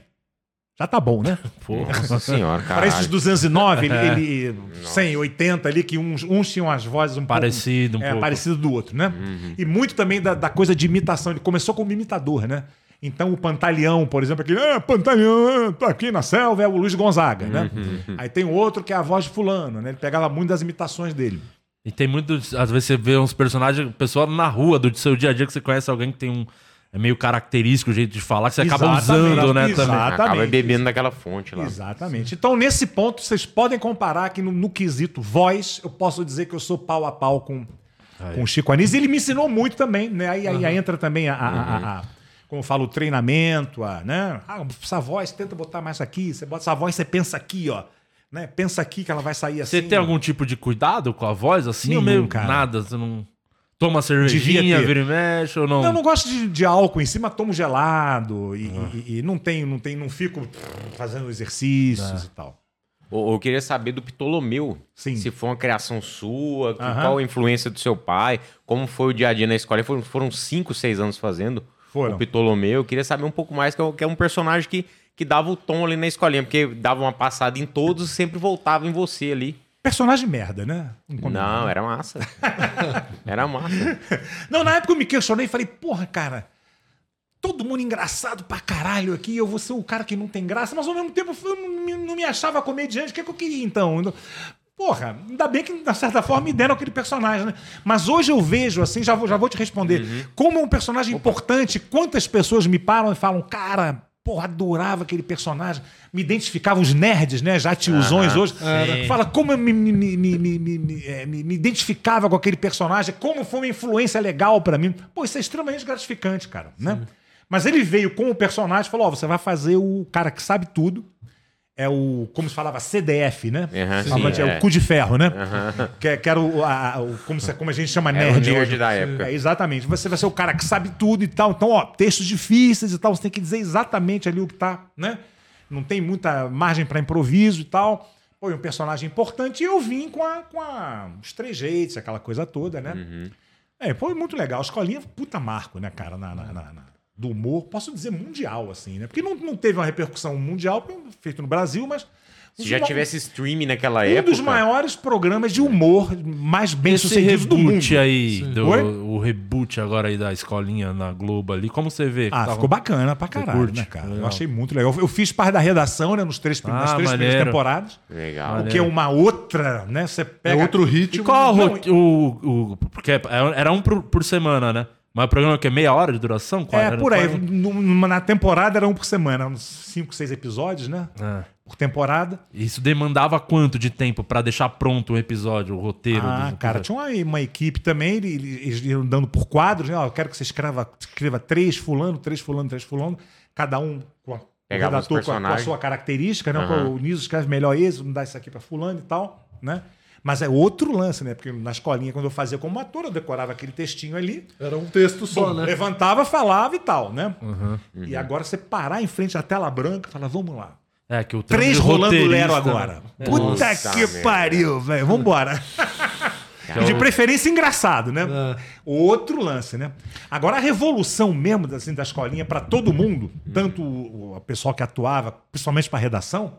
Speaker 4: Já tá bom, né?
Speaker 3: Nossa senhora, cara.
Speaker 4: Para esses 209, ele, ele 180 ali, que uns, uns tinham as vozes um
Speaker 1: Parecido um
Speaker 4: pouco, é,
Speaker 1: pouco. Uhum.
Speaker 4: parecido do outro, né? E muito também da, da coisa de imitação. Ele começou como imitador, né? Então o Pantaleão, por exemplo, aquele ah, Pantaleão, tô aqui na selva, é o Luiz Gonzaga, né?
Speaker 1: Uhum.
Speaker 4: Aí tem outro que é a voz de fulano, né? Ele pegava muito das imitações dele.
Speaker 1: E tem muito. Às vezes você vê uns personagens, pessoal na rua, do seu dia a dia, que você conhece alguém que tem um. É meio característico o jeito de falar, que você acaba
Speaker 4: Exatamente,
Speaker 1: usando, né?
Speaker 4: exato.
Speaker 1: Também.
Speaker 3: Acaba
Speaker 4: Exatamente.
Speaker 3: bebendo daquela fonte lá.
Speaker 4: Exatamente. Então, nesse ponto, vocês podem comparar que no, no quesito voz, eu posso dizer que eu sou pau a pau com, com o Chico Anísio. Ele me ensinou muito também, né? Aí, aí entra também a, a- a-
Speaker 1: Uhum.
Speaker 4: a- como eu falo, o treinamento, a, né? Ah, essa voz, tenta botar mais aqui, você bota essa voz, você pensa aqui, ó. Né? Pensa aqui que ela vai sair assim.
Speaker 1: Você tem algum tipo de cuidado com a voz, assim? ou
Speaker 4: Nenhum,
Speaker 1: meio
Speaker 4: cara.
Speaker 1: nada? Você não toma
Speaker 4: Devia
Speaker 1: cervejinha,
Speaker 4: ter.
Speaker 1: vira e mexe ou não?
Speaker 4: Eu não gosto de, de álcool em cima, tomo gelado e, e- e não tenho, não tenho, não fico fazendo
Speaker 1: É.
Speaker 4: exercícios e tal.
Speaker 3: Eu, eu queria saber do Ptolomeu.
Speaker 4: Sim.
Speaker 3: Se foi uma criação sua, que-
Speaker 4: Aham.
Speaker 3: qual a influência do seu pai, como foi o dia a dia na escola. Foram, foram cinco, seis anos fazendo
Speaker 4: Foram.
Speaker 3: o Ptolomeu. Eu queria saber um pouco mais, que é um, que é um personagem que, que dava o tom ali na escolinha, porque dava uma passada em todos e sempre voltava em você ali.
Speaker 4: Personagem merda, né? Vamos combinar.
Speaker 3: Não, era massa. era massa.
Speaker 4: Não, na época eu me questionei e falei, porra, cara, todo mundo engraçado pra caralho aqui, eu vou ser o cara que não tem graça, mas ao mesmo tempo eu não me- não me achava comediante, o que, é que eu queria então? Eu- Porra, ainda bem que, de certa forma, me deram aquele personagem, né? Mas hoje eu vejo, assim, já vou, já vou te responder, como é um personagem importante, quantas pessoas me param e falam, cara. Porra, adorava aquele personagem. Me identificava os nerds, né? Já tiozões hoje. Fala como eu me, me, me, me, me- me- me- é, me- me identificava com aquele personagem, como foi uma influência legal pra mim. Pô, isso é extremamente gratificante, cara, né? Mas ele veio com o personagem e falou: Ó, você vai fazer o cara que sabe tudo. É o, como se falava, CDF, né?
Speaker 3: Aham, sim,
Speaker 4: Falava que é
Speaker 3: é.
Speaker 4: o cu de ferro, né? Que, que era o, a- o- como, se- como a gente chama
Speaker 3: Era É o
Speaker 4: nerd.
Speaker 3: nerd
Speaker 4: hoje.
Speaker 3: da época.
Speaker 4: É, exatamente. Você vai ser o cara que sabe tudo e tal. Então, ó, textos difíceis e tal. Você tem que dizer exatamente ali o que tá, né? Não tem muita margem pra improviso e tal. Foi um personagem importante e eu vim com, a, com a, os trejeitos, aquela coisa toda, né?
Speaker 3: Uhum.
Speaker 4: É, foi muito legal. A escolinha, é um puta marco, né, cara, na, na- na- na- do humor, posso dizer mundial, assim, né? Porque não, não teve uma repercussão mundial, é feito no Brasil, mas.
Speaker 3: Se
Speaker 4: um
Speaker 3: já
Speaker 4: dos ma-
Speaker 3: tivesse streaming naquela
Speaker 4: Um
Speaker 3: época.
Speaker 4: dos maiores programas de humor mais bem
Speaker 1: Esse
Speaker 4: sucedidos do mundo.
Speaker 1: reboot aí, do,
Speaker 4: Oi?
Speaker 1: o reboot agora aí da escolinha na Globo ali, como você vê? que
Speaker 4: Ah,
Speaker 1: tava-
Speaker 4: ficou bacana pra caralho,
Speaker 1: curte?
Speaker 4: né, cara? Eu
Speaker 1: Legal.
Speaker 4: achei muito legal. Eu fiz parte da redação, né, nos três, prim- nas
Speaker 1: Ah,
Speaker 4: três primeiras
Speaker 1: maneiro.
Speaker 4: temporadas.
Speaker 3: Legal.
Speaker 4: O que é uma outra, né? Você
Speaker 2: É
Speaker 4: pega.
Speaker 2: outro
Speaker 1: E
Speaker 2: ritmo.
Speaker 1: qual
Speaker 4: Não,
Speaker 1: o, rot- o, o- Porque era um por, por semana, né? Mas o programa é o quê? Meia hora de duração? Qual
Speaker 4: É,
Speaker 1: era?
Speaker 4: por aí.
Speaker 1: Qual era?
Speaker 4: Numa- Na temporada era um por semana, eram uns cinco, seis episódios, né?
Speaker 1: Ah,
Speaker 4: Por temporada.
Speaker 1: Isso demandava quanto de tempo pra deixar pronto o episódio, o roteiro?
Speaker 4: Ah,
Speaker 1: dos
Speaker 4: cara,
Speaker 3: né?
Speaker 1: episódios?
Speaker 4: tinha uma, uma equipe também, ele- ele- eles iam dando por quadros, né? Ó, eu quero que você escreva, escreva três fulano, três fulano, três fulano, cada um com a, o
Speaker 3: Pegava os
Speaker 4: redator com a, com a
Speaker 3: personagens.
Speaker 4: sua característica, né?
Speaker 3: Aham.
Speaker 4: O Niso escreve melhor esse, não dá isso aqui pra fulano e tal, né? Mas é outro lance, né? Porque na escolinha, quando eu fazia como ator, eu decorava aquele textinho ali,
Speaker 2: Era um texto só,
Speaker 4: Bom,
Speaker 5: é
Speaker 2: né?
Speaker 4: levantava, falava e tal, né?
Speaker 3: Uhum.
Speaker 4: E agora você parar em frente à tela branca e falar, vamos lá.
Speaker 1: É, que o trampo
Speaker 4: um Três
Speaker 1: de
Speaker 4: rolando
Speaker 1: roteirista,
Speaker 4: Lero
Speaker 1: né?
Speaker 4: agora.
Speaker 1: É.
Speaker 4: Puta
Speaker 3: Nossa,
Speaker 4: que
Speaker 3: velho.
Speaker 4: pariu, velho. Vambora.
Speaker 1: Que é
Speaker 4: De
Speaker 1: o-
Speaker 4: preferência engraçado, né?
Speaker 1: É.
Speaker 4: Outro lance, né? Agora, a revolução mesmo assim, da escolinha para todo mundo, tanto o, o pessoal que atuava, principalmente para redação,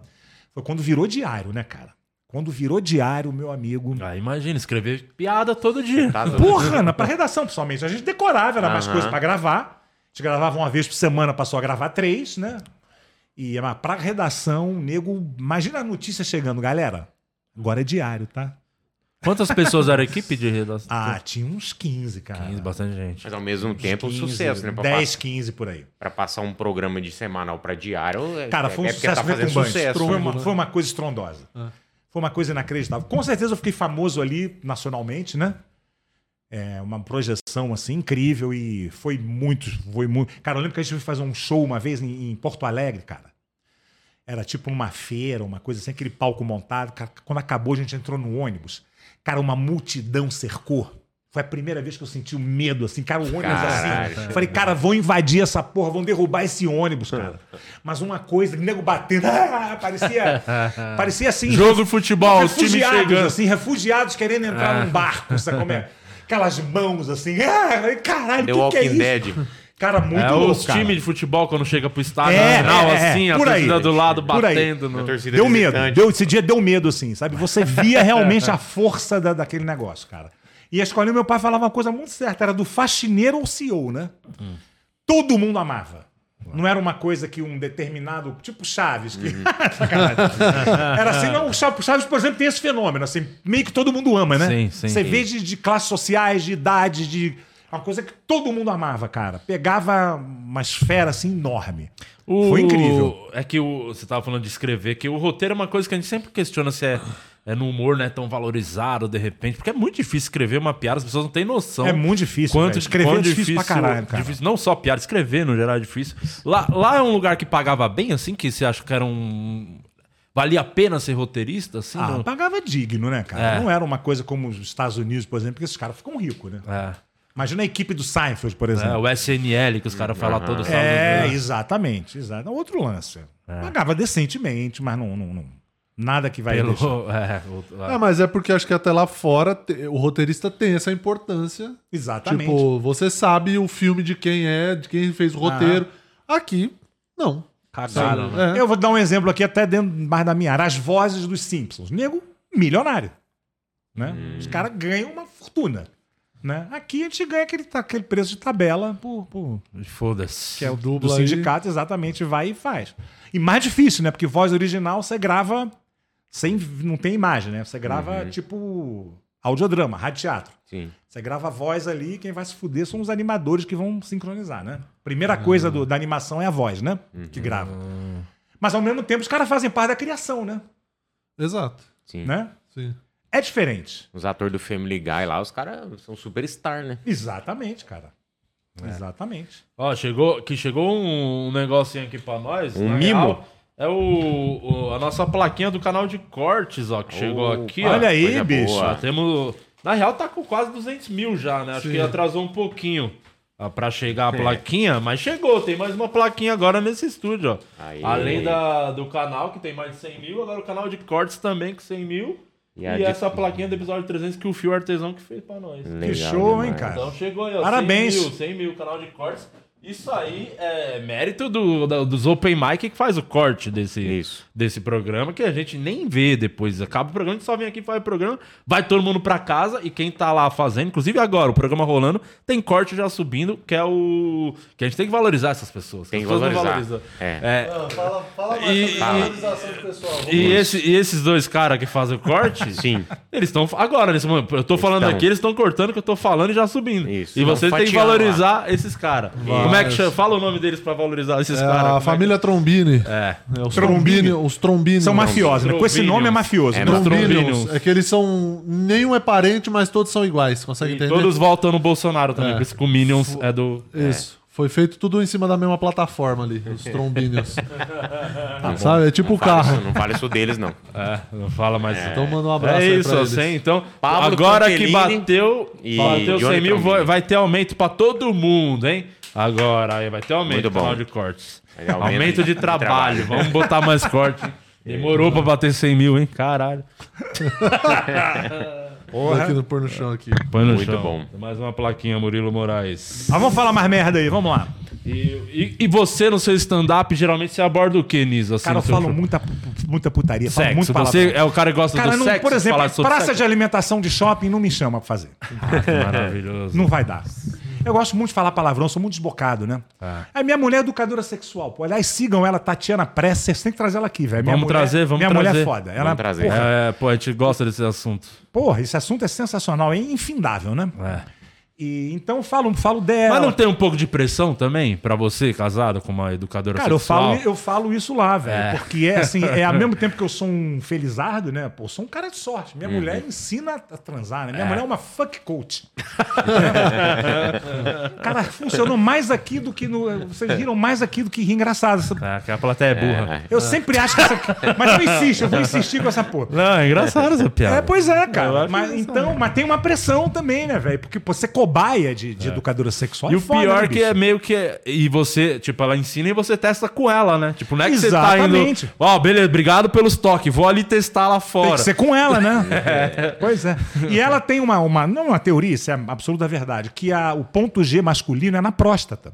Speaker 4: foi quando virou diário, né, cara? Quando virou diário, meu amigo.
Speaker 1: Ah, imagina, escrever piada todo dia.
Speaker 3: Tá doido.
Speaker 4: Porra, Ana, pra redação, principalmente. A gente decorava, era mais
Speaker 3: Aham.
Speaker 4: coisa pra gravar. A gente gravava uma vez por semana, passou a gravar três, né? E mas pra redação, nego. Imagina a notícia chegando, galera. Agora é diário, tá?
Speaker 1: Quantas pessoas era a equipe de redação?
Speaker 4: Ah, tinha uns 15, cara.
Speaker 1: 15, bastante gente.
Speaker 3: Mas ao mesmo
Speaker 4: Uns
Speaker 3: tempo,
Speaker 4: 15,
Speaker 3: sucesso, né? Pra,
Speaker 4: 10,
Speaker 3: passar,
Speaker 4: 15 por aí.
Speaker 3: pra passar um programa de semanal pra diário. é-
Speaker 4: Cara, foi um
Speaker 3: é porque
Speaker 4: sucesso retumbante. foi,
Speaker 3: né?
Speaker 4: uma, foi uma coisa estrondosa. Foi uma coisa inacreditável. Com certeza eu fiquei famoso ali nacionalmente, né? É uma projeção assim incrível e foi muito, foi muito. Cara, eu lembro que a gente foi fazer um show uma vez em, em Porto Alegre, cara. Era tipo uma feira, uma coisa assim, aquele palco montado. Cara, quando acabou, a gente entrou no ônibus. Cara, uma multidão cercou. Foi a primeira vez que eu senti o medo, assim, cara, o ônibus
Speaker 3: Caralho.
Speaker 4: assim. Eu falei, cara, vão invadir essa porra, vão derrubar esse ônibus, cara. Mas uma coisa, nego batendo, ah, parecia, parecia assim.
Speaker 1: Jogo de futebol, os times
Speaker 4: refugiados,
Speaker 1: chegando. Ah.
Speaker 4: assim, refugiados querendo entrar num barco, sabe como é? Aquelas mãos assim, ah, caralho,
Speaker 3: The
Speaker 4: o que, que é
Speaker 3: Walking
Speaker 4: isso?
Speaker 3: Dead.
Speaker 4: Cara, muito
Speaker 1: é
Speaker 4: louco,
Speaker 1: os
Speaker 4: cara.
Speaker 1: times de futebol quando chega pro estádio
Speaker 4: É,
Speaker 1: final,
Speaker 4: é, é,
Speaker 1: assim, a
Speaker 4: por aí.
Speaker 1: torcida do lado
Speaker 4: Por aí.
Speaker 1: batendo no.
Speaker 3: A torcida
Speaker 4: Deu medo.
Speaker 3: visitante.
Speaker 4: Deu, esse dia deu medo, assim, sabe? Você via realmente a força da- daquele negócio, cara. E a escolinha, meu pai falava uma coisa muito certa: era do faxineiro ao CEO, né? Todo mundo amava. Não era uma coisa que um determinado. Tipo Chaves. Que... Sacanagem. era assim, não, o Cha- o Chaves, por exemplo, tem esse fenômeno, assim, meio que todo mundo ama, né?
Speaker 1: Sim, sim.
Speaker 4: Você vê de, de classes sociais, de idades, de. Uma coisa que todo mundo amava, cara. Pegava uma esfera assim enorme.
Speaker 1: O-
Speaker 4: Foi incrível.
Speaker 1: É que o- você tava falando de escrever, que o roteiro é uma coisa que a gente sempre questiona se é, é no humor, né? Tão valorizado de repente. Porque é muito difícil escrever uma piada, as pessoas não têm noção.
Speaker 4: É muito difícil.
Speaker 1: Quanto,
Speaker 4: velho. escrever
Speaker 1: quão
Speaker 4: é difícil, pra caralho, cara.
Speaker 1: difícil- não só piada, escrever no geral é difícil. Lá, lá é um lugar que pagava bem, assim, que você acha que era um. Valia a pena ser roteirista, assim?
Speaker 4: Ah,
Speaker 1: não?
Speaker 4: pagava digno, né, cara?
Speaker 1: É.
Speaker 4: Não era uma coisa como os Estados Unidos, por exemplo, que esses caras ficam ricos, né?
Speaker 1: É.
Speaker 4: Imagina a equipe do Seinfeld, por
Speaker 1: É,
Speaker 4: exemplo.
Speaker 1: o SNL que os caras falam todo sábado. né?
Speaker 4: É, exatamente, exato. É Outro lance. Pagava decentemente, mas não, não, não- nada que vai
Speaker 1: Pelo,
Speaker 4: deixar.
Speaker 1: é, o-
Speaker 2: É, mas é porque acho que até lá fora te- o roteirista tem essa importância.
Speaker 4: Exatamente. Ah.
Speaker 2: Tipo, você sabe o filme de quem é, de quem fez o roteiro. Aqui, não.
Speaker 1: Cagaram,
Speaker 2: Sabe?
Speaker 1: né?
Speaker 2: É.
Speaker 4: Eu vou dar um exemplo aqui até dentro mais da minha área. As vozes dos Simpsons. Nego, milionário. Né? Os caras ganham uma fortuna. Né? Aqui a gente ganha aquele, ta- aquele preço de tabela por, por-
Speaker 1: Foda-se.
Speaker 4: que é o do,
Speaker 2: Dubla aí.
Speaker 4: sindicato, exatamente, vai e faz. E mais difícil, né? Porque voz original você grava sem. não tem imagem, né? Você grava tipo audiodrama, rádio teatro.
Speaker 3: Sim.
Speaker 4: Você grava a voz ali, quem vai se fuder são os animadores que vão sincronizar, né? Primeira coisa do- da animação é a voz, né? Que grava. Mas ao mesmo tempo os caras fazem parte da criação, né?
Speaker 2: Exato.
Speaker 3: Sim.
Speaker 4: né?
Speaker 2: Sim.
Speaker 4: É diferente.
Speaker 3: Os atores do Family Guy lá, os caras são superstar, né?
Speaker 4: Exatamente, cara. Exatamente.
Speaker 1: Ó, chegou, que chegou um, um negocinho aqui pra nós.
Speaker 3: Um
Speaker 1: na
Speaker 3: mimo?
Speaker 1: é o, o- a nossa plaquinha do canal de cortes, ó, que chegou
Speaker 3: Opa,
Speaker 1: aqui.
Speaker 4: Olha
Speaker 1: ó.
Speaker 4: aí,
Speaker 3: coisa
Speaker 4: bicho. Tá
Speaker 1: Já
Speaker 3: boa.
Speaker 1: temos. Na real, tá com quase 200 mil já, né? Acho
Speaker 2: Sim.
Speaker 1: que atrasou um pouquinho ó, pra chegar a plaquinha, mas chegou. Tem mais uma plaquinha agora nesse estúdio, ó.
Speaker 3: Aí.
Speaker 1: Além da, do canal, que tem mais de 100 mil, agora o canal de cortes também com 100 mil.
Speaker 3: E
Speaker 1: E,
Speaker 3: a de-
Speaker 1: essa plaquinha do episódio 300 que o Fio Artesão que fez pra nós.
Speaker 3: Legal
Speaker 4: show, hein,
Speaker 3: demais.
Speaker 4: cara?
Speaker 1: Então chegou aí, ó.
Speaker 4: Parabéns.
Speaker 1: 100 mil, 100 mil, canal de cortes. Isso aí é mérito do, da- dos Open Mic que faz o corte desse,
Speaker 3: Isso.
Speaker 1: desse programa, que a gente nem vê depois. Acaba o programa, a gente só vem aqui, faz o programa, vai todo mundo pra casa e quem tá lá fazendo, inclusive agora, o programa rolando, tem corte já subindo, que é o. Que a gente tem que valorizar essas pessoas. que
Speaker 3: Tem
Speaker 1: as
Speaker 3: que
Speaker 1: pessoas não
Speaker 3: valorizar.
Speaker 1: valorizam.
Speaker 3: É.
Speaker 1: É,
Speaker 2: Ah, Fala, fala
Speaker 1: mais E- sobre a
Speaker 2: organização do pessoal.
Speaker 1: e, esse- e esses dois caras que fazem o corte,
Speaker 3: Sim.
Speaker 1: eles estão. Agora, nesse momento, eu tô falando
Speaker 3: Estão.
Speaker 1: aqui, eles estão cortando o que eu tô falando e já subindo.
Speaker 3: Então- Isso.
Speaker 1: E
Speaker 3: Estão
Speaker 1: vocês têm que
Speaker 3: fatiando lá.
Speaker 1: valorizar esses caras. Como é que
Speaker 2: Isso.
Speaker 1: chama? Fala o nome deles pra valorizar esses
Speaker 2: É
Speaker 1: caras. Como
Speaker 2: a
Speaker 1: é
Speaker 2: família Trombini.
Speaker 1: É.
Speaker 2: É, os Trombini. Os Trombini.
Speaker 4: São mafiosos, né? Com esse
Speaker 1: Trombinions.
Speaker 4: nome é mafioso.
Speaker 3: É,
Speaker 4: né?
Speaker 3: mas-
Speaker 2: Trombinions.
Speaker 1: Trombinions.
Speaker 2: É que eles são. Nenhum é parente, mas todos são iguais. Consegue
Speaker 1: E
Speaker 2: entender?
Speaker 1: todos voltam no Bolsonaro também,
Speaker 2: tá É.
Speaker 1: por isso que o Minions é do.
Speaker 2: Isso. Foi feito tudo em cima da mesma plataforma ali, os Trombinions. Sabe? É tipo o carro.
Speaker 3: Isso, não fala isso deles, não.
Speaker 1: É, não fala mais.
Speaker 2: Então manda um abraço
Speaker 1: é
Speaker 2: aí
Speaker 1: isso,
Speaker 2: pra
Speaker 1: ó,
Speaker 2: eles.
Speaker 1: 100. Então,
Speaker 3: Pablo
Speaker 1: agora que
Speaker 3: Tortellini
Speaker 1: bateu,
Speaker 3: e
Speaker 1: bateu 100
Speaker 3: Johnny
Speaker 1: mil,
Speaker 3: Trombini.
Speaker 1: vai, vai ter aumento pra todo mundo, hein? Agora, aí vai ter aumento
Speaker 3: Muito
Speaker 1: no
Speaker 3: bom.
Speaker 1: canal de cortes.
Speaker 3: Aí aumenta
Speaker 1: Aumento de
Speaker 3: de
Speaker 1: trabalho.
Speaker 3: trabalho.
Speaker 1: Vamos botar mais corte. hein? Demorou pra bater 100 mil, hein? Caralho.
Speaker 2: Vou aqui no pôr no chão aqui.
Speaker 1: Põe no
Speaker 3: Muito
Speaker 1: chão.
Speaker 3: bom.
Speaker 1: Mais uma plaquinha, Murilo Moraes.
Speaker 4: Mas vamos falar mais merda aí, vamos lá.
Speaker 1: E, e- e você no seu stand-up, geralmente você aborda o que, Niso? Assim,
Speaker 4: Cara,
Speaker 1: no
Speaker 4: eu
Speaker 1: seu
Speaker 4: falo
Speaker 1: show?
Speaker 4: muita, muita putaria, falo
Speaker 1: Sexo.
Speaker 4: muito palavrão.
Speaker 1: você é o cara que gosta
Speaker 4: Cara,
Speaker 1: do
Speaker 4: não,
Speaker 1: sexo?
Speaker 4: por exemplo,
Speaker 1: falar sobre
Speaker 4: praça
Speaker 1: sexo? é
Speaker 4: de alimentação de shopping não me chama pra fazer.
Speaker 1: Maravilhoso.
Speaker 4: Não vai dar. Eu gosto muito de falar palavrão, sou muito desbocado, né? A minha mulher é educadora sexual. Pô, aliás, sigam ela, Tatiana Presser. Você tem que trazer ela aqui, velho. Minha
Speaker 1: Vamos
Speaker 4: mulher-
Speaker 1: trazer, vamos
Speaker 4: minha mulher
Speaker 1: trazer.
Speaker 4: é foda. Ela,
Speaker 3: Vamos trazer.
Speaker 4: Porra,
Speaker 1: É, pô, a gente gosta desse assunto.
Speaker 4: porra, esse assunto é sensacional, é infindável, né?
Speaker 1: É.
Speaker 4: E, então, falo, falo dela.
Speaker 1: Mas não tem um pouco de pressão também pra você, casado com uma educadora
Speaker 4: Cara, eu
Speaker 1: sexual?
Speaker 4: falo, eu falo isso lá, velho.
Speaker 1: É.
Speaker 4: Porque é assim, é ao mesmo tempo que eu sou um felizardo, né? Pô, eu sou um cara de sorte.
Speaker 1: Uhum.
Speaker 4: Minha mulher ensina a transar, né? Minha mulher é uma fuck coach. cara, funcionou mais aqui do que no. Vocês riram mais aqui do que rir engraçado. Essa-
Speaker 1: É, que a plateia é burra.
Speaker 4: Eu sempre acho que essa. Mas eu insisto, eu vou insistir com essa porra.
Speaker 1: Não, é engraçado essa piada.
Speaker 4: É, pois é,
Speaker 1: Eu
Speaker 4: cara.
Speaker 1: acho
Speaker 4: Mas, então, mas tem uma pressão também, né, velho? Porque pô, você cobaia de, de educadora sexual.
Speaker 1: E
Speaker 4: é
Speaker 1: o
Speaker 4: foda,
Speaker 1: pior
Speaker 4: né,
Speaker 1: que
Speaker 4: bicho?
Speaker 1: é meio que. é- E você, tipo, ela ensina e você testa com ela, né? Tipo, não é que você tá
Speaker 4: Exatamente.
Speaker 1: indo. Ó, beleza, obrigado pelos toques, vou ali testar lá
Speaker 4: Tem
Speaker 1: fora.
Speaker 4: que ser com ela, né? Pois é. E ela tem uma, uma não uma teoria, isso é a absoluta verdade, que a- o ponto G masculino é na próstata.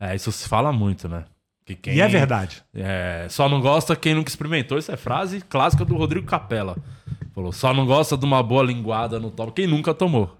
Speaker 1: É, isso se fala muito, né? Que quem-
Speaker 4: E é verdade.
Speaker 1: É, só não gosta quem nunca experimentou. Isso é frase clássica do Rodrigo Capella. Falou, só não gosta de uma boa linguada no topo quem nunca tomou.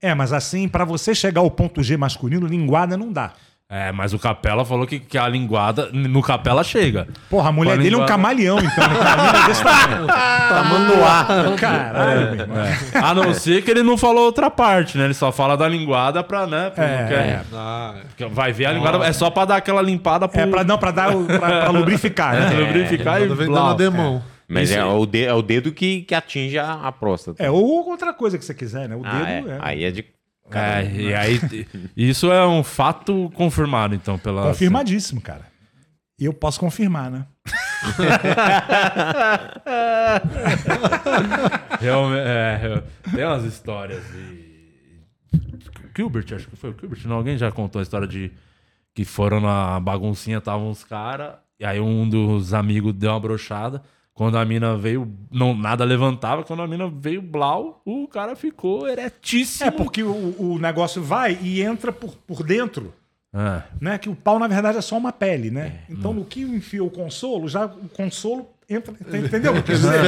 Speaker 4: É, mas assim, pra você chegar ao ponto G masculino, linguada não dá.
Speaker 1: É, mas o Capela falou que, que a linguada no Capela chega.
Speaker 4: Porra, a mulher
Speaker 1: Com a
Speaker 4: dele é um
Speaker 1: linguada.
Speaker 4: camaleão, então. né? A mina é desse tamanho.
Speaker 1: Tá,
Speaker 4: tá Caralho, meu irmão.
Speaker 1: É. A não ser que ele não falou outra parte, né? Ele só fala da linguada pra, né? Porque
Speaker 4: É,
Speaker 1: não quer-
Speaker 4: é.
Speaker 2: Ah,
Speaker 1: porque vai ver a linguada, é só pra dar aquela limpada pro,
Speaker 4: É, pra, não, pra, dar, o- pra, pra lubrificar,
Speaker 1: pra
Speaker 4: né?
Speaker 1: lubrificar
Speaker 2: é.
Speaker 1: e
Speaker 2: Tá vendendo
Speaker 1: blau.
Speaker 2: a demão.
Speaker 3: Mas é o, de- é o dedo que, que atinge a, a próstata.
Speaker 4: É, ou outra coisa que você quiser, né? O
Speaker 3: Ah,
Speaker 4: dedo
Speaker 3: é.
Speaker 4: é.
Speaker 3: Aí é de.
Speaker 1: É, e aí, isso é um fato confirmado, então, pela.
Speaker 4: Confirmadíssimo, cara. E eu posso confirmar, né?
Speaker 1: Realmente, é, tem umas histórias de. Gilbert, acho que foi o Gilbert. Não, alguém já contou a história de que foram na baguncinha, estavam os caras, e aí um dos amigos deu uma brochada. Quando a mina veio, não, nada levantava. Quando a mina veio, blau, o cara ficou eretíssimo.
Speaker 4: É porque o, o negócio vai e entra por, por dentro,
Speaker 1: É.
Speaker 4: É. Hum. né? Que o pau, na verdade, é só uma pele, né? Então, no que enfia o consolo, já o consolo entra, entendeu?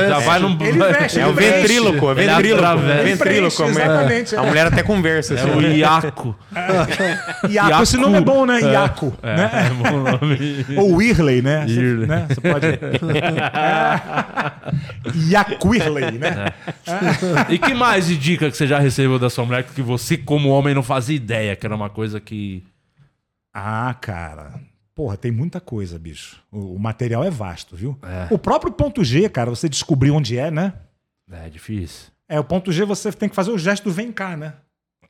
Speaker 1: Já vai num...
Speaker 4: É, Ele veste,
Speaker 3: É o
Speaker 4: ele veste.
Speaker 3: ventríloco, é
Speaker 1: Ele
Speaker 3: ventríloco.
Speaker 1: atravessa.
Speaker 3: Ventríloco.
Speaker 4: Ele preenche,
Speaker 3: a mulher-
Speaker 4: exatamente, é.
Speaker 3: A mulher até conversa.
Speaker 1: É
Speaker 3: assim.
Speaker 1: o Iaco.
Speaker 4: Iaco, esse nome é bom, né? Iaco.
Speaker 1: É,
Speaker 4: né?
Speaker 1: é bom nome.
Speaker 4: Ou Whirley, né? Você-
Speaker 1: Whirley.
Speaker 4: né? Você pode. É. Iaco Whirley, né?
Speaker 1: E que mais de dica que você já recebeu da sua mulher que você, como homem, não fazia ideia, que era uma coisa que.
Speaker 4: Ah, cara. Porra, tem muita coisa, bicho. O, o material é vasto, viu? O próprio ponto G, cara, você descobrir onde é, né?
Speaker 1: É difícil.
Speaker 4: É, o ponto G você tem que fazer o gesto do vem cá, né?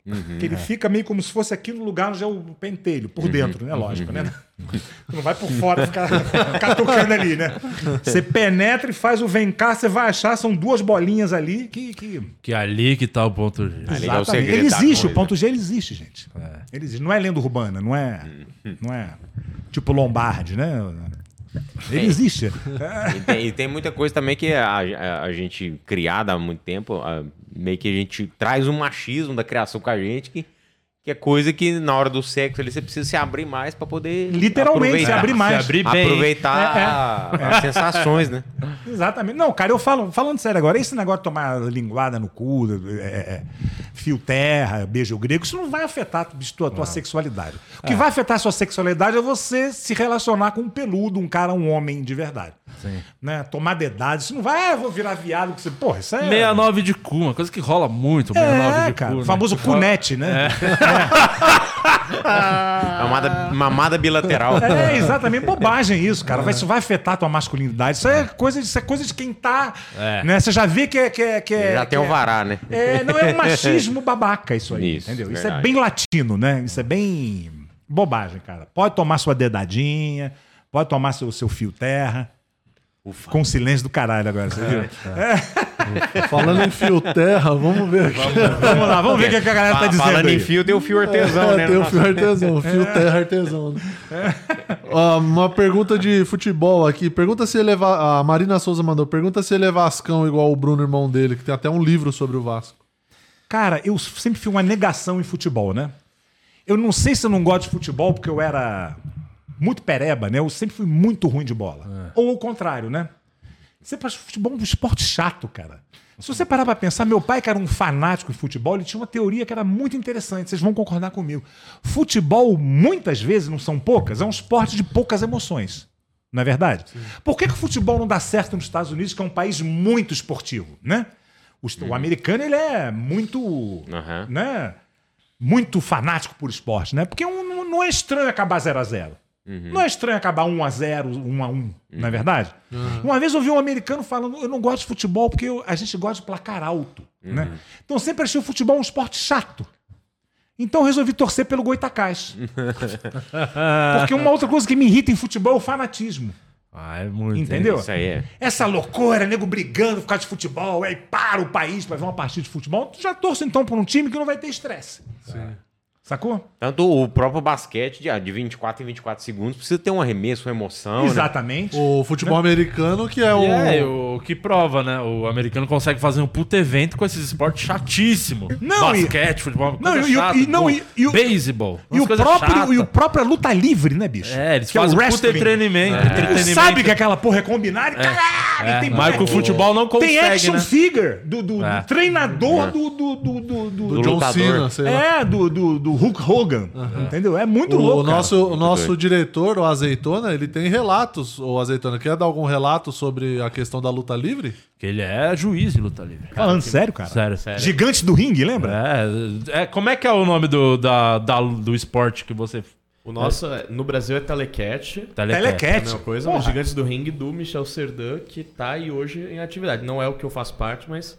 Speaker 3: Uhum.
Speaker 4: que ele fica meio como se fosse aqui no lugar onde é o pentelho, por dentro, né? Lógico, né?
Speaker 3: Uhum.
Speaker 4: Tu não vai por fora ficar catucando ali, né? Você penetra e faz o vem cá, você vai achar, são duas bolinhas ali que. que...
Speaker 1: Que ali que tá o ponto G.
Speaker 3: Ali é o
Speaker 4: Exatamente.
Speaker 3: segredo
Speaker 4: ele
Speaker 3: da
Speaker 4: existe,
Speaker 3: coisa.
Speaker 4: o ponto G ele existe, gente. Ele existe. Não é lenda urbana, não é.
Speaker 3: Uhum.
Speaker 4: Não é tipo Lombardi, né? Ele existe.
Speaker 3: E tem, e tem muita coisa também que a, a- a gente, criada há muito tempo, a- meio que a gente traz um machismo da criação com a gente, que, que é coisa que na hora do sexo ali você precisa se abrir mais pra poder.
Speaker 4: Literalmente,
Speaker 3: aproveitar-
Speaker 4: se abrir É, mais.
Speaker 1: Se abrir bem.
Speaker 3: Aproveitar as sensações, né?
Speaker 4: Exatamente. Não, cara, eu falo, falando sério agora, esse negócio de tomar linguada no cu, é, é, fio terra, beijo grego, isso não vai afetar bicho, tua, tua sexualidade. O que vai afetar a sua sexualidade é você se relacionar com um peludo, um cara, um homem de verdade. Né? Tomar dedado, isso não vai, ah, vou virar viado, que você. Porra, isso é.
Speaker 1: 69 de cu, uma coisa que rola muito. 69
Speaker 4: É,
Speaker 1: de
Speaker 4: cara,
Speaker 1: cu. né?
Speaker 4: o famoso cunete, né?
Speaker 1: É.
Speaker 4: Ah.
Speaker 3: Mamada, mamada bilateral.
Speaker 4: É, exatamente, bobagem isso, cara. Vai-
Speaker 1: É.
Speaker 4: Isso vai afetar a tua masculinidade. Isso é coisa, isso é coisa de quem tá.
Speaker 1: É.
Speaker 4: Né? Você já vê que é. Que é, que é
Speaker 3: Já tem
Speaker 4: que
Speaker 3: o vará, né?
Speaker 4: É, não é um machismo babaca isso aí,
Speaker 3: Isso,
Speaker 4: entendeu? Isso é
Speaker 3: verdade.
Speaker 4: bem latino, né? Isso é bem bobagem, cara. Pode tomar sua dedadinha, pode tomar seu, seu fio terra. Com silêncio do caralho agora, você viu?
Speaker 2: Falando em fio terra, vamos ver aqui.
Speaker 4: Vamos lá, vamos ver o que, que a galera tá
Speaker 3: Fa-
Speaker 4: dizendo
Speaker 3: Falando
Speaker 4: aí.
Speaker 3: em fio, deu fio artesão,
Speaker 2: É,
Speaker 3: né?
Speaker 2: Tem o
Speaker 3: Nossa,
Speaker 2: fio artesão, fio
Speaker 4: É.
Speaker 2: terra artesão. né? Ah, uma pergunta de futebol aqui. Pergunta se ele é va- A Marina Souza mandou. Pergunta se ele é Vascão igual o Bruno, irmão dele, que tem até um livro sobre o Vasco.
Speaker 4: Cara, eu sempre fui uma negação em futebol, né? Eu não sei se eu não gosto de futebol porque eu era muito pereba, né? Eu sempre fui muito ruim de bola. Ou o contrário, né? Sempre acho futebol um esporte chato, cara. Se você parar pra pensar, meu pai, que era um fanático em futebol, ele tinha uma teoria que era muito interessante, vocês vão concordar comigo. Futebol, muitas vezes, não são poucas, é um esporte de poucas emoções. Não é verdade? Por que, que o futebol não dá certo nos Estados Unidos, que é um país muito esportivo, né? O, est- o americano, ele é muito.
Speaker 3: Aham.
Speaker 4: né? Muito fanático por esporte, né? Porque um- não- não é estranho acabar 0 a 0
Speaker 3: Uhum.
Speaker 4: Não é estranho acabar 1 a 0 1 a 1 não é verdade?
Speaker 3: Uhum.
Speaker 4: Uma vez eu vi um americano falando: eu não gosto de futebol porque eu- a gente gosta de placar alto.
Speaker 3: Uhum.
Speaker 4: Né? Então eu sempre achei o futebol um esporte chato. Então eu resolvi torcer pelo Goitacás. porque uma outra coisa que me irrita em futebol é o fanatismo.
Speaker 1: Ah, é muito.
Speaker 4: Entendeu?
Speaker 3: Isso aí é.
Speaker 4: Essa loucura, nego brigando por causa de futebol, aí para o país pra ver uma partida de futebol. Tu já torce então por um time que não vai ter estresse. Sacou?
Speaker 3: Tanto o próprio basquete de, ah, de 24 em 24 segundos precisa ter um arremesso, uma emoção. né?
Speaker 4: Exatamente.
Speaker 2: O futebol americano, que é
Speaker 1: E
Speaker 2: o.
Speaker 1: é, o que prova, né? O americano consegue fazer um puto evento com esses esportes chatíssimo.
Speaker 4: Não, e-
Speaker 1: Basquete, futebol,
Speaker 4: Não,
Speaker 1: coisa
Speaker 4: e o-
Speaker 1: chata,
Speaker 4: e não,
Speaker 1: pô,
Speaker 4: e- e o-
Speaker 1: beisebol.
Speaker 4: E o,
Speaker 1: umas coisas
Speaker 4: próprio,
Speaker 1: chatas.
Speaker 4: e o próprio é luta livre, né, bicho?
Speaker 1: É, eles
Speaker 4: Que
Speaker 1: fazem
Speaker 4: o
Speaker 1: puto
Speaker 4: wrestling.
Speaker 1: entretenimento.
Speaker 4: Tu
Speaker 1: entretenimento.
Speaker 4: sabe que aquela porra é combinada e caralho,
Speaker 1: É,
Speaker 4: tem
Speaker 1: mas com o
Speaker 4: bonequinho.
Speaker 1: futebol não consegue,
Speaker 4: Tem action
Speaker 1: né?
Speaker 4: figure do, do
Speaker 1: É.
Speaker 4: treinador do, do, do, do, do-
Speaker 2: o John
Speaker 3: lutador.
Speaker 2: Cena, sei lá.
Speaker 4: É, do, do, do Hulk Hogan. Entendeu? É muito
Speaker 2: O,
Speaker 4: louco. cara.
Speaker 2: nosso, o nosso
Speaker 3: doido.
Speaker 2: diretor, o Azeitona, ele tem relatos. O Azeitona, quer dar algum relato sobre a questão da luta livre?
Speaker 1: Que ele é juiz de luta livre.
Speaker 4: Falando sério, cara.
Speaker 1: Sério, sério.
Speaker 4: Gigante do ringue, lembra?
Speaker 1: É, é, como é que é o nome do, da, da- do esporte que você.
Speaker 5: O nosso, é- no Brasil, é Telecat.
Speaker 1: Telequete.
Speaker 5: É a
Speaker 4: Telecat.
Speaker 5: mesma coisa, mas Gigantes do Ring do Michel Serdan, que tá aí hoje em atividade. Não é o que eu faço parte, mas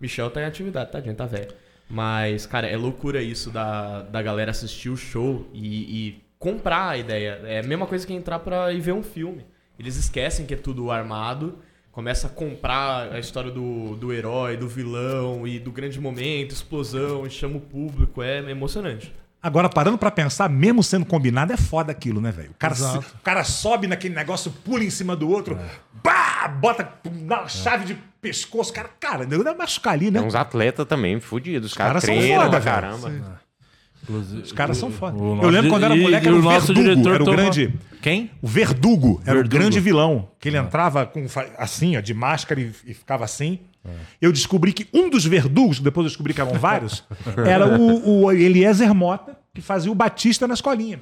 Speaker 5: Michel tá em atividade, tadinho, tá velho. Mas, cara, é loucura isso da, da galera assistir o show e, e comprar a ideia. É a mesma coisa que entrar pra ir ver um filme. Eles esquecem que é tudo armado, começa a comprar a história do, do herói, do vilão e do grande momento, explosão, e chama o público, é emocionante.
Speaker 4: Agora, parando pra pensar, mesmo sendo combinado, é foda aquilo, né, velho? O, cara se-
Speaker 2: Exato.
Speaker 4: o cara sobe naquele negócio, pula em cima do outro, pá, bota pum, dá uma chave de pescoço,
Speaker 1: É um
Speaker 4: cara, cara, deu uma machucar ali, né?
Speaker 3: Tem uns atletas também, fudidos. Os caras
Speaker 4: caras são
Speaker 3: treinam
Speaker 4: foda,
Speaker 3: pra
Speaker 4: velho.
Speaker 3: caramba.
Speaker 1: Inclusive,
Speaker 4: Os caras são foda.
Speaker 1: o nosso
Speaker 4: Eu lembro quando era
Speaker 1: di-
Speaker 4: moleque,
Speaker 1: e
Speaker 4: era
Speaker 1: o
Speaker 4: o
Speaker 1: nosso
Speaker 4: Verdugo,
Speaker 1: diretor
Speaker 4: era o
Speaker 1: toma-
Speaker 4: grande...
Speaker 3: Quem?
Speaker 4: O Verdugo era
Speaker 1: Verdugo.
Speaker 4: o grande vilão, que ele entrava com fa- assim, ó, de máscara e, e ficava assim.
Speaker 1: É.
Speaker 4: Eu descobri que um dos verdugos, depois eu descobri que eram vários, era o, o Eliezer Mota, que fazia o Batista na escolinha.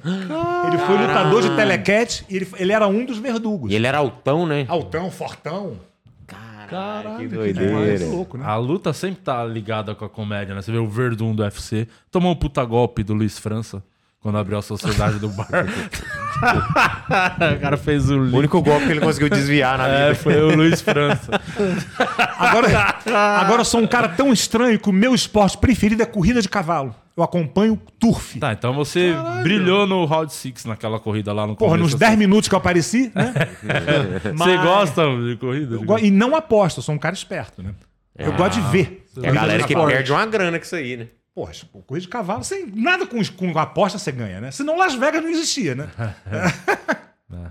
Speaker 4: Ele foi lutador de telequete e ele, ele era um dos verdugos.
Speaker 3: E ele era altão, né?
Speaker 4: Altão, fortão.
Speaker 3: Caralho, que
Speaker 4: Mas
Speaker 3: doideira.
Speaker 4: louco, né?
Speaker 1: A luta sempre tá ligada com a comédia, né? Você vê o Verdun do UFC, tomou um puta golpe do Luiz França quando abriu a sociedade do bar. o cara fez o
Speaker 3: O
Speaker 1: link.
Speaker 3: único golpe que ele conseguiu desviar na vida.
Speaker 1: É, foi o Luiz França.
Speaker 4: Agora, agora eu sou um cara tão estranho que o meu esporte preferido é corrida de cavalo. Eu acompanho turf.
Speaker 1: Tá, então você brilhou no Round six naquela corrida lá no
Speaker 4: Porra,
Speaker 1: começo,
Speaker 4: nos 10 minutos que eu apareci, né?
Speaker 1: assim. Você
Speaker 4: mas-
Speaker 1: gosta de corrida?
Speaker 4: Eu go- E não aposto, eu sou um cara esperto, né? Eu gosto de ver.
Speaker 3: É a galera que
Speaker 4: Esporte.
Speaker 3: perde uma grana com isso aí, né?
Speaker 4: Porra, tipo, corrida de cavalo, sem nada com, com aposta você ganha, né? Senão Las Vegas não existia, né?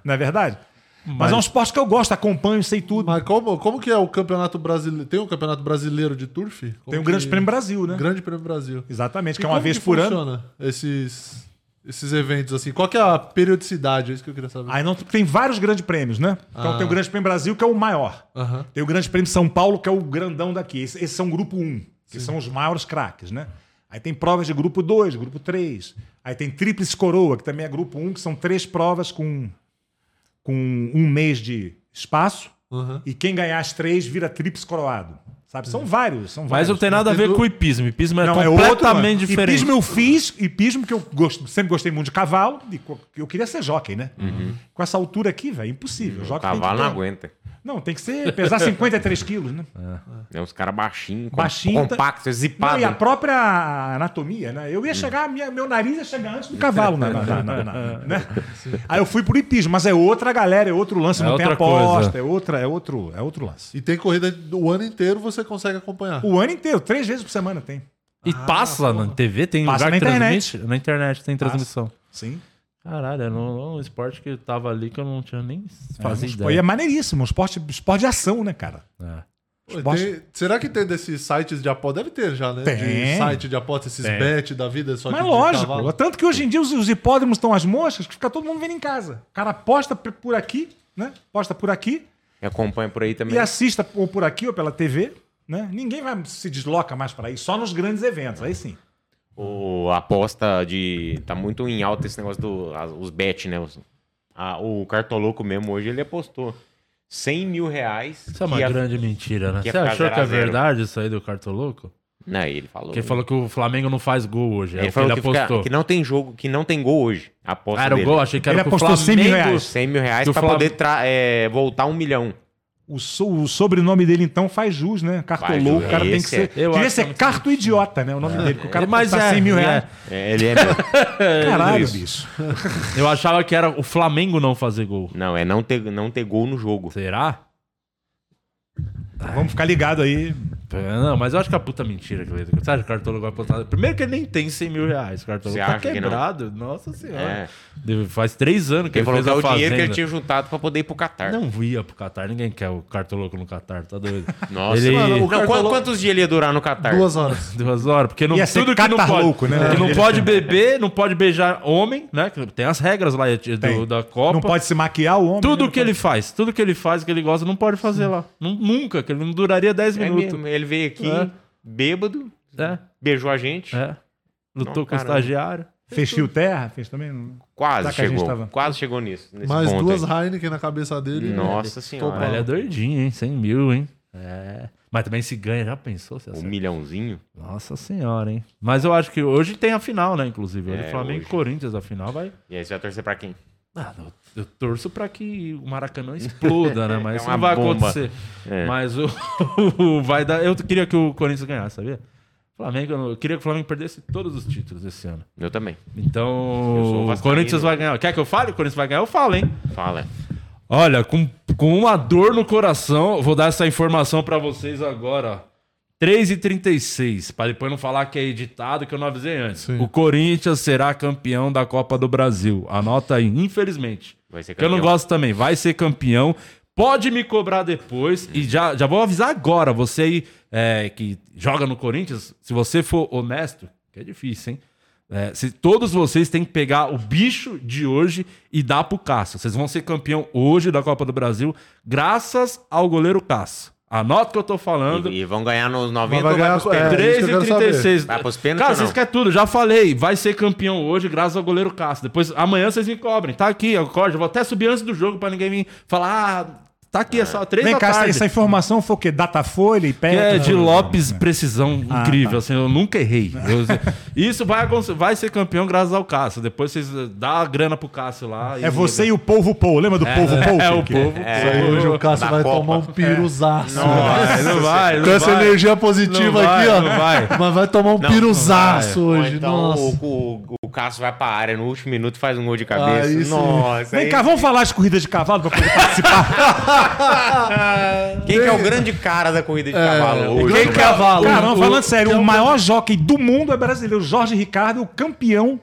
Speaker 4: não é verdade? Mas, é um esporte que eu gosto, acompanho, sei tudo.
Speaker 2: Mas como, como que é o campeonato brasileiro? Tem o campeonato brasileiro de turf? Como
Speaker 4: Tem o
Speaker 2: que-
Speaker 4: Grande Prêmio Brasil, né?
Speaker 2: Grande Prêmio Brasil.
Speaker 4: Exatamente,
Speaker 2: E
Speaker 4: que é uma
Speaker 2: como
Speaker 4: vez por ano.
Speaker 2: funciona esses, esses eventos assim? Qual que é a periodicidade? É isso que eu queria saber.
Speaker 4: Aí não, tem vários grandes prêmios, né? Então
Speaker 2: Ah.
Speaker 4: tem o Grande Prêmio Brasil, que é o maior.
Speaker 2: Aham.
Speaker 4: Tem o Grande Prêmio São Paulo, que é o grandão daqui. Esse- Esses são grupo 1, que são os maiores craques, né? Aí tem provas de grupo 2, grupo 3. Aí tem Tríplice Coroa, que também é grupo 1, que são três provas com, com um mês de espaço.
Speaker 2: Aham.
Speaker 4: E quem ganhar as três vira Tríplice Coroado. Sabe? São vários, são
Speaker 1: Mas
Speaker 4: vários.
Speaker 1: não tem nada a ver
Speaker 2: Entendo.
Speaker 1: com o hipismo. Hipismo é
Speaker 4: Não, outro,
Speaker 1: completamente
Speaker 4: mano.
Speaker 1: diferente.
Speaker 4: Hipismo eu fiz, hipismo que eu gosto, sempre gostei muito de cavalo, e co- eu queria ser jockey, né?
Speaker 1: Uhum.
Speaker 4: Com essa altura aqui, velho, é impossível.
Speaker 3: O
Speaker 4: Jockey tem que
Speaker 3: cavalo não
Speaker 4: ter-
Speaker 3: aguenta.
Speaker 4: Não, tem que ser pesar 53 quilos, né?
Speaker 3: É uns caras baixinhos,
Speaker 4: Baixinho, tá-
Speaker 3: baixinho, compactos,
Speaker 4: Não,
Speaker 3: zipados.
Speaker 4: e a própria anatomia, né?
Speaker 1: Hum.
Speaker 4: Eu ia chegar, minha- meu nariz ia chegar antes do cavalo,
Speaker 1: É
Speaker 4: na, na- na- na- na- né? Aí eu fui pro hipismo, mas é outra galera, é outro lance,
Speaker 1: É
Speaker 4: não tem
Speaker 1: outra
Speaker 4: aposta,
Speaker 1: coisa.
Speaker 4: é outra, é outro, é outro lance.
Speaker 2: E tem corrida o ano inteiro você consegue acompanhar.
Speaker 4: O ano inteiro, três vezes por semana tem.
Speaker 1: E passa na TV, tem
Speaker 4: Ah, Passa
Speaker 1: lugar
Speaker 4: na
Speaker 1: que
Speaker 4: internet.
Speaker 1: transmite? Na internet tem transmissão.
Speaker 4: Sim.
Speaker 1: Caralho, era um, um esporte que tava ali que eu não tinha nem fazia
Speaker 4: E é
Speaker 1: ideia.
Speaker 4: maneiríssimo, um esporte, esporte de ação, né, cara?
Speaker 1: É.
Speaker 2: Pô, tem- será que tem desses sites de aposta? Deve ter já, né?
Speaker 4: Tem.
Speaker 2: De site de aposta, esses bet da vida. Só
Speaker 4: Mas
Speaker 2: que de
Speaker 4: lógico.
Speaker 2: cavalo.
Speaker 4: Tanto que hoje em dia os, os hipódromos estão as moscas que fica todo mundo vendo em casa. O cara aposta p- por aqui, né? Aposta por aqui
Speaker 3: E acompanha por aí
Speaker 1: Hum.
Speaker 3: também.
Speaker 4: e assista ou por aqui ou pela TV, né? Ninguém vai se desloca mais para aí, só nos grandes eventos, aí sim.
Speaker 3: O a aposta de. Tá muito em alta esse negócio dos os bet, né? Os- a- o Cartoloco mesmo hoje ele apostou 100 mil reais.
Speaker 1: Isso é uma
Speaker 3: que ia-
Speaker 1: grande mentira, né?
Speaker 3: que
Speaker 1: Você
Speaker 3: ia ficar
Speaker 1: achou que é
Speaker 3: 0 a 0.
Speaker 1: verdade isso aí do Cartoloco?
Speaker 3: Não, ele falou.
Speaker 1: Que ele falou que o Flamengo não faz gol hoje. é
Speaker 3: Ele
Speaker 1: o que
Speaker 3: falou
Speaker 1: ele
Speaker 3: que, fica-
Speaker 1: apostou.
Speaker 3: que não tem jogo, que não tem gol hoje. A aposta
Speaker 1: Ah, era o
Speaker 3: dele.
Speaker 1: gol? Achei que era
Speaker 4: Ele
Speaker 1: que o
Speaker 4: apostou 100 mil
Speaker 1: Flamengo-
Speaker 4: reais.
Speaker 3: 100 mil reais
Speaker 1: Que o
Speaker 3: pra
Speaker 1: Flam-
Speaker 3: poder tra- é, voltar um milhão.
Speaker 4: O, so- o sobrenome dele então faz jus, né? Cartolouco,
Speaker 3: jus,
Speaker 4: o cara tem que
Speaker 3: esse é.
Speaker 4: ser.
Speaker 1: Eu
Speaker 4: Devia
Speaker 1: acho que
Speaker 4: ser
Speaker 1: é
Speaker 4: carto idiota, né? O nome dele. que o cara
Speaker 1: Mas
Speaker 4: apostar
Speaker 1: é,
Speaker 4: 100 mil
Speaker 1: é.
Speaker 4: reais.
Speaker 3: É, ele é. meu.
Speaker 4: Caralho,
Speaker 3: Isso.
Speaker 4: bicho.
Speaker 1: Eu achava que era o Flamengo não fazer gol.
Speaker 3: não, é não ter, não ter gol no jogo.
Speaker 1: Será?
Speaker 4: Vamos ficar ligado aí.
Speaker 1: É, Não, mas eu acho que é uma puta mentira que ele Você acha que o Cartoloco vai apostar? Primeiro que ele nem tem 100 mil reais. O Cartoloco
Speaker 3: Você
Speaker 1: tá
Speaker 3: acha que não?
Speaker 1: quebrado. Nossa senhora.
Speaker 3: É.
Speaker 1: Deve- Faz três anos que
Speaker 3: Ele
Speaker 1: ele,
Speaker 3: falou
Speaker 1: fez
Speaker 3: que
Speaker 1: a
Speaker 3: é o
Speaker 1: fazenda.
Speaker 3: dinheiro que ele tinha juntado pra poder ir pro Qatar.
Speaker 1: Não ia pro Catar. Ninguém quer o Cartoloco no Catar. Tá doido?
Speaker 3: Nossa,
Speaker 1: Ele-
Speaker 2: mano, o
Speaker 3: Não,
Speaker 2: Cartoloco-
Speaker 3: quantos, quantos dias ele ia durar no Qatar?
Speaker 2: Duas horas.
Speaker 1: Duas horas, porque não,
Speaker 4: Ia ser
Speaker 1: tudo que não pode.
Speaker 4: catarlouco, né?
Speaker 1: Porque não pode beber, não pode beijar homem, né? Que Tem as regras lá do-
Speaker 4: Tem.
Speaker 1: da Copa.
Speaker 4: Não pode se maquiar o homem.
Speaker 1: Tudo
Speaker 4: né?
Speaker 1: que ele faz, tudo que ele faz, que ele gosta, não pode fazer lá. Nun- Nunca, que ele não duraria 10
Speaker 3: É
Speaker 1: minutos.
Speaker 3: mesmo, ele veio aqui,
Speaker 1: É.
Speaker 3: bêbado,
Speaker 1: É,
Speaker 3: beijou a gente.
Speaker 1: é. Lutou
Speaker 3: Não,
Speaker 1: com o
Speaker 3: caramba.
Speaker 1: estagiário.
Speaker 4: Fez fio terra, fez também. não-
Speaker 3: Quase
Speaker 4: Tá que a gente
Speaker 3: chegou.
Speaker 4: tava-
Speaker 3: Quase chegou nisso. Nesse
Speaker 2: Mais
Speaker 3: ponto
Speaker 2: duas
Speaker 3: aí.
Speaker 2: Heineken na cabeça dele. né?
Speaker 3: Nossa
Speaker 1: Ah,
Speaker 3: senhora.
Speaker 1: ele é doidinho, hein? 100 mil, hein? É. Mas também se ganha, já pensou? Se
Speaker 3: Um
Speaker 1: acerta?
Speaker 3: milhãozinho.
Speaker 1: Nossa senhora, hein? Mas eu acho que hoje tem a final, né? Inclusive, hoje
Speaker 3: É,
Speaker 1: Flamengo e
Speaker 3: hoje.
Speaker 1: Corinthians, a final vai.
Speaker 3: E aí você vai torcer pra quem?
Speaker 1: Ah, eu, eu torço pra que o Maracanã exploda, né? Mas
Speaker 3: É
Speaker 1: isso
Speaker 3: uma
Speaker 1: não vai
Speaker 3: bomba.
Speaker 1: acontecer.
Speaker 3: É.
Speaker 1: Mas o, o vai dar. Eu queria que o Corinthians ganhasse, sabia? Flamengo, eu queria que o Flamengo perdesse todos os títulos esse ano.
Speaker 3: Eu também. Eu sou
Speaker 1: Então, o
Speaker 3: vascaíno.
Speaker 1: Corinthians vai ganhar. Quer que eu fale? O Corinthians vai ganhar? Eu falo, hein?
Speaker 3: Fala.
Speaker 1: Olha, com, com uma dor no coração, vou dar essa informação pra vocês agora. 3h36, pra depois não falar que é editado, que eu não avisei antes.
Speaker 2: Sim.
Speaker 1: O Corinthians será campeão da Copa do Brasil. Anota aí, infelizmente.
Speaker 3: Vai ser
Speaker 1: Que eu não
Speaker 3: campeão.
Speaker 1: gosto também. Vai ser campeão. Pode me cobrar depois. E já, já vou avisar agora. Você aí é, que joga no Corinthians, se você for honesto, que é difícil, hein? É, se, todos vocês têm que pegar o bicho de hoje e dar pro Cássio. Vocês vão ser campeão hoje da Copa do Brasil, graças ao goleiro Cássio. Anota o que eu tô falando.
Speaker 3: E, e vão ganhar nos
Speaker 2: Mas
Speaker 3: 90 ou
Speaker 2: vai
Speaker 3: vai
Speaker 2: ganhar-
Speaker 3: pros pênaltis?
Speaker 2: é, isso
Speaker 1: 3
Speaker 2: que eu
Speaker 1: e
Speaker 2: quero
Speaker 1: 36.
Speaker 3: Vai Ah, pros pênaltis
Speaker 1: Cara,
Speaker 3: ou não?
Speaker 1: vocês querem tudo, já falei. Vai ser campeão hoje, graças ao goleiro Cássio. Depois, amanhã vocês me cobrem. Tá aqui, eu acordo. eu Vou até subir antes do jogo pra ninguém me falar. Ah, tá aqui, é só 3
Speaker 4: Vem
Speaker 1: da
Speaker 4: cá,
Speaker 1: tarde.
Speaker 4: essa informação foi o quê? Datafolha e
Speaker 1: Que
Speaker 4: pé?
Speaker 1: é de Lopes precisão incrível, assim, eu nunca errei. Eu- isso vai, aconse- vai ser campeão graças ao Cássio. Depois vocês eh, dá a grana pro Cássio lá.
Speaker 4: É você e o povo Pou. Lembra do povo Pou?
Speaker 1: É, o
Speaker 4: Chico?
Speaker 1: povo.
Speaker 2: Isso aí, hoje o Cássio
Speaker 3: Na
Speaker 2: vai
Speaker 3: Copa. É.
Speaker 2: tomar um piruzaço.
Speaker 1: Não vai, não vai. Não
Speaker 2: Com essa
Speaker 1: vai.
Speaker 2: energia positiva
Speaker 1: Não vai,
Speaker 2: aqui, ó.
Speaker 1: não vai.
Speaker 2: Mas vai tomar um piruzaço
Speaker 3: Ou
Speaker 2: hoje.
Speaker 3: então
Speaker 2: Nossa.
Speaker 3: O, o, o Cássio vai pra área no último minuto e faz um gol de cabeça.
Speaker 2: Aí sim.
Speaker 3: Nossa.
Speaker 4: Vem
Speaker 3: aí-
Speaker 4: cá, vamos falar de corridas de cavalo pra poder participar.
Speaker 3: Quem que é o grande cara da corrida de
Speaker 4: É,
Speaker 3: cavalo hoje?
Speaker 2: grande cavalo.
Speaker 4: Cara, não,
Speaker 2: O-
Speaker 4: falando sério, o maior jockey do mundo é brasileiro. Jorge Ricardo é o campeão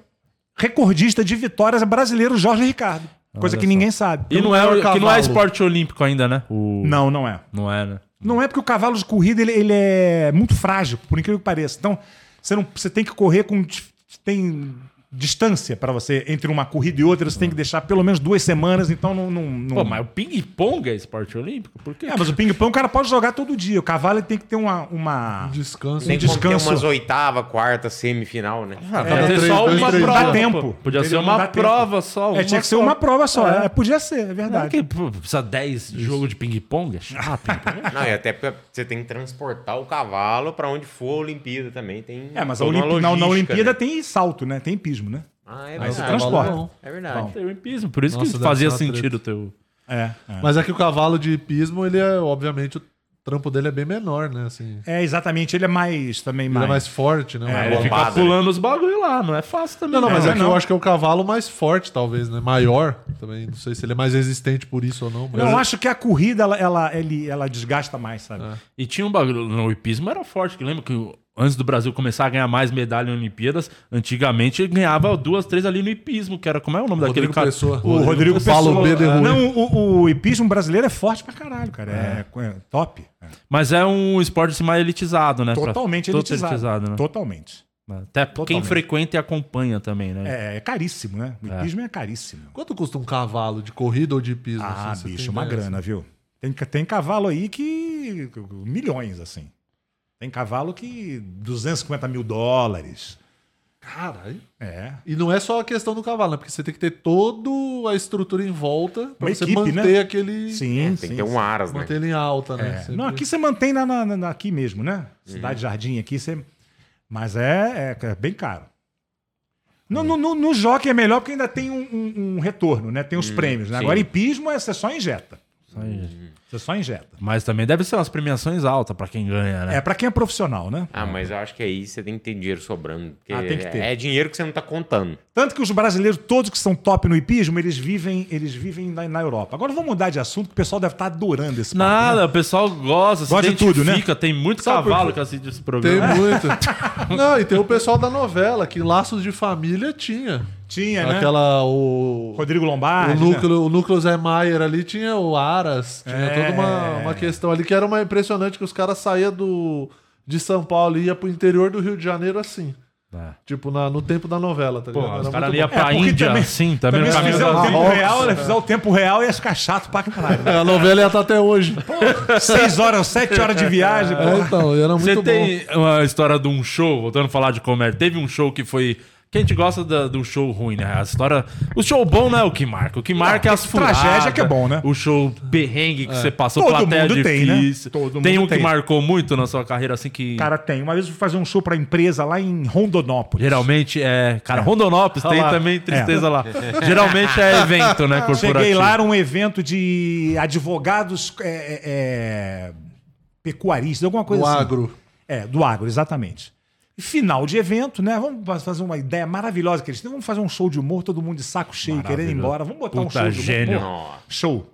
Speaker 4: recordista de vitórias é brasileiro Jorge Ricardo. Coisa que ninguém sabe.
Speaker 1: E não
Speaker 2: O
Speaker 1: é, que não é
Speaker 2: cavalo.
Speaker 1: esporte olímpico ainda, né? O-
Speaker 4: Não, não é.
Speaker 1: Não é, né?
Speaker 4: Não é porque o cavalo de corrida ele, ele é muito frágil, por incrível que pareça. Então, você, não, você tem que correr com. dis- Tem distância para você entre uma corrida e outra, você tem que deixar pelo menos duas semanas, então não. não, não-
Speaker 1: Pô, mas o ping-pong é esporte olímpico? Por quê?
Speaker 4: É, mas o ping-pong o cara pode jogar todo dia. O cavalo ele tem que ter uma. uma...
Speaker 2: Descanso.
Speaker 3: Tem que ter
Speaker 4: um descanso.
Speaker 3: umas oitava, quarta, semifinal, né?
Speaker 1: Ah,
Speaker 2: cada
Speaker 1: fazer
Speaker 2: três,
Speaker 1: só
Speaker 2: dois,
Speaker 1: uma
Speaker 2: três
Speaker 1: prova.
Speaker 4: dias. Dá tempo.
Speaker 1: pô. Podia ser
Speaker 4: Entendeu? Não
Speaker 1: uma
Speaker 4: dá tempo.
Speaker 1: prova só.
Speaker 4: É, tinha que ser uma prova só. É, podia ser, é
Speaker 1: Não,
Speaker 4: verdade.
Speaker 1: que, pô, precisa 10 jogos de ping-pong? É chato. hein?
Speaker 3: Não, e até porque você tem que transportar o cavalo pra onde for a Olimpíada também. Tem
Speaker 4: É, mas a
Speaker 3: toda uma
Speaker 4: Olimpí- na, na
Speaker 3: logística,
Speaker 4: Olimpíada
Speaker 3: né?
Speaker 4: tem salto, né? Tem hipismo, né?
Speaker 3: Ah, é
Speaker 4: Aí você
Speaker 3: verdade.
Speaker 4: transporta.
Speaker 2: não.
Speaker 3: É verdade.
Speaker 1: Tem o hipismo, por isso
Speaker 2: Nossa,
Speaker 1: que
Speaker 2: deve
Speaker 1: fazia
Speaker 2: ser uma
Speaker 1: sentido o teu...
Speaker 4: É. é.
Speaker 2: Mas é que o cavalo de hipismo, ele é, obviamente, o trampo dele é bem menor, né? Assim,
Speaker 4: É, exatamente. Ele é mais também
Speaker 2: ele é
Speaker 4: mais.
Speaker 2: mais forte, né?
Speaker 4: É,
Speaker 2: Mas-
Speaker 1: Ele fica
Speaker 3: Bombado, né?
Speaker 1: Tá pulando os bagulho lá, não é fácil também.
Speaker 2: Não, não, mas
Speaker 1: né?
Speaker 2: é que eu acho que é o cavalo mais forte, talvez, né? Maior também. Não sei se ele é mais resistente por isso ou não. Mas...
Speaker 4: Não, eu acho que a corrida ela, ela, ele- ela desgasta mais, sabe?
Speaker 1: E tinha um bagulho no hipismo, era forte. Que lembra que o- antes do Brasil começar a ganhar mais medalha em Olimpíadas, antigamente ele ganhava duas, três ali no hipismo, que era como é o nome daquele
Speaker 2: Rodrigo
Speaker 1: cara?
Speaker 2: Pessoa.
Speaker 4: O Rodrigo
Speaker 2: Paulo B. de
Speaker 4: Pessoa. é,
Speaker 2: Rui.
Speaker 4: Não, o, o hipismo brasileiro é forte pra caralho, cara. É, é top. É.
Speaker 1: Mas é um esporte assim, mais elitizado, né? Pra-
Speaker 4: Totalmente
Speaker 1: todo
Speaker 4: elitizado.
Speaker 1: elitizado, né?
Speaker 4: Totalmente.
Speaker 1: Até quem frequenta e acompanha também, né?
Speaker 4: É, é caríssimo, né? O hipismo é, caríssimo.
Speaker 2: Quanto custa um cavalo de corrida ou de hipismo?
Speaker 4: Ah,
Speaker 2: assim, você
Speaker 4: bicho,
Speaker 2: tem
Speaker 4: uma
Speaker 2: ideia?
Speaker 4: grana, viu? Tem, ca- tem cavalo aí que. milhões, assim. Tem cavalo que. 250 mil dólares.
Speaker 2: Caralho.
Speaker 4: É.
Speaker 2: E não é só a questão do cavalo, né? Porque você tem que ter toda a estrutura em volta pra
Speaker 4: Uma
Speaker 2: você
Speaker 4: equipe,
Speaker 2: manter
Speaker 4: né?
Speaker 2: aquele.
Speaker 4: Sim,
Speaker 3: É,
Speaker 4: sim.
Speaker 3: tem que ter um aras, né?
Speaker 2: Manter ele em alta, né?
Speaker 4: É. Não, aqui você mantém na, na- na- aqui mesmo, né?
Speaker 3: Uhum.
Speaker 4: Cidade Jardim aqui, você. Mas é, é- é bem caro. No,
Speaker 3: Uhum.
Speaker 4: no, no, no jockey é melhor porque ainda tem um, um- um retorno, né? Tem os prêmios. Né?
Speaker 3: Hum, sim. Hum.
Speaker 4: Agora, em pismo, é- você só injeta.
Speaker 1: Isso aí.
Speaker 4: Você só injeta.
Speaker 1: Mas também deve ser umas premiações altas pra quem ganha, né?
Speaker 4: É pra quem é profissional, né?
Speaker 3: Ah, mas eu acho que aí você tem que ter dinheiro sobrando. Porque
Speaker 4: Ah, tem que ter.
Speaker 3: É dinheiro que você não tá contando.
Speaker 4: Tanto que os brasileiros, todos que são top no hipismo, eles vivem, eles vivem na, na Europa. Agora vamos mudar de assunto, que o pessoal deve estar adorando esse papo, né?
Speaker 1: Nada, o pessoal gosta, se
Speaker 4: Gosta de tudo, né?
Speaker 1: identifica, Tem muito
Speaker 2: Sabe por
Speaker 1: cavalo
Speaker 2: quê?
Speaker 1: que assiste esse
Speaker 2: Tem
Speaker 1: programa. É,
Speaker 2: muito. não, e tem o pessoal da novela, que Laços de Família tinha.
Speaker 4: Tinha, né?
Speaker 2: Aquela. O,
Speaker 4: Rodrigo
Speaker 2: o,
Speaker 4: Lombardi. né?
Speaker 2: núcleo, o núcleo Zé Maier ali tinha o Aras, tinha
Speaker 4: É.
Speaker 2: toda uma, uma questão ali que era uma impressionante que os caras saíam do. De São Paulo e ia pro interior do Rio de Janeiro assim.
Speaker 1: Tá.
Speaker 2: Tipo, na- no tempo da novela, tá
Speaker 1: Pô,
Speaker 2: ligado?
Speaker 1: os
Speaker 2: Era
Speaker 1: caras
Speaker 2: muito
Speaker 1: iam
Speaker 2: bom.
Speaker 1: pra
Speaker 4: É, porque
Speaker 1: Índia,
Speaker 4: também-
Speaker 1: sim, também
Speaker 4: Também
Speaker 1: no
Speaker 4: se
Speaker 1: Tá caminho
Speaker 4: fizer
Speaker 1: da
Speaker 4: o tempo
Speaker 2: Marrocos,
Speaker 4: real, né? fizer o tempo real, ia ficar chato pra caralho.
Speaker 2: É, A novela ia estar até hoje.
Speaker 4: Seis horas, sete horas de viagem.
Speaker 2: É,
Speaker 4: porra.
Speaker 2: então, era muito
Speaker 1: Você
Speaker 2: bom.
Speaker 1: tem uma história de um show, voltando a falar de comédia, teve um show que foi. Que a gente gosta da- do show ruim, né? A história. O show bom não é o que marca. O que marca é as furadas.
Speaker 4: tragédia que é bom, né? É.
Speaker 1: O show perrengue que você passou,
Speaker 4: Todo
Speaker 1: plateia
Speaker 4: mundo tem, né?
Speaker 1: difícil.
Speaker 4: Todo
Speaker 1: tem
Speaker 4: mundo
Speaker 1: um que
Speaker 4: tem.
Speaker 1: marcou muito na sua carreira, assim que.
Speaker 4: Cara, tem. Uma vez eu fui fazer um show pra empresa lá em Rondonópolis.
Speaker 1: Geralmente é. Cara, Rondonópolis tem
Speaker 2: lá.
Speaker 1: também tristeza lá. Geralmente é evento, né? Corporativo.
Speaker 4: É. Cheguei lá, era um evento de advogados é, é, é, pecuaristas, alguma coisa
Speaker 2: Do
Speaker 4: assim.
Speaker 2: agro.
Speaker 4: É, do agro, exatamente. E Final de evento, né? Vamos fazer uma ideia maravilhosa que eles têm. Vamos fazer um show de humor, todo mundo de saco cheio, querendo ir embora. Vamos botar um
Speaker 1: Puta
Speaker 4: show de humor.
Speaker 1: gênio.
Speaker 4: Pô,
Speaker 3: Nossa.
Speaker 4: Show.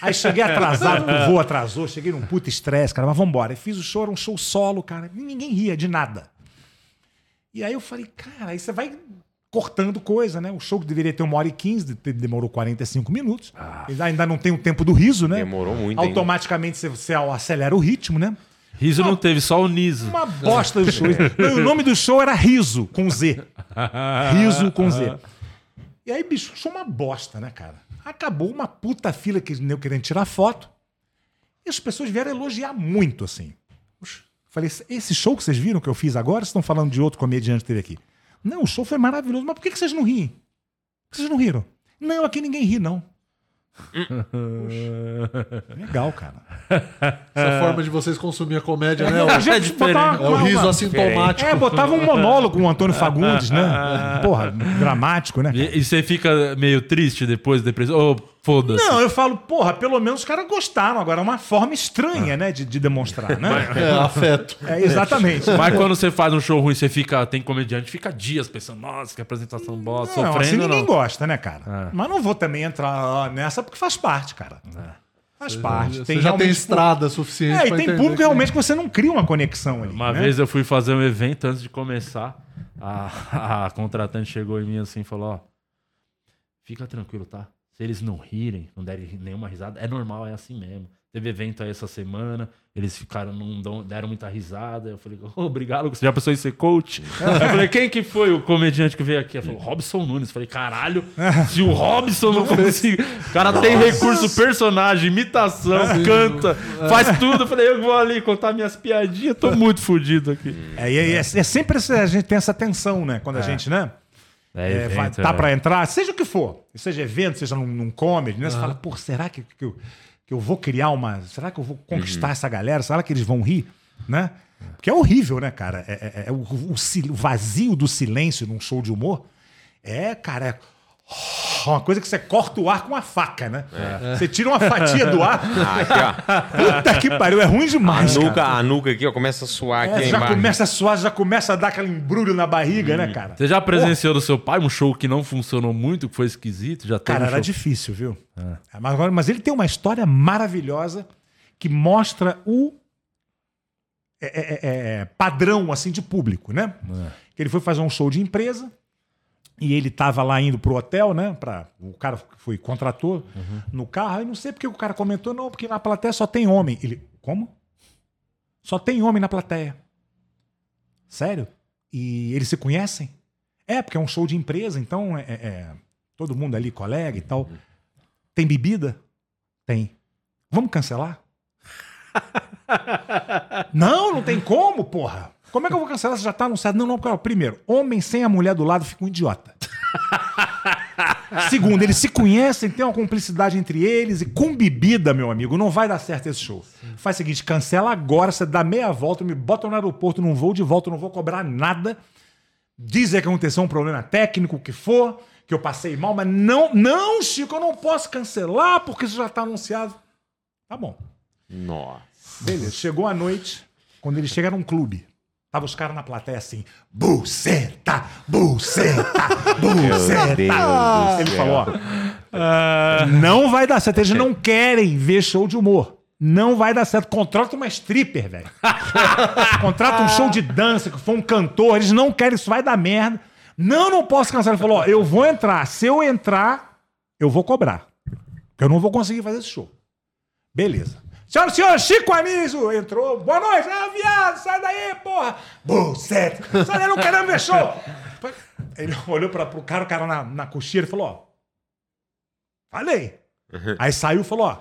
Speaker 4: Aí cheguei atrasado, porque o voo atrasou, cheguei num puta estresse, cara, mas vambora. E fiz o show, era um show solo, cara. e Ninguém ria de nada. E aí eu falei, cara, aí você vai cortando coisa, né? O show que deveria ter uma hora e quinze, de- demorou 45 minutos. Ainda- Ainda não tem o tempo do riso, né?
Speaker 3: Demorou muito, hein?
Speaker 4: Automaticamente você, você acelera o ritmo, né?
Speaker 1: Riso não teve, só o Niso.
Speaker 4: Uma bosta do show. Não, o nome do show era Riso, com Z. Riso com Z.
Speaker 1: Ah.
Speaker 4: E aí, bicho, show uma bosta, né, cara? Acabou uma puta fila que eu querendo tirar foto. E as pessoas vieram elogiar muito, assim. Oxe. Falei, esse show que vocês viram que eu fiz agora, vocês estão falando de outro comediante que teve aqui. Não, o show foi maravilhoso, mas por que que vocês não riem? Por que Vocês não riram? Não, aqui ninguém ri, não. Poxa. Legal, cara.
Speaker 2: Essa forma de vocês consumir a comédia, né?
Speaker 4: a
Speaker 2: O-
Speaker 1: é
Speaker 4: gente
Speaker 1: diferente.
Speaker 4: botar
Speaker 2: É o
Speaker 4: uma-
Speaker 2: riso
Speaker 4: uma-
Speaker 2: assintomático.
Speaker 4: É, botava um monólogo com o Antônio Fagundes, né? Porra, dramático, né? cara?
Speaker 1: E, e você fica meio triste depois, depressivo? Ô, foda-se.
Speaker 4: Não, eu falo, porra, pelo menos os caras gostaram. Agora é uma forma estranha, né, de, de demonstrar, né?
Speaker 2: É, afeto.
Speaker 4: É, exatamente.
Speaker 1: Mas quando você faz um show ruim, você fica. Tem comediante, que fica dias pensando, nossa, que apresentação bosta,
Speaker 4: Não, assim
Speaker 1: sofrendo.
Speaker 4: ninguém
Speaker 1: não.
Speaker 4: gosta, né, cara? Mas não vou também entrar nessa porque faz parte, cara. Faz parte.
Speaker 2: Você já tem
Speaker 4: realmente-
Speaker 2: estrada suficiente
Speaker 4: É, e
Speaker 2: pra
Speaker 4: tem
Speaker 2: entender
Speaker 4: público
Speaker 2: que-
Speaker 4: realmente que você não cria uma conexão ali.
Speaker 1: Uma
Speaker 4: né?
Speaker 1: vez eu fui fazer um evento antes de começar. A, a contratante chegou em mim assim e falou: Ó, fica tranquilo, tá? Se eles não rirem, não derem nenhuma risada, é normal, é assim mesmo. Teve evento aí essa semana, eles ficaram, não dão- deram muita risada. Eu falei, "Ô, obrigado, Lucas. Já pensou em ser coach? eu falei, quem que foi o comediante que veio aqui? Ela falou, Robson Nunes. Eu falei, caralho, se o Robson não conseguir. O cara tem recurso, personagem, imitação, canta,
Speaker 4: É.
Speaker 1: faz tudo. Eu falei, eu vou ali contar minhas piadinhas, tô muito fudido aqui.
Speaker 4: É, e aí é, é sempre essa- a gente tem essa tensão, né? Quando a gente, né?
Speaker 1: É,
Speaker 4: é, vai- tá pra entrar, seja o que for, seja evento, seja num, num comedy, né? Você fala, pô, será que, que, eu, que eu vou criar uma. Será que eu vou conquistar
Speaker 3: Uhum.
Speaker 4: essa galera? Será que eles vão rir? Né? Porque é horrível, né, cara? É, é- é o, o sil- o vazio do silêncio num show de humor é, cara, é uma coisa que você corta o ar com uma faca, né?
Speaker 3: É.
Speaker 4: Você tira uma fatia do ar.
Speaker 3: Ah, aqui, ó.
Speaker 4: Puta que pariu, é ruim
Speaker 3: A
Speaker 4: demais. cara.
Speaker 3: nuca, a nuca aqui, ó, começa a suar aqui
Speaker 4: É,
Speaker 3: aí
Speaker 4: já
Speaker 3: embaixo.
Speaker 4: começa a suar, já começa a dar aquele embrulho na barriga,
Speaker 3: Uhum.
Speaker 4: né, cara?
Speaker 1: Você já presenciou do seu pai um show que não funcionou muito, que foi esquisito? Já teve
Speaker 4: Cara,
Speaker 1: um
Speaker 4: era
Speaker 1: show-
Speaker 4: difícil, viu? É, Mas, agora- mas ele tem uma história maravilhosa que mostra o é, é, é, é, padrão assim de público, né? Que ele foi fazer um show de empresa e ele tava lá indo pro hotel, né? Pra, o cara foi contratou no carro. Aí não sei porque o cara comentou, não, porque na plateia só tem homem. Ele, como? Só tem homem na plateia. Sério? E eles se conhecem? É, porque é um show de empresa, então é, é- todo mundo ali colega e tal. Tem bebida? Tem. Vamos cancelar? não, não tem como, porra. Como é que eu vou cancelar se já tá anunciado? Não, não, porque, ó, primeiro, homem sem a mulher do lado fica um idiota. Segundo, eles se conhecem, tem uma cumplicidade entre eles e com bebida, meu amigo, não vai dar certo esse show. Faz o seguinte, cancela agora, você dá meia volta, me bota no aeroporto, não vou de volta, não vou cobrar nada. Dizem que aconteceu um problema técnico, o que for, que eu passei mal, mas não, não, Chico, eu não posso cancelar porque isso já tá anunciado. Tá bom.
Speaker 3: Nossa.
Speaker 4: Beleza, chegou a noite, quando ele chega num clube. Tava os caras na plateia assim, buceta, buceta,
Speaker 3: Meu
Speaker 4: buceta.
Speaker 3: Deus do
Speaker 4: É, tá. Ele
Speaker 3: céu.
Speaker 4: falou, ó, ah, não vai dar certo. Eles não querem ver show de humor. Não vai dar certo. Contrata uma stripper, velho. Contrata um show de dança, que for um cantor. Eles não querem, isso vai dar merda. Não, não posso cancelar. Ele falou, ó, eu vou entrar. Se eu entrar, eu vou cobrar. Porque eu não vou conseguir fazer esse show. Beleza. Senhoras e senhores, Chico Anísio entrou. Boa noite. Ah, viado, sai daí, porra. Buceta. Sai daí, não queremos ver show. Ele olhou pra, pro cara, o cara na, na coxinha, ele falou, ó, Falei.
Speaker 3: Uhum.
Speaker 4: Aí saiu e falou: ó,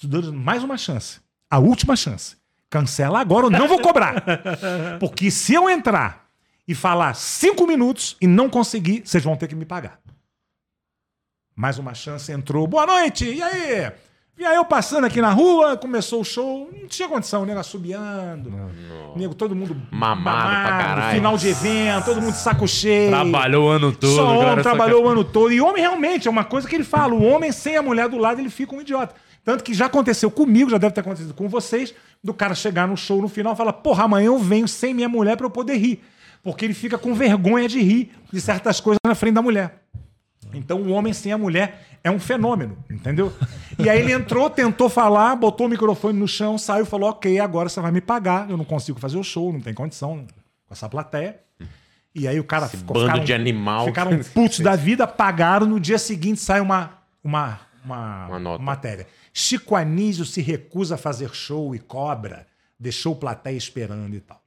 Speaker 4: tô dando mais uma chance. A última chance. Cancela agora, eu não vou cobrar. Porque se eu entrar e falar cinco minutos e não conseguir, vocês vão ter que me pagar. Mais uma chance entrou. Boa noite! E aí? E aí eu passando aqui na rua, começou o show, não tinha condição, o nego assobiando. Nego, todo mundo
Speaker 3: Mamado pra caralho.
Speaker 4: final de evento, todo mundo de saco cheio.
Speaker 1: Trabalhou o ano todo.
Speaker 4: Só
Speaker 1: cara,
Speaker 4: homem,
Speaker 1: essa
Speaker 4: trabalhou o ano todo. E homem realmente é uma coisa que ele fala. O homem sem a mulher do lado, ele fica um idiota. Tanto que já aconteceu comigo, já deve ter acontecido com vocês, do cara chegar no show no final e falar: porra, amanhã eu venho sem minha mulher pra eu poder rir. Porque ele fica com vergonha de rir de certas coisas na frente da mulher. Então o homem sem a mulher é um fenômeno, entendeu? E aí ele entrou, tentou falar, botou o microfone no chão, saiu e falou: ok, agora você vai me pagar, eu não consigo fazer o show, não tem condição né, com essa plateia. E aí o cara ficou.
Speaker 3: bando
Speaker 4: ficaram-
Speaker 3: de animal.
Speaker 4: Ficaram putos da vida, pagaram, no dia seguinte sai uma, uma, uma,
Speaker 3: Uma nota.
Speaker 4: matéria. Chico Anísio se recusa a fazer show e cobra. deixou o plateia esperando e tal.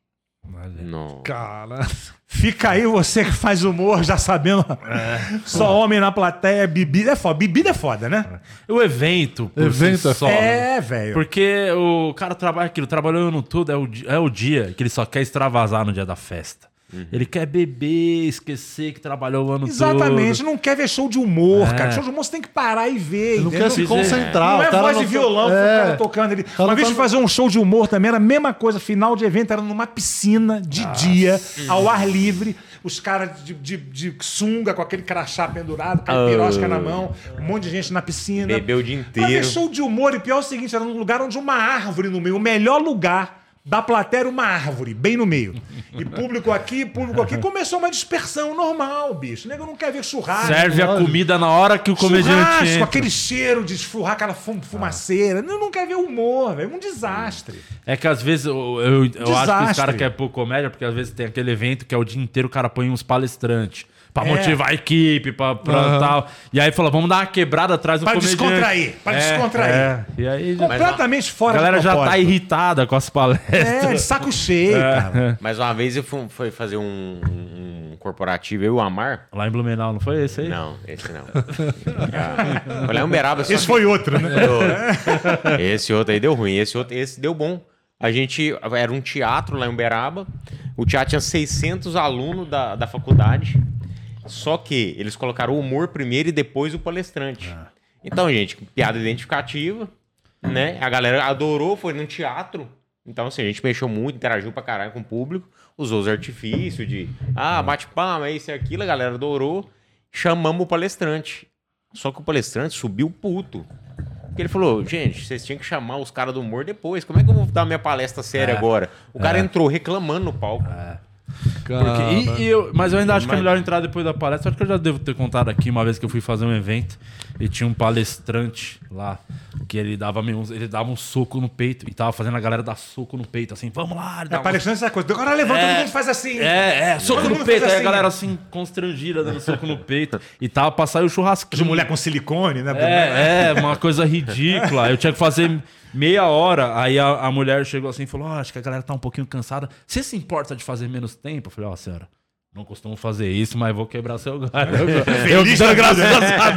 Speaker 3: Não.
Speaker 2: Cara.
Speaker 4: Fica aí você que faz humor, já sabendo.
Speaker 2: É.
Speaker 4: Só homem na plateia, bebida é foda. Bebida é foda, né?
Speaker 1: O evento, por
Speaker 2: Evento
Speaker 1: si
Speaker 2: é
Speaker 1: só, né?
Speaker 4: É, velho.
Speaker 1: Porque o cara trabalha aquilo, trabalhando tudo, é o, di- é o dia que ele só quer extravasar no dia da festa. Ele quer beber, esquecer que trabalhou o ano
Speaker 4: Exatamente,
Speaker 1: todo.
Speaker 4: não quer ver show de humor,
Speaker 1: É.
Speaker 4: cara. Show de humor você tem que parar e ver.
Speaker 2: Ele não
Speaker 4: entendeu?
Speaker 2: quer se
Speaker 1: Pois é.
Speaker 2: concentrar.
Speaker 4: não
Speaker 2: o
Speaker 4: é
Speaker 2: cara
Speaker 4: voz
Speaker 2: não
Speaker 4: de
Speaker 2: tá-
Speaker 4: violão,
Speaker 2: É.
Speaker 4: o cara tocando ali.
Speaker 2: cara
Speaker 4: Uma vez
Speaker 2: tá-
Speaker 4: de fazer um show de humor também, era a mesma coisa, final de evento, era numa piscina de dia, ao ar livre, os caras de, de- de sunga com aquele crachá pendurado, com a
Speaker 2: Ah.
Speaker 4: pirosca na mão, um monte de gente na piscina.
Speaker 3: Bebeu o dia
Speaker 4: Mas é
Speaker 3: inteiro.
Speaker 4: show de humor, e pior é o seguinte, era num lugar onde uma árvore no meio, o melhor lugar da plateia era uma árvore, bem no meio. E público aqui, público aqui, começou uma dispersão normal, bicho. O nego não quer ver churrasco.
Speaker 1: Serve a
Speaker 2: lógico.
Speaker 1: comida na hora que o comediante
Speaker 4: Churrasco,
Speaker 1: entra.
Speaker 4: aquele cheiro de esfurrar aquela fum- fumaceira. Não, não quer ver humor, velho. É um desastre.
Speaker 1: É que às vezes eu, eu, eu acho que
Speaker 4: Desastre.
Speaker 1: os caras querem pôr comédia, porque às vezes tem aquele evento que é o dia inteiro o cara põe uns palestrantes. Pra
Speaker 4: É.
Speaker 1: motivar a equipe, pra, pra
Speaker 2: Aham.
Speaker 1: tal. E aí fala, vamos dar uma quebrada atrás do
Speaker 4: Pra
Speaker 1: comediante. É,
Speaker 4: descontrair, pra descontrair.
Speaker 1: E aí já-
Speaker 4: Completamente
Speaker 1: a
Speaker 4: fora
Speaker 1: galera
Speaker 4: de
Speaker 1: já tá
Speaker 4: propósito.
Speaker 1: irritada com as palestras.
Speaker 4: É, de saco cheio, cara.
Speaker 3: Mas uma vez eu fui, fui fazer um, um- um corporativo, eu e o Amar.
Speaker 1: Lá em Blumenau, não foi esse aí?
Speaker 3: Não, esse não. Ah, Foi lá em Uberaba. Só
Speaker 4: Esse
Speaker 3: que-
Speaker 4: foi outro, né?
Speaker 3: Esse outro aí deu ruim, esse outro, esse deu bom. A gente era um teatro lá em Uberaba. O teatro tinha 600 alunos da, da faculdade. Só que eles colocaram o humor primeiro e depois o palestrante.
Speaker 1: Ah.
Speaker 3: Então, gente, piada identificativa, né? A galera adorou, foi no teatro. Então, assim, a gente mexeu muito, interagiu pra caralho com o público, usou os artifícios de ah, bate palma, é isso e aquilo, a galera adorou. Chamamos o palestrante. Só que o palestrante subiu puto. Porque ele falou, gente, vocês tinham que chamar os caras do humor depois. Como é que eu vou dar minha palestra séria
Speaker 1: É.
Speaker 3: agora? O cara entrou reclamando no palco.
Speaker 1: Porque-
Speaker 2: Cara,
Speaker 1: e- e eu- mas eu ainda acho que é
Speaker 3: Mas-
Speaker 1: melhor entrar depois da palestra. Acho que eu já devo ter contado aqui uma vez que eu fui fazer um evento e tinha um palestrante lá que ele dava, meio uns- ele dava um soco no peito e tava fazendo a galera dar soco no peito, assim, vamos lá. ele
Speaker 4: É,
Speaker 1: dava um-
Speaker 4: parecendo essa coisa. Agora levanta,
Speaker 1: É.
Speaker 4: todo mundo faz assim.
Speaker 1: É, é, soco
Speaker 4: Todo
Speaker 1: no
Speaker 4: mundo
Speaker 1: peito.
Speaker 4: faz
Speaker 1: Aí a
Speaker 4: assim,
Speaker 1: galera
Speaker 4: né?
Speaker 1: assim, constrangida, dando soco no peito. E tava pra sair o churrasquinho.
Speaker 4: De mulher com silicone, né?
Speaker 1: É, é, uma coisa ridícula. Eu tinha que fazer meia hora. Aí a, a mulher chegou assim e falou: "Ó, acho que a galera tá um pouquinho cansada. Você se importa de fazer menos tempo? Eu falei, ó, senhora. Não costumo fazer isso, mas vou quebrar seu galho. Eu, eu
Speaker 4: Feliz
Speaker 1: dou
Speaker 4: da
Speaker 1: graças
Speaker 4: vida.
Speaker 1: a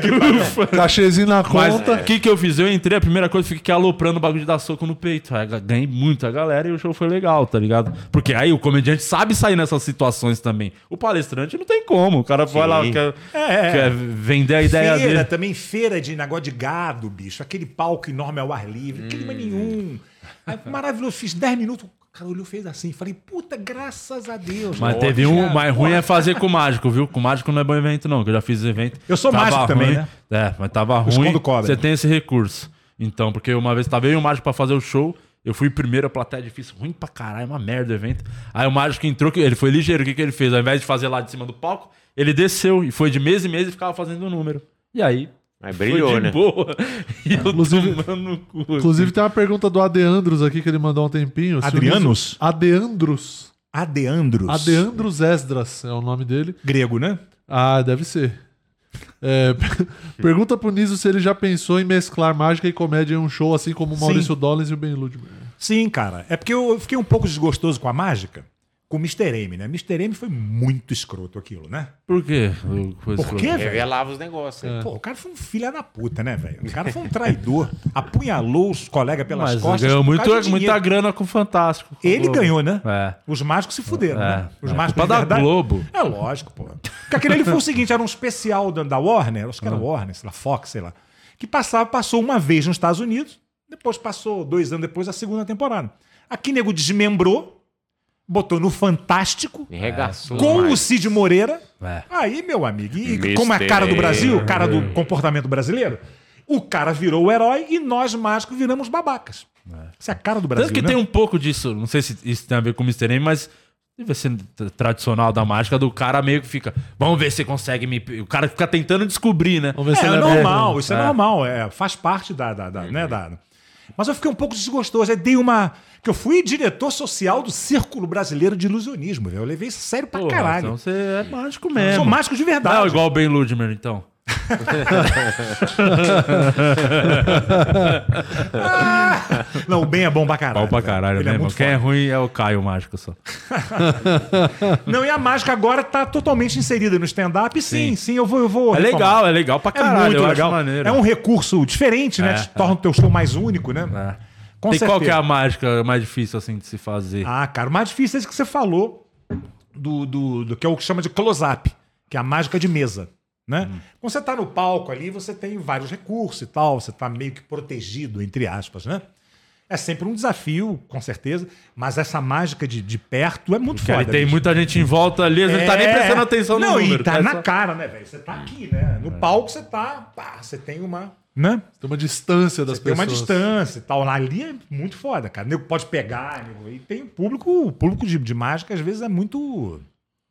Speaker 1: Deus. Ufa.
Speaker 2: Cachezinho na
Speaker 1: Mas é,
Speaker 2: conta.
Speaker 1: o que, que eu fiz? Eu entrei, a primeira coisa, fiquei aloprando o bagulho de dar soco no peito. Aí ga- ganhei muita galera e o show foi legal, tá ligado? Porque aí o comediante sabe sair nessas situações também. O palestrante não tem como. O cara vai lá, quer,
Speaker 4: É.
Speaker 1: quer vender a ideia
Speaker 4: Feira
Speaker 1: dele.
Speaker 4: também, feira de negócio de gado, bicho. Aquele palco enorme ao ar livre,
Speaker 1: Hum.
Speaker 4: clima nenhum. Aí, maravilhoso, fiz 10 minutos, o cara olhou, fez assim. Falei, puta, graças a Deus.
Speaker 1: Mas
Speaker 4: cara.
Speaker 1: teve um,
Speaker 4: Já,
Speaker 1: mais ruim
Speaker 4: porra.
Speaker 1: é fazer com o mágico, viu? Com o mágico não é bom evento, não, que eu já fiz evento.
Speaker 4: Eu sou mágico também, né?
Speaker 1: É, mas tava ruim.
Speaker 4: escondo cobra.
Speaker 1: Você tem esse recurso. Então, porque uma vez tava eu e o mágico pra fazer o show, eu fui primeiro, a plateia é difícil, ruim pra caralho, uma merda o evento. Aí o mágico entrou, que- ele foi ligeiro, o que, que ele fez? Ao invés de fazer lá de cima do palco, ele desceu e foi de mês em mês e ficava fazendo o número. E aí,
Speaker 3: Mas
Speaker 1: foi
Speaker 3: brilhou,
Speaker 1: de
Speaker 3: né?
Speaker 1: boa. E eu
Speaker 2: Inclusive-
Speaker 1: tomando no cu.
Speaker 2: Inclusive, tem uma pergunta do Adeandros aqui que ele mandou há um tempinho. Se o
Speaker 4: Adrianos?
Speaker 2: Luiz- Adeandros.
Speaker 4: Adeandros.
Speaker 2: Adeandros Esdras é o nome dele.
Speaker 4: Grego, né?
Speaker 2: Ah, deve ser. É, pergunta pro Niso se ele já pensou em mesclar mágica e comédia em um show, assim como o Maurício Dollins e o Ben Ludmer.
Speaker 4: Sim, cara. É porque eu fiquei um pouco desgostoso com a mágica, com o Mr. M, né? Mr. M foi muito escroto aquilo, né?
Speaker 1: Por quê? Coisa
Speaker 4: Por quê, velho?
Speaker 3: Revelava os
Speaker 1: É.
Speaker 3: negócios. né?
Speaker 4: Pô, o cara foi um filho da puta, né, velho? O cara foi um traidor. Apunhalou os colegas pelas
Speaker 1: Mas
Speaker 4: costas.
Speaker 1: ganhou
Speaker 4: por
Speaker 1: muito,
Speaker 4: causa de dinheiro.
Speaker 1: muita grana com o Fantástico. com o
Speaker 4: Ele
Speaker 1: Globo.
Speaker 4: ganhou, né?
Speaker 1: É.
Speaker 4: Os mágicos se fuderam,
Speaker 1: É,
Speaker 4: né? Os
Speaker 1: é. Culpa
Speaker 4: mágicos de
Speaker 1: da
Speaker 4: verdade-
Speaker 1: Globo.
Speaker 4: É lógico, pô. Porque aquele ali foi o seguinte, era um especial da, da Warner, acho que era
Speaker 1: Ah.
Speaker 4: Warner, sei lá, Fox, sei lá, que passava, passou uma vez nos Estados Unidos, depois passou, dois anos depois, a segunda temporada. Aqui, nego, desmembrou, botou no Fantástico,
Speaker 3: Me regaçou.
Speaker 4: com o
Speaker 3: demais.
Speaker 4: Cid Moreira.
Speaker 1: É.
Speaker 4: Aí, meu amigo, e
Speaker 3: Mister
Speaker 4: como é a cara do Brasil, o cara do comportamento brasileiro, o cara virou o herói e nós, mágicos, viramos babacas. Essa é a cara do Brasil,
Speaker 1: Tanto que
Speaker 4: né?
Speaker 1: tem um pouco disso, não sei se isso tem a ver com o Mr. M, mas deve ser tra- tradicional da mágica do cara meio que fica, vamos ver se consegue me. pe-" O cara fica tentando descobrir, né?
Speaker 2: Vamos ver se
Speaker 4: É,
Speaker 2: ele
Speaker 4: é
Speaker 2: bom.
Speaker 4: normal, isso é, normal, é, faz parte da, da, da-
Speaker 1: Uhum.
Speaker 4: né, da- Mas eu fiquei um pouco desgostoso, aí dei uma... que eu fui diretor social do Círculo Brasileiro de Ilusionismo, velho. eu levei isso sério pra
Speaker 1: Porra,
Speaker 4: caralho.
Speaker 1: Então você é mágico mesmo.
Speaker 4: Sou mágico de verdade.
Speaker 1: Não, igual o Ben Ludmer, então.
Speaker 4: Não, o Ben é bom pra
Speaker 1: Pau
Speaker 4: caralho.
Speaker 1: pra
Speaker 4: velho.
Speaker 1: caralho,
Speaker 4: Ele
Speaker 1: né?
Speaker 4: é
Speaker 1: irmão?
Speaker 4: muito
Speaker 1: Quem é ruim é o Caio Mágico só.
Speaker 4: Não, e a mágica agora tá totalmente inserida no stand-up. Sim, sim, eu vou. Eu vou
Speaker 1: É
Speaker 4: retomar.
Speaker 1: legal, é legal pra
Speaker 4: É
Speaker 1: caralho.
Speaker 4: muito
Speaker 1: eu acho
Speaker 4: legal.
Speaker 1: maneiro.
Speaker 4: É um recurso diferente, né?
Speaker 1: É,
Speaker 4: Te torna o teu show mais único, né?
Speaker 1: É.
Speaker 4: Com
Speaker 1: Tem qual que é
Speaker 4: certeza.
Speaker 1: a mágica mais difícil assim de se fazer?
Speaker 4: Ah, cara, o mais difícil é isso que você falou do, do, do que é o que chama de close-up, que é a mágica de mesa. Né?
Speaker 1: Hum.
Speaker 4: Quando você tá no palco ali, você tem vários recursos e tal, você tá meio que protegido, entre aspas, né? É sempre um desafio, com certeza, mas essa mágica de, de perto é muito
Speaker 1: Porque ali
Speaker 4: foda.
Speaker 1: tem
Speaker 4: bicho.
Speaker 1: muita gente em volta ali, às vezes não tá nem
Speaker 4: É.
Speaker 1: prestando atenção no
Speaker 4: não,
Speaker 1: número.
Speaker 4: e tá
Speaker 1: é
Speaker 4: na
Speaker 1: só- É.
Speaker 4: cara, né, velho? Você tá aqui, né? No palco você tá, pá, você tem uma, né?
Speaker 2: Tem uma distância das
Speaker 4: Tem
Speaker 2: pessoas.
Speaker 4: uma distância e tal. Lá Ali é muito foda, cara. O nego pode pegar. Nego. E tem público, o público de, de mágica, às vezes, é muito.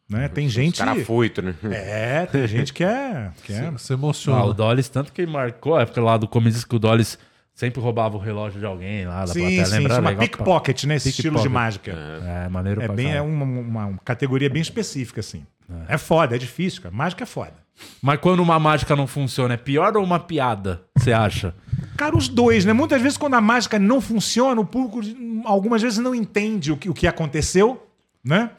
Speaker 4: Né? Tem gente.
Speaker 3: Cara foito, né?
Speaker 4: É, tem gente que é. Que é.
Speaker 2: Você
Speaker 1: Ah, o
Speaker 2: emociona.
Speaker 1: Dollis, tanto que marcou a época lá do Comedies que o Dollis sempre roubava o relógio de alguém lá da
Speaker 4: Sim,
Speaker 1: plateia.
Speaker 4: sim,
Speaker 1: Lembra?
Speaker 4: chama
Speaker 1: Legal pra-
Speaker 4: pickpocket, né? Esse estilo de
Speaker 1: Pickpocket.
Speaker 4: mágica.
Speaker 1: É, maneiro
Speaker 4: É,
Speaker 1: pra
Speaker 4: bem, é
Speaker 1: caralho.
Speaker 4: uma, uma- uma categoria bem específica, assim. É. foda, é difícil, cara. Mágica é foda.
Speaker 1: Mas quando uma mágica não funciona, é pior ou uma piada, você acha?
Speaker 4: Cara, os dois, né? Muitas vezes, quando a mágica não funciona, o público hum, algumas vezes não entende o que, o que aconteceu, né?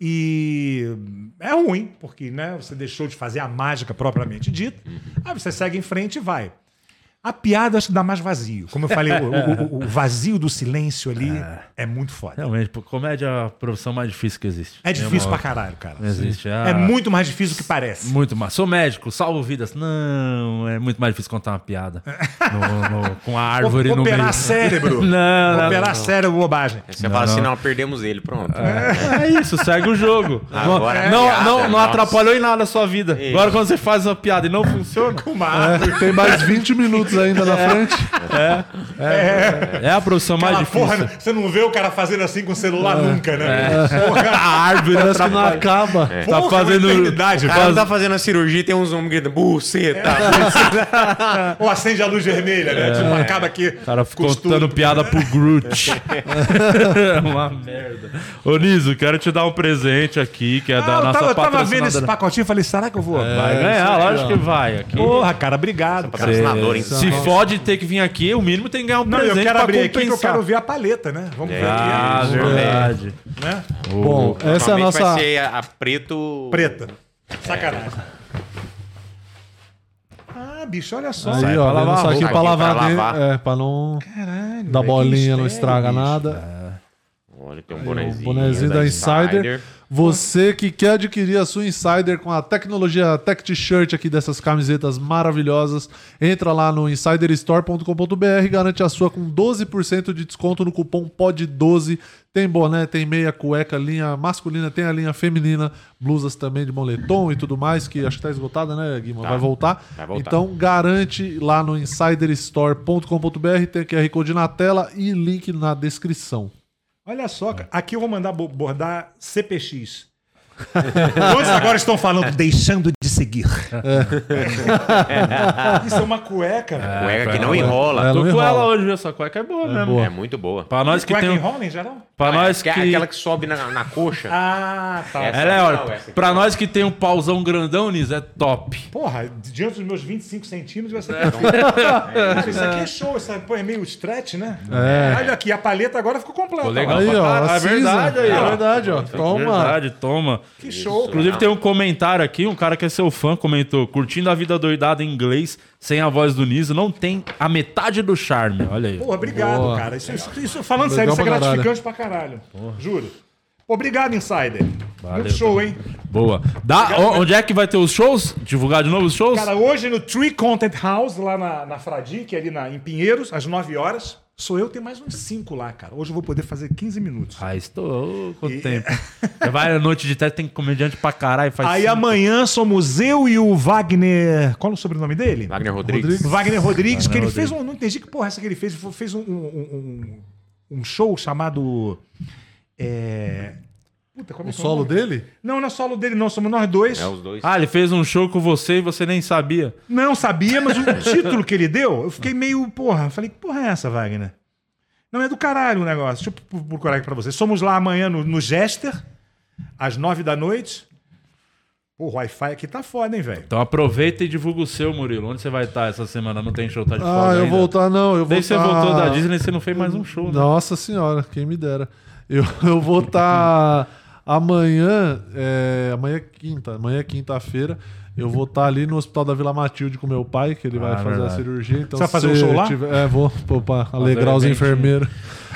Speaker 4: E hum, é ruim, porque né, você deixou de fazer a mágica propriamente dita.
Speaker 1: Uhum.
Speaker 4: Aí você segue em frente e vai. A piada acho que dá mais vazio. Como eu falei, o, o- o- o vazio do silêncio ali é muito foda.
Speaker 1: Realmente, pô, comédia é a profissão mais difícil que existe.
Speaker 4: É difícil
Speaker 1: Mesmo-
Speaker 4: pra caralho, cara.
Speaker 1: Não existe.
Speaker 4: É
Speaker 1: Ah,
Speaker 4: muito mais difícil do que parece.
Speaker 1: Muito mais. Sou médico, salvo vidas. Não, é muito mais difícil contar uma piada. No- no- com a árvore
Speaker 4: O-
Speaker 1: no meio.
Speaker 4: Operar cérebro.
Speaker 1: Não, não,
Speaker 4: Operar cérebro, bobagem.
Speaker 3: Você fala assim, não, perdemos ele, pronto.
Speaker 1: É isso, segue o jogo.
Speaker 3: Agora
Speaker 1: não,
Speaker 3: a piada,
Speaker 1: não, não,
Speaker 3: nossa.
Speaker 1: atrapalhou em nada a sua vida.
Speaker 3: Isso.
Speaker 1: Agora quando você faz uma piada e não funciona,
Speaker 2: É, tem mais 20 minutos ainda na frente.
Speaker 1: é a profissão mais
Speaker 4: Aquela
Speaker 1: difícil. É.
Speaker 4: porra, né? você não vê o cara fazendo assim com o celular nunca, né?
Speaker 1: A árvore
Speaker 2: Parece que não
Speaker 1: atrapalha.
Speaker 2: acaba.
Speaker 1: Tá
Speaker 4: É. Porra,
Speaker 1: fazendo.
Speaker 4: uma eternidade,
Speaker 3: O
Speaker 1: tá
Speaker 3: cara
Speaker 1: faz-
Speaker 3: tá fazendo a cirurgia e tem uns homens gritando, buceta.
Speaker 4: Ou acende a luz vermelha, né? Tipo, acaba aqui.
Speaker 1: O cara
Speaker 4: costuma-
Speaker 1: contando piada pro Groot. Uma merda. Ô, Niso, quero te dar um presente aqui, que é
Speaker 4: Ah,
Speaker 1: da
Speaker 4: eu
Speaker 1: nossa
Speaker 4: tava, eu tava vendo esse
Speaker 1: patrocinadora.
Speaker 4: pacotinho e falei, será que eu vou? né?
Speaker 1: Vai ganhar, lógico que vai. Aqui.
Speaker 4: Porra, cara, obrigado. cara.
Speaker 3: Patrocinador, hein?
Speaker 1: Se fode ter que vir aqui, o mínimo tem que ganhar um
Speaker 4: Não, eu
Speaker 1: presente
Speaker 4: quero
Speaker 1: pra
Speaker 4: abrir aqui que eu
Speaker 1: compensar.
Speaker 4: quero ver a paleta, né? Vamos ver
Speaker 1: Ah,
Speaker 4: aqui.
Speaker 1: verdade.
Speaker 4: Né?
Speaker 2: Bom, essa é a
Speaker 3: Normalmente
Speaker 2: nossa.
Speaker 3: Vai ser a, a preto...
Speaker 4: Preta. Sacanagem. Ah, bicho, olha só.
Speaker 2: Aí,
Speaker 1: pra
Speaker 2: ó,
Speaker 1: lavar
Speaker 2: vendo
Speaker 1: a
Speaker 2: só aqui pra
Speaker 3: roupa. Aqui pra
Speaker 2: lavar, né?
Speaker 3: lavar.
Speaker 2: É, pra não
Speaker 4: Caralho,
Speaker 2: dar
Speaker 4: velho, É, que
Speaker 2: bolinha, não
Speaker 4: mistério,
Speaker 2: estraga
Speaker 4: bicho.
Speaker 2: nada.
Speaker 3: Olha, tem um bonezinho.
Speaker 2: O bonezinho
Speaker 3: é
Speaker 2: da Insider. Você que quer adquirir a sua Insider com a tecnologia Tech T-Shirt aqui dessas camisetas maravilhosas, entra lá no insiderstore.com.br, garante a sua com 12% de desconto no cupom POD12. Tem boné, tem meia cueca, linha masculina, tem a linha feminina, blusas também de moletom e tudo mais, que acho que tá esgotada, né, Guima? Vai voltar.
Speaker 3: Vai voltar.
Speaker 2: Então garante lá no insiderstore.com.br, tem QR Code na tela e link na descrição.
Speaker 4: Olha só, cara. aqui eu vou mandar bo- bordar CPX. Todos agora estão falando, deixando de seguir. Isso é uma cueca.
Speaker 5: É,
Speaker 4: velho.
Speaker 3: Cueca que
Speaker 1: pra-
Speaker 3: não enrola.
Speaker 2: É,
Speaker 1: Tô
Speaker 2: não
Speaker 1: com
Speaker 2: enrola.
Speaker 1: ela hoje, essa cueca é boa mesmo.
Speaker 2: boa.
Speaker 3: É muito boa.
Speaker 1: Pra nós que
Speaker 4: Cueca
Speaker 1: tem. um-
Speaker 4: enrola em geral?
Speaker 1: Pra nós que.
Speaker 3: Aque- Aquela que sobe na, na coxa.
Speaker 4: Ah, tá.
Speaker 3: Essa-
Speaker 1: Ela é
Speaker 3: Não,
Speaker 1: ótima.
Speaker 3: essa aqui.
Speaker 1: Pra nós que tem um pauzão grandão, Niso, é top.
Speaker 4: Porra, diante dos meus 25 centímetros vai ser Cara, Isso aqui é show, isso aqui, pô, é meio stretch, né?
Speaker 1: É.
Speaker 4: Olha aqui, a paleta agora ficou completa.
Speaker 1: Ficou legal.
Speaker 2: Aí,
Speaker 1: pra
Speaker 2: ó,
Speaker 1: caralho.
Speaker 2: a
Speaker 1: é verdade
Speaker 2: cinza.
Speaker 1: aí, ó.
Speaker 2: É verdade, ó. Toma.
Speaker 1: Verdade, toma.
Speaker 4: Que show. cara.
Speaker 1: Inclusive tem um comentário aqui, um cara que é seu fã comentou, curtindo a vida doidada em inglês, sem a voz do Niso, não tem a metade do charme. Olha aí.
Speaker 4: Porra, obrigado,
Speaker 2: Boa.
Speaker 4: cara. Isso, isso- isso- falando
Speaker 2: Legal
Speaker 4: sério, isso é
Speaker 2: pra caralho.
Speaker 4: gratificante pra caralho. Juro. Obrigado, Insider.
Speaker 1: Valeu,
Speaker 4: Muito show, hein?
Speaker 1: Boa. Dá, o- onde é que vai ter os shows? Divulgar de novo os shows?
Speaker 4: Cara, hoje no Tree Content House, lá na, na Fradique, ali na, em Pinheiros, às 9 horas. Sou eu, tem mais uns 5 lá, cara. Hoje eu vou poder fazer 15 minutos.
Speaker 1: Ah, estou com o tempo. Já vai a noite de teste, tem comediante pra caralho. Faz
Speaker 4: Aí
Speaker 1: cinco.
Speaker 4: amanhã somos eu e o Wagner. Qual é o sobrenome dele?
Speaker 3: Wagner Rodrigues.
Speaker 4: Wagner Rodrigues, que ele
Speaker 1: Rodrigues.
Speaker 4: fez um. Não entendi que porra essa que ele fez. Ele Fez um, um, um- um show chamado. É. Puta, como
Speaker 2: O
Speaker 4: é que é
Speaker 2: solo
Speaker 4: nome?
Speaker 2: dele?
Speaker 4: Não, não é solo dele, não. Somos nós dois.
Speaker 3: É os dois.
Speaker 1: Ah, ele fez um show com você e você nem sabia.
Speaker 4: Não sabia, mas o título que ele deu, eu fiquei meio, porra, falei, que porra é essa, Wagner? Não é do caralho o negócio. Deixa eu procurar aqui pra você. Somos lá amanhã no, no Jester, às nove da noite. Pô, o Wi-Fi aqui tá foda, hein, velho?
Speaker 1: Então aproveita e divulga o seu, Murilo. Onde você vai estar essa semana? Não tem show, tá de folga
Speaker 2: Ah, eu
Speaker 1: ainda?
Speaker 2: voltar, não. Eu vou
Speaker 1: Desde que você
Speaker 2: tá-
Speaker 1: voltou da Disney, você não fez mais um show, né?
Speaker 2: Nossa senhora, quem me dera. Eu, eu vou estar amanhã, é, amanhã é quinta, amanhã é quinta-feira. Eu vou estar ali no Hospital da Vila Matilde com meu pai, que ele vai
Speaker 1: Ah,
Speaker 2: fazer
Speaker 1: verdade.
Speaker 2: a cirurgia. Então,
Speaker 4: Você vai fazer
Speaker 2: se
Speaker 4: um show lá?
Speaker 2: tiver- é, vou pô, pra
Speaker 1: um
Speaker 2: alegrar os
Speaker 1: eventinho.
Speaker 2: enfermeiros.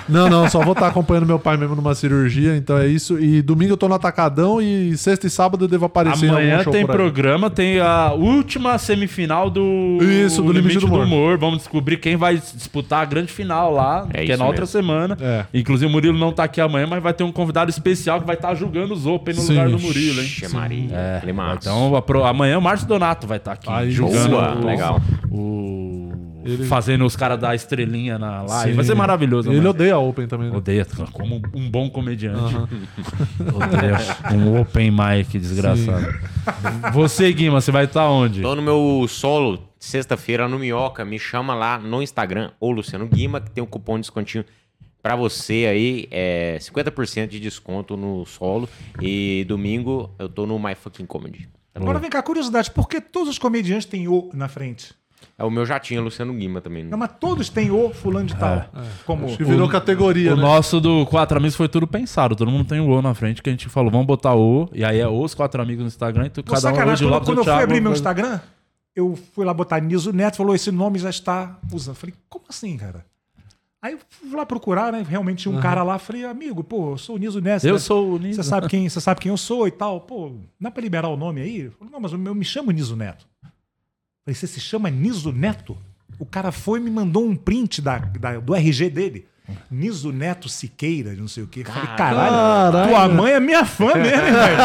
Speaker 2: Não, não, só vou estar acompanhando meu pai mesmo numa cirurgia, então é isso. E domingo eu tô no Atacadão e sexta e sábado eu devo aparecer em
Speaker 1: Amanhã
Speaker 2: algum show
Speaker 1: tem
Speaker 2: por aí.
Speaker 1: programa, tem a última semifinal do,
Speaker 2: Isso, do Limite do Humor.
Speaker 1: Vamos descobrir quem vai disputar a grande final lá,
Speaker 3: É
Speaker 1: que é
Speaker 3: isso
Speaker 1: na outra
Speaker 3: mesmo.
Speaker 1: semana.
Speaker 2: É.
Speaker 1: Inclusive o Murilo não tá aqui amanhã, mas vai ter um convidado especial que vai estar julgando os Open no
Speaker 2: Sim.
Speaker 1: lugar do Murilo, hein?
Speaker 3: Ixi, Maria.
Speaker 1: É,
Speaker 3: Falei, massa.
Speaker 1: então apro- amanhã o Márcio Donato vai estar aqui
Speaker 2: Aí,
Speaker 1: julgando
Speaker 3: boa,
Speaker 1: o-
Speaker 3: legal.
Speaker 1: o-
Speaker 2: Ele-
Speaker 1: fazendo os caras da estrelinha na live.
Speaker 2: Sim.
Speaker 1: Vai ser maravilhoso.
Speaker 2: Ele é
Speaker 1: mano.
Speaker 2: odeia a Open também. Né?
Speaker 1: Odeia, como um- um bom comediante. Odeia um open mic desgraçado. Você, Guima, você vai estar onde?
Speaker 3: Tô no meu solo, sexta-feira no Minhoca. Me chama lá no Instagram, ou Luciano Guima, que tem um cupom de descontinho pra você aí. É 50% de desconto no solo. E domingo eu tô no My Fucking Comedy.
Speaker 4: Agora vem cá, curiosidade, por que todos os comediantes têm O na frente?
Speaker 3: É o meu jatinho, Luciano Guima também.
Speaker 4: Não, mas todos têm O fulano de
Speaker 1: É.
Speaker 4: tal. Como
Speaker 2: É. Acho que virou categoria,
Speaker 1: O
Speaker 2: né?
Speaker 1: nosso do Quatro Amigos foi tudo pensado. Todo mundo tem o O na frente, que a gente falou, vamos botar o O, e aí é os Quatro Amigos no Instagram, e tu,
Speaker 4: Pô,
Speaker 1: cada um é o de
Speaker 4: sacanagem, quando,
Speaker 1: Lopes,
Speaker 4: quando
Speaker 1: o
Speaker 4: eu fui
Speaker 1: Thiago,
Speaker 4: abrir meu
Speaker 1: coisa-
Speaker 4: Instagram, eu fui lá botar Niso Neto, falou, esse nome já está usando. Falei, como assim, cara? Aí eu fui lá procurar, né? Realmente tinha um cara lá, falei, amigo, pô, eu sou o Niso Neto.
Speaker 1: Eu
Speaker 4: né?
Speaker 1: sou o Niso.
Speaker 4: Você sabe, quem, você sabe quem eu sou e tal. Pô, dá pra liberar o nome aí? Ele falou, não, mas eu me chamo Niso Neto. Falei, você se chama Niso Neto? O cara foi e me mandou um print da, da- do RG dele. Niso Neto Siqueira, não sei o quê. Falei, caralho,
Speaker 2: Caralho.
Speaker 4: tua mãe é minha fã mesmo, hein, velho?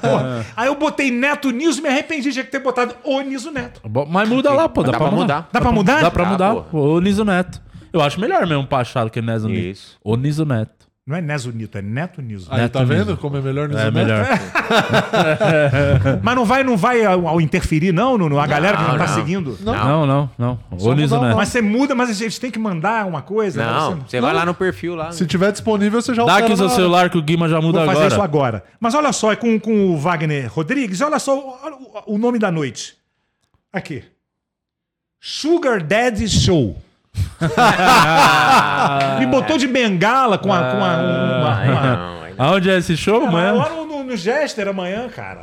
Speaker 4: Porra. Aí eu botei Neto Niso e me arrependi de ter botado o Niso Neto.
Speaker 1: Bom, Mas muda lá, pô, dá, pra mudar.
Speaker 4: Dá pra mudar? Ah,
Speaker 1: Dá pra
Speaker 3: Dá,
Speaker 1: mudar,
Speaker 3: porra.
Speaker 1: o Niso Neto. Eu acho melhor mesmo pra achar do que Neso Neto.
Speaker 3: Isso.
Speaker 1: O Niso Neto.
Speaker 4: Não é Neso Nito, é Neto Niso.
Speaker 2: Aí,
Speaker 1: Neto
Speaker 2: tá vendo
Speaker 1: mesmo.
Speaker 2: como é melhor no
Speaker 1: É
Speaker 2: Zoom?
Speaker 1: melhor.
Speaker 4: Mas não vai, não vai ao, ao interferir, não, no, no- a galera que não,
Speaker 3: Não,
Speaker 4: tá
Speaker 3: não.
Speaker 4: seguindo.
Speaker 1: Não, não, não. O
Speaker 2: Só
Speaker 1: Niso
Speaker 2: mudar o
Speaker 1: Neto.
Speaker 4: Mas você muda, mas eles têm que mandar uma coisa.
Speaker 3: Não,
Speaker 4: né?
Speaker 3: você vai lá no perfil lá.
Speaker 2: Se tiver disponível, você já
Speaker 1: Dá
Speaker 2: altera
Speaker 1: aqui o seu
Speaker 2: na hora.
Speaker 1: celular que o Guima já muda
Speaker 4: Vou fazer isso
Speaker 1: agora.
Speaker 4: agora. Mas olha só, é com, com o Wagner Rodrigues. Olha só o- o, o nome da noite. Aqui. Sugar Daddy Show. Me botou de bengala com a. Com
Speaker 1: Ah.
Speaker 4: a um, uma,
Speaker 3: Aí
Speaker 4: uma-
Speaker 3: não, aí não.
Speaker 1: Aonde é esse show,
Speaker 4: Cara,
Speaker 1: mano?
Speaker 4: Lá no, no, no Jester amanhã, cara.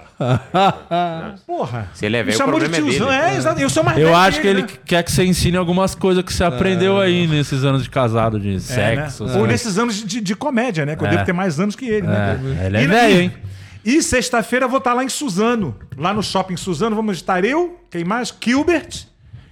Speaker 4: Porra.
Speaker 3: Se ele é
Speaker 4: Me
Speaker 3: velho, o
Speaker 4: chamou de
Speaker 3: problema é
Speaker 4: tiozão.
Speaker 3: dele.
Speaker 4: É, exato. Eu sou mais
Speaker 1: Eu
Speaker 4: velho
Speaker 1: acho que ele
Speaker 4: né?
Speaker 1: quer que você ensine algumas coisas que você aprendeu aí nesses anos de casado, de
Speaker 4: É, né?
Speaker 1: sexo.
Speaker 4: Ou
Speaker 1: sabe?
Speaker 4: nesses anos de, de comédia, né? Que eu
Speaker 1: É.
Speaker 4: devo ter mais anos que ele, né?
Speaker 1: É, ele é
Speaker 4: E-
Speaker 1: velho,
Speaker 4: e-
Speaker 1: hein?
Speaker 4: E sexta-feira eu vou estar lá em Suzano. Lá no shopping Suzano vamos estar eu, quem mais? Gilbert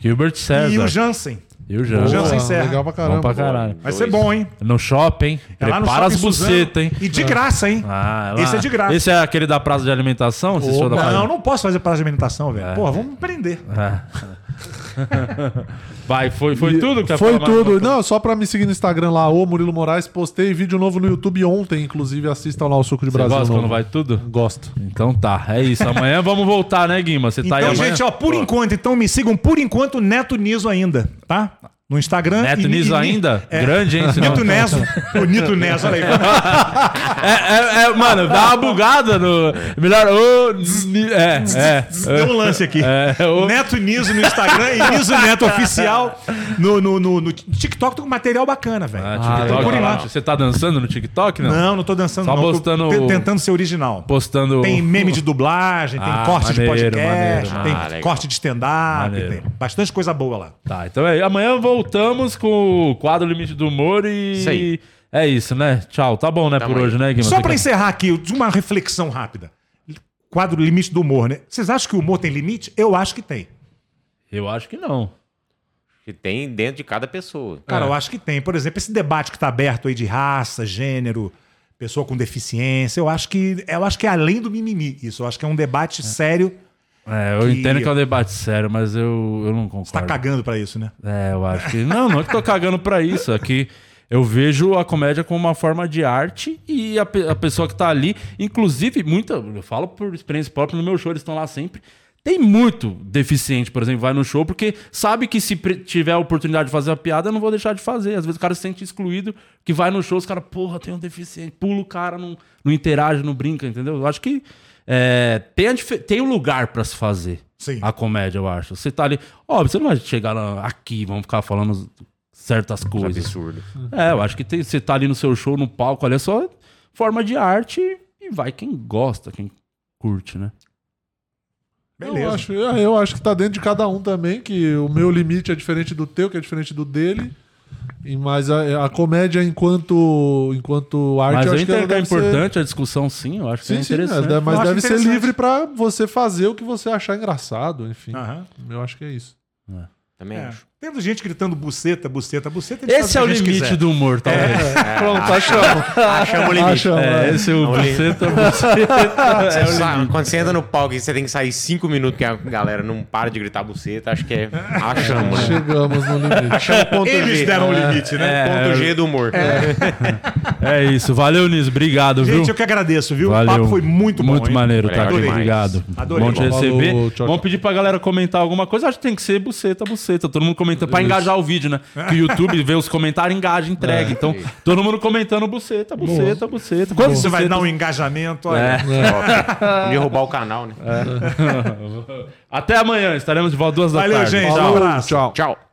Speaker 1: Gilbert César.
Speaker 4: e o Jansen.
Speaker 1: E o
Speaker 2: Boa,
Speaker 1: Jansen.
Speaker 4: Jansen Serra.
Speaker 2: Legal pra
Speaker 1: Bom
Speaker 2: caramba.
Speaker 1: pra caralho.
Speaker 4: Vai ser
Speaker 3: Dois.
Speaker 4: bom, hein?
Speaker 1: No shopping.
Speaker 4: É lá no
Speaker 1: Prepara as
Speaker 4: shopping Suzano.
Speaker 1: bucetas, hein?
Speaker 4: E de graça, hein?
Speaker 1: Ah, lá.
Speaker 4: Esse é de graça.
Speaker 1: Esse é aquele da praça de alimentação? Esse show da É. Tá praça?
Speaker 4: Não, não posso fazer prazo de alimentação, velho. Pô, vamos prender.
Speaker 1: Vai, foi, foi
Speaker 2: E-
Speaker 1: tudo que né? eu
Speaker 2: Foi
Speaker 1: falava?
Speaker 2: tudo. Não, só pra me seguir no Instagram lá, ô Murilo Moraes, postei vídeo novo no YouTube ontem, inclusive assistam lá o Suco de
Speaker 1: Você
Speaker 2: Brasil.
Speaker 1: gosta
Speaker 2: novo.
Speaker 1: quando vai tudo?
Speaker 2: Gosto.
Speaker 1: Então tá, é isso. Amanhã vamos voltar, né, Guima? Você tá
Speaker 4: então,
Speaker 1: aí amanhã?
Speaker 4: gente, ó, por enquanto, então me sigam por enquanto Neto Niso ainda, tá? No Instagram.
Speaker 1: Neto
Speaker 4: e-
Speaker 1: Niso
Speaker 4: e-
Speaker 1: ainda?
Speaker 4: É,
Speaker 1: Grande, hein? esse
Speaker 4: Nito
Speaker 1: nome.
Speaker 4: Neso. O Nito Neso, olha aí.
Speaker 1: É, é, é, mano, dá uma bugada no. Melhor. ô, ni- é, é.
Speaker 4: Deu um lance aqui.
Speaker 1: É, o-
Speaker 4: Neto Niso no Instagram e Niso Neto Oficial no, no, no, no TikTok tô com material bacana, velho.
Speaker 1: Ah, TikTok,
Speaker 4: procurem lá.
Speaker 1: Você tá dançando no TikTok? Não.
Speaker 4: Não, não tô dançando,
Speaker 1: Só
Speaker 4: não. Tô
Speaker 1: postando-
Speaker 4: te- tentando ser original.
Speaker 1: Postando.
Speaker 4: Tem meme de dublagem, tem
Speaker 1: Ah,
Speaker 4: corte de
Speaker 1: maneiro,
Speaker 4: podcast,
Speaker 1: maneiro.
Speaker 4: tem
Speaker 3: Ah, legal.
Speaker 4: corte de stand-up,
Speaker 1: Maneiro.
Speaker 4: tem bastante coisa boa lá.
Speaker 1: Tá, então é. Amanhã voltamos com o quadro Limite do Humor e.
Speaker 3: Isso aí.
Speaker 1: É isso, né? Tchau. Tá bom, né, por
Speaker 3: aí.
Speaker 1: hoje, né, Guima?
Speaker 4: Só
Speaker 1: Você
Speaker 4: pra
Speaker 1: quer-
Speaker 4: encerrar aqui, de uma reflexão rápida. Quadro limite do humor, né? Vocês acham que o humor tem limite? Eu acho que tem.
Speaker 1: Eu acho que não.
Speaker 3: Que tem dentro de cada pessoa.
Speaker 4: Cara,
Speaker 1: É.
Speaker 4: eu acho que tem. Por exemplo, esse debate que tá aberto aí de raça, gênero, pessoa com deficiência, eu acho que eu acho que é além do mimimi. Isso, eu acho que é um debate sério.
Speaker 1: É, eu
Speaker 4: Que-
Speaker 1: entendo que é um debate sério, mas eu, eu não
Speaker 4: Você tá
Speaker 1: concordo.
Speaker 4: cagando pra isso, né?
Speaker 1: É, eu acho que. Não, não é que tô cagando pra isso. É que eu vejo a comédia como uma forma de arte e a, pe- a pessoa que tá ali, inclusive, muita. Eu falo por experiência própria, no meu show, eles estão lá sempre. Tem muito deficiente, por exemplo, vai no show porque sabe que se pre- tiver a oportunidade de fazer a piada, eu não vou deixar de fazer. Às vezes o cara se sente excluído, que vai no show, os caras, porra, tem um deficiente, pula o cara, não, não interage, não brinca, entendeu? Eu acho que é, tem, a dife- tem um lugar pra se fazer
Speaker 4: Sim.
Speaker 1: a comédia, eu acho. Você tá ali, óbvio, você não vai chegar lá, aqui, vamos ficar falando certas coisas.
Speaker 3: Absurdo.
Speaker 1: É, eu acho que tem- você tá ali no seu show, no palco, olha só, forma de arte e vai quem gosta, quem curte, né?
Speaker 2: Eu acho, eu acho que tá dentro de cada um também, que o meu limite é diferente do teu, que é diferente do dele. E, mas a, a comédia enquanto, enquanto arte,
Speaker 1: Mas
Speaker 2: eu
Speaker 1: eu
Speaker 2: acho que ela
Speaker 1: entendo que é
Speaker 2: deve ser-
Speaker 1: importante a discussão, sim, eu acho que
Speaker 2: Sim,
Speaker 1: é
Speaker 2: sim, é,
Speaker 1: interessante.
Speaker 2: de- mas
Speaker 4: Eu acho
Speaker 2: deve ser
Speaker 4: interessante.
Speaker 2: livre pra você fazer o que você achar engraçado, enfim.
Speaker 4: Aham.
Speaker 2: Eu acho que é isso.
Speaker 3: Também
Speaker 4: É.
Speaker 3: acho.
Speaker 4: Tendo gente gritando buceta, buceta, buceta. eles
Speaker 1: Esse é o
Speaker 4: fazem o que a gente
Speaker 1: limite
Speaker 4: quiser.
Speaker 1: do humor, talvez.
Speaker 2: Pronto, achamos.
Speaker 3: Achamos o limite.
Speaker 2: Achamos,
Speaker 1: É,
Speaker 2: é.
Speaker 1: esse é o buceta, buceta.
Speaker 3: Você sabe, quando você entra no palco e você tem que sair cinco minutos que a galera não para de gritar buceta, acho que é. Achamos, né?
Speaker 2: Chegamos no limite. um
Speaker 3: Achamos o ponto
Speaker 4: Eles
Speaker 3: G.
Speaker 4: deram o limite, né?
Speaker 3: É, ponto G do humor.
Speaker 1: É isso, valeu, Nis, obrigado, viu?
Speaker 4: Gente, eu que agradeço, viu?
Speaker 1: Valeu.
Speaker 4: O papo foi muito bom.
Speaker 1: Muito
Speaker 4: hein?
Speaker 1: maneiro, tá
Speaker 3: Legal
Speaker 1: aqui,
Speaker 3: demais.
Speaker 1: obrigado.
Speaker 4: Adorei.
Speaker 1: Bom te
Speaker 2: Falou,
Speaker 1: receber.
Speaker 2: tchau, tchau.
Speaker 1: Vamos pedir pra galera comentar alguma coisa. Acho que tem que ser buceta, buceta. Todo mundo comentando. Pra engajar o vídeo, né? Que o YouTube vê os comentários, engaja,
Speaker 4: É.
Speaker 1: entrega. Então, todo mundo comentando buceta, buceta, buceta.
Speaker 4: Quando
Speaker 1: buceta.
Speaker 4: você vai dar um engajamento,
Speaker 1: É,
Speaker 4: olha.
Speaker 3: Ó, Podia roubar o canal, né?
Speaker 1: Até amanhã, estaremos de volta duas da
Speaker 4: Valeu,
Speaker 1: tarde.
Speaker 4: gente.
Speaker 2: Falou,
Speaker 4: abraço.
Speaker 2: tchau.
Speaker 3: Tchau.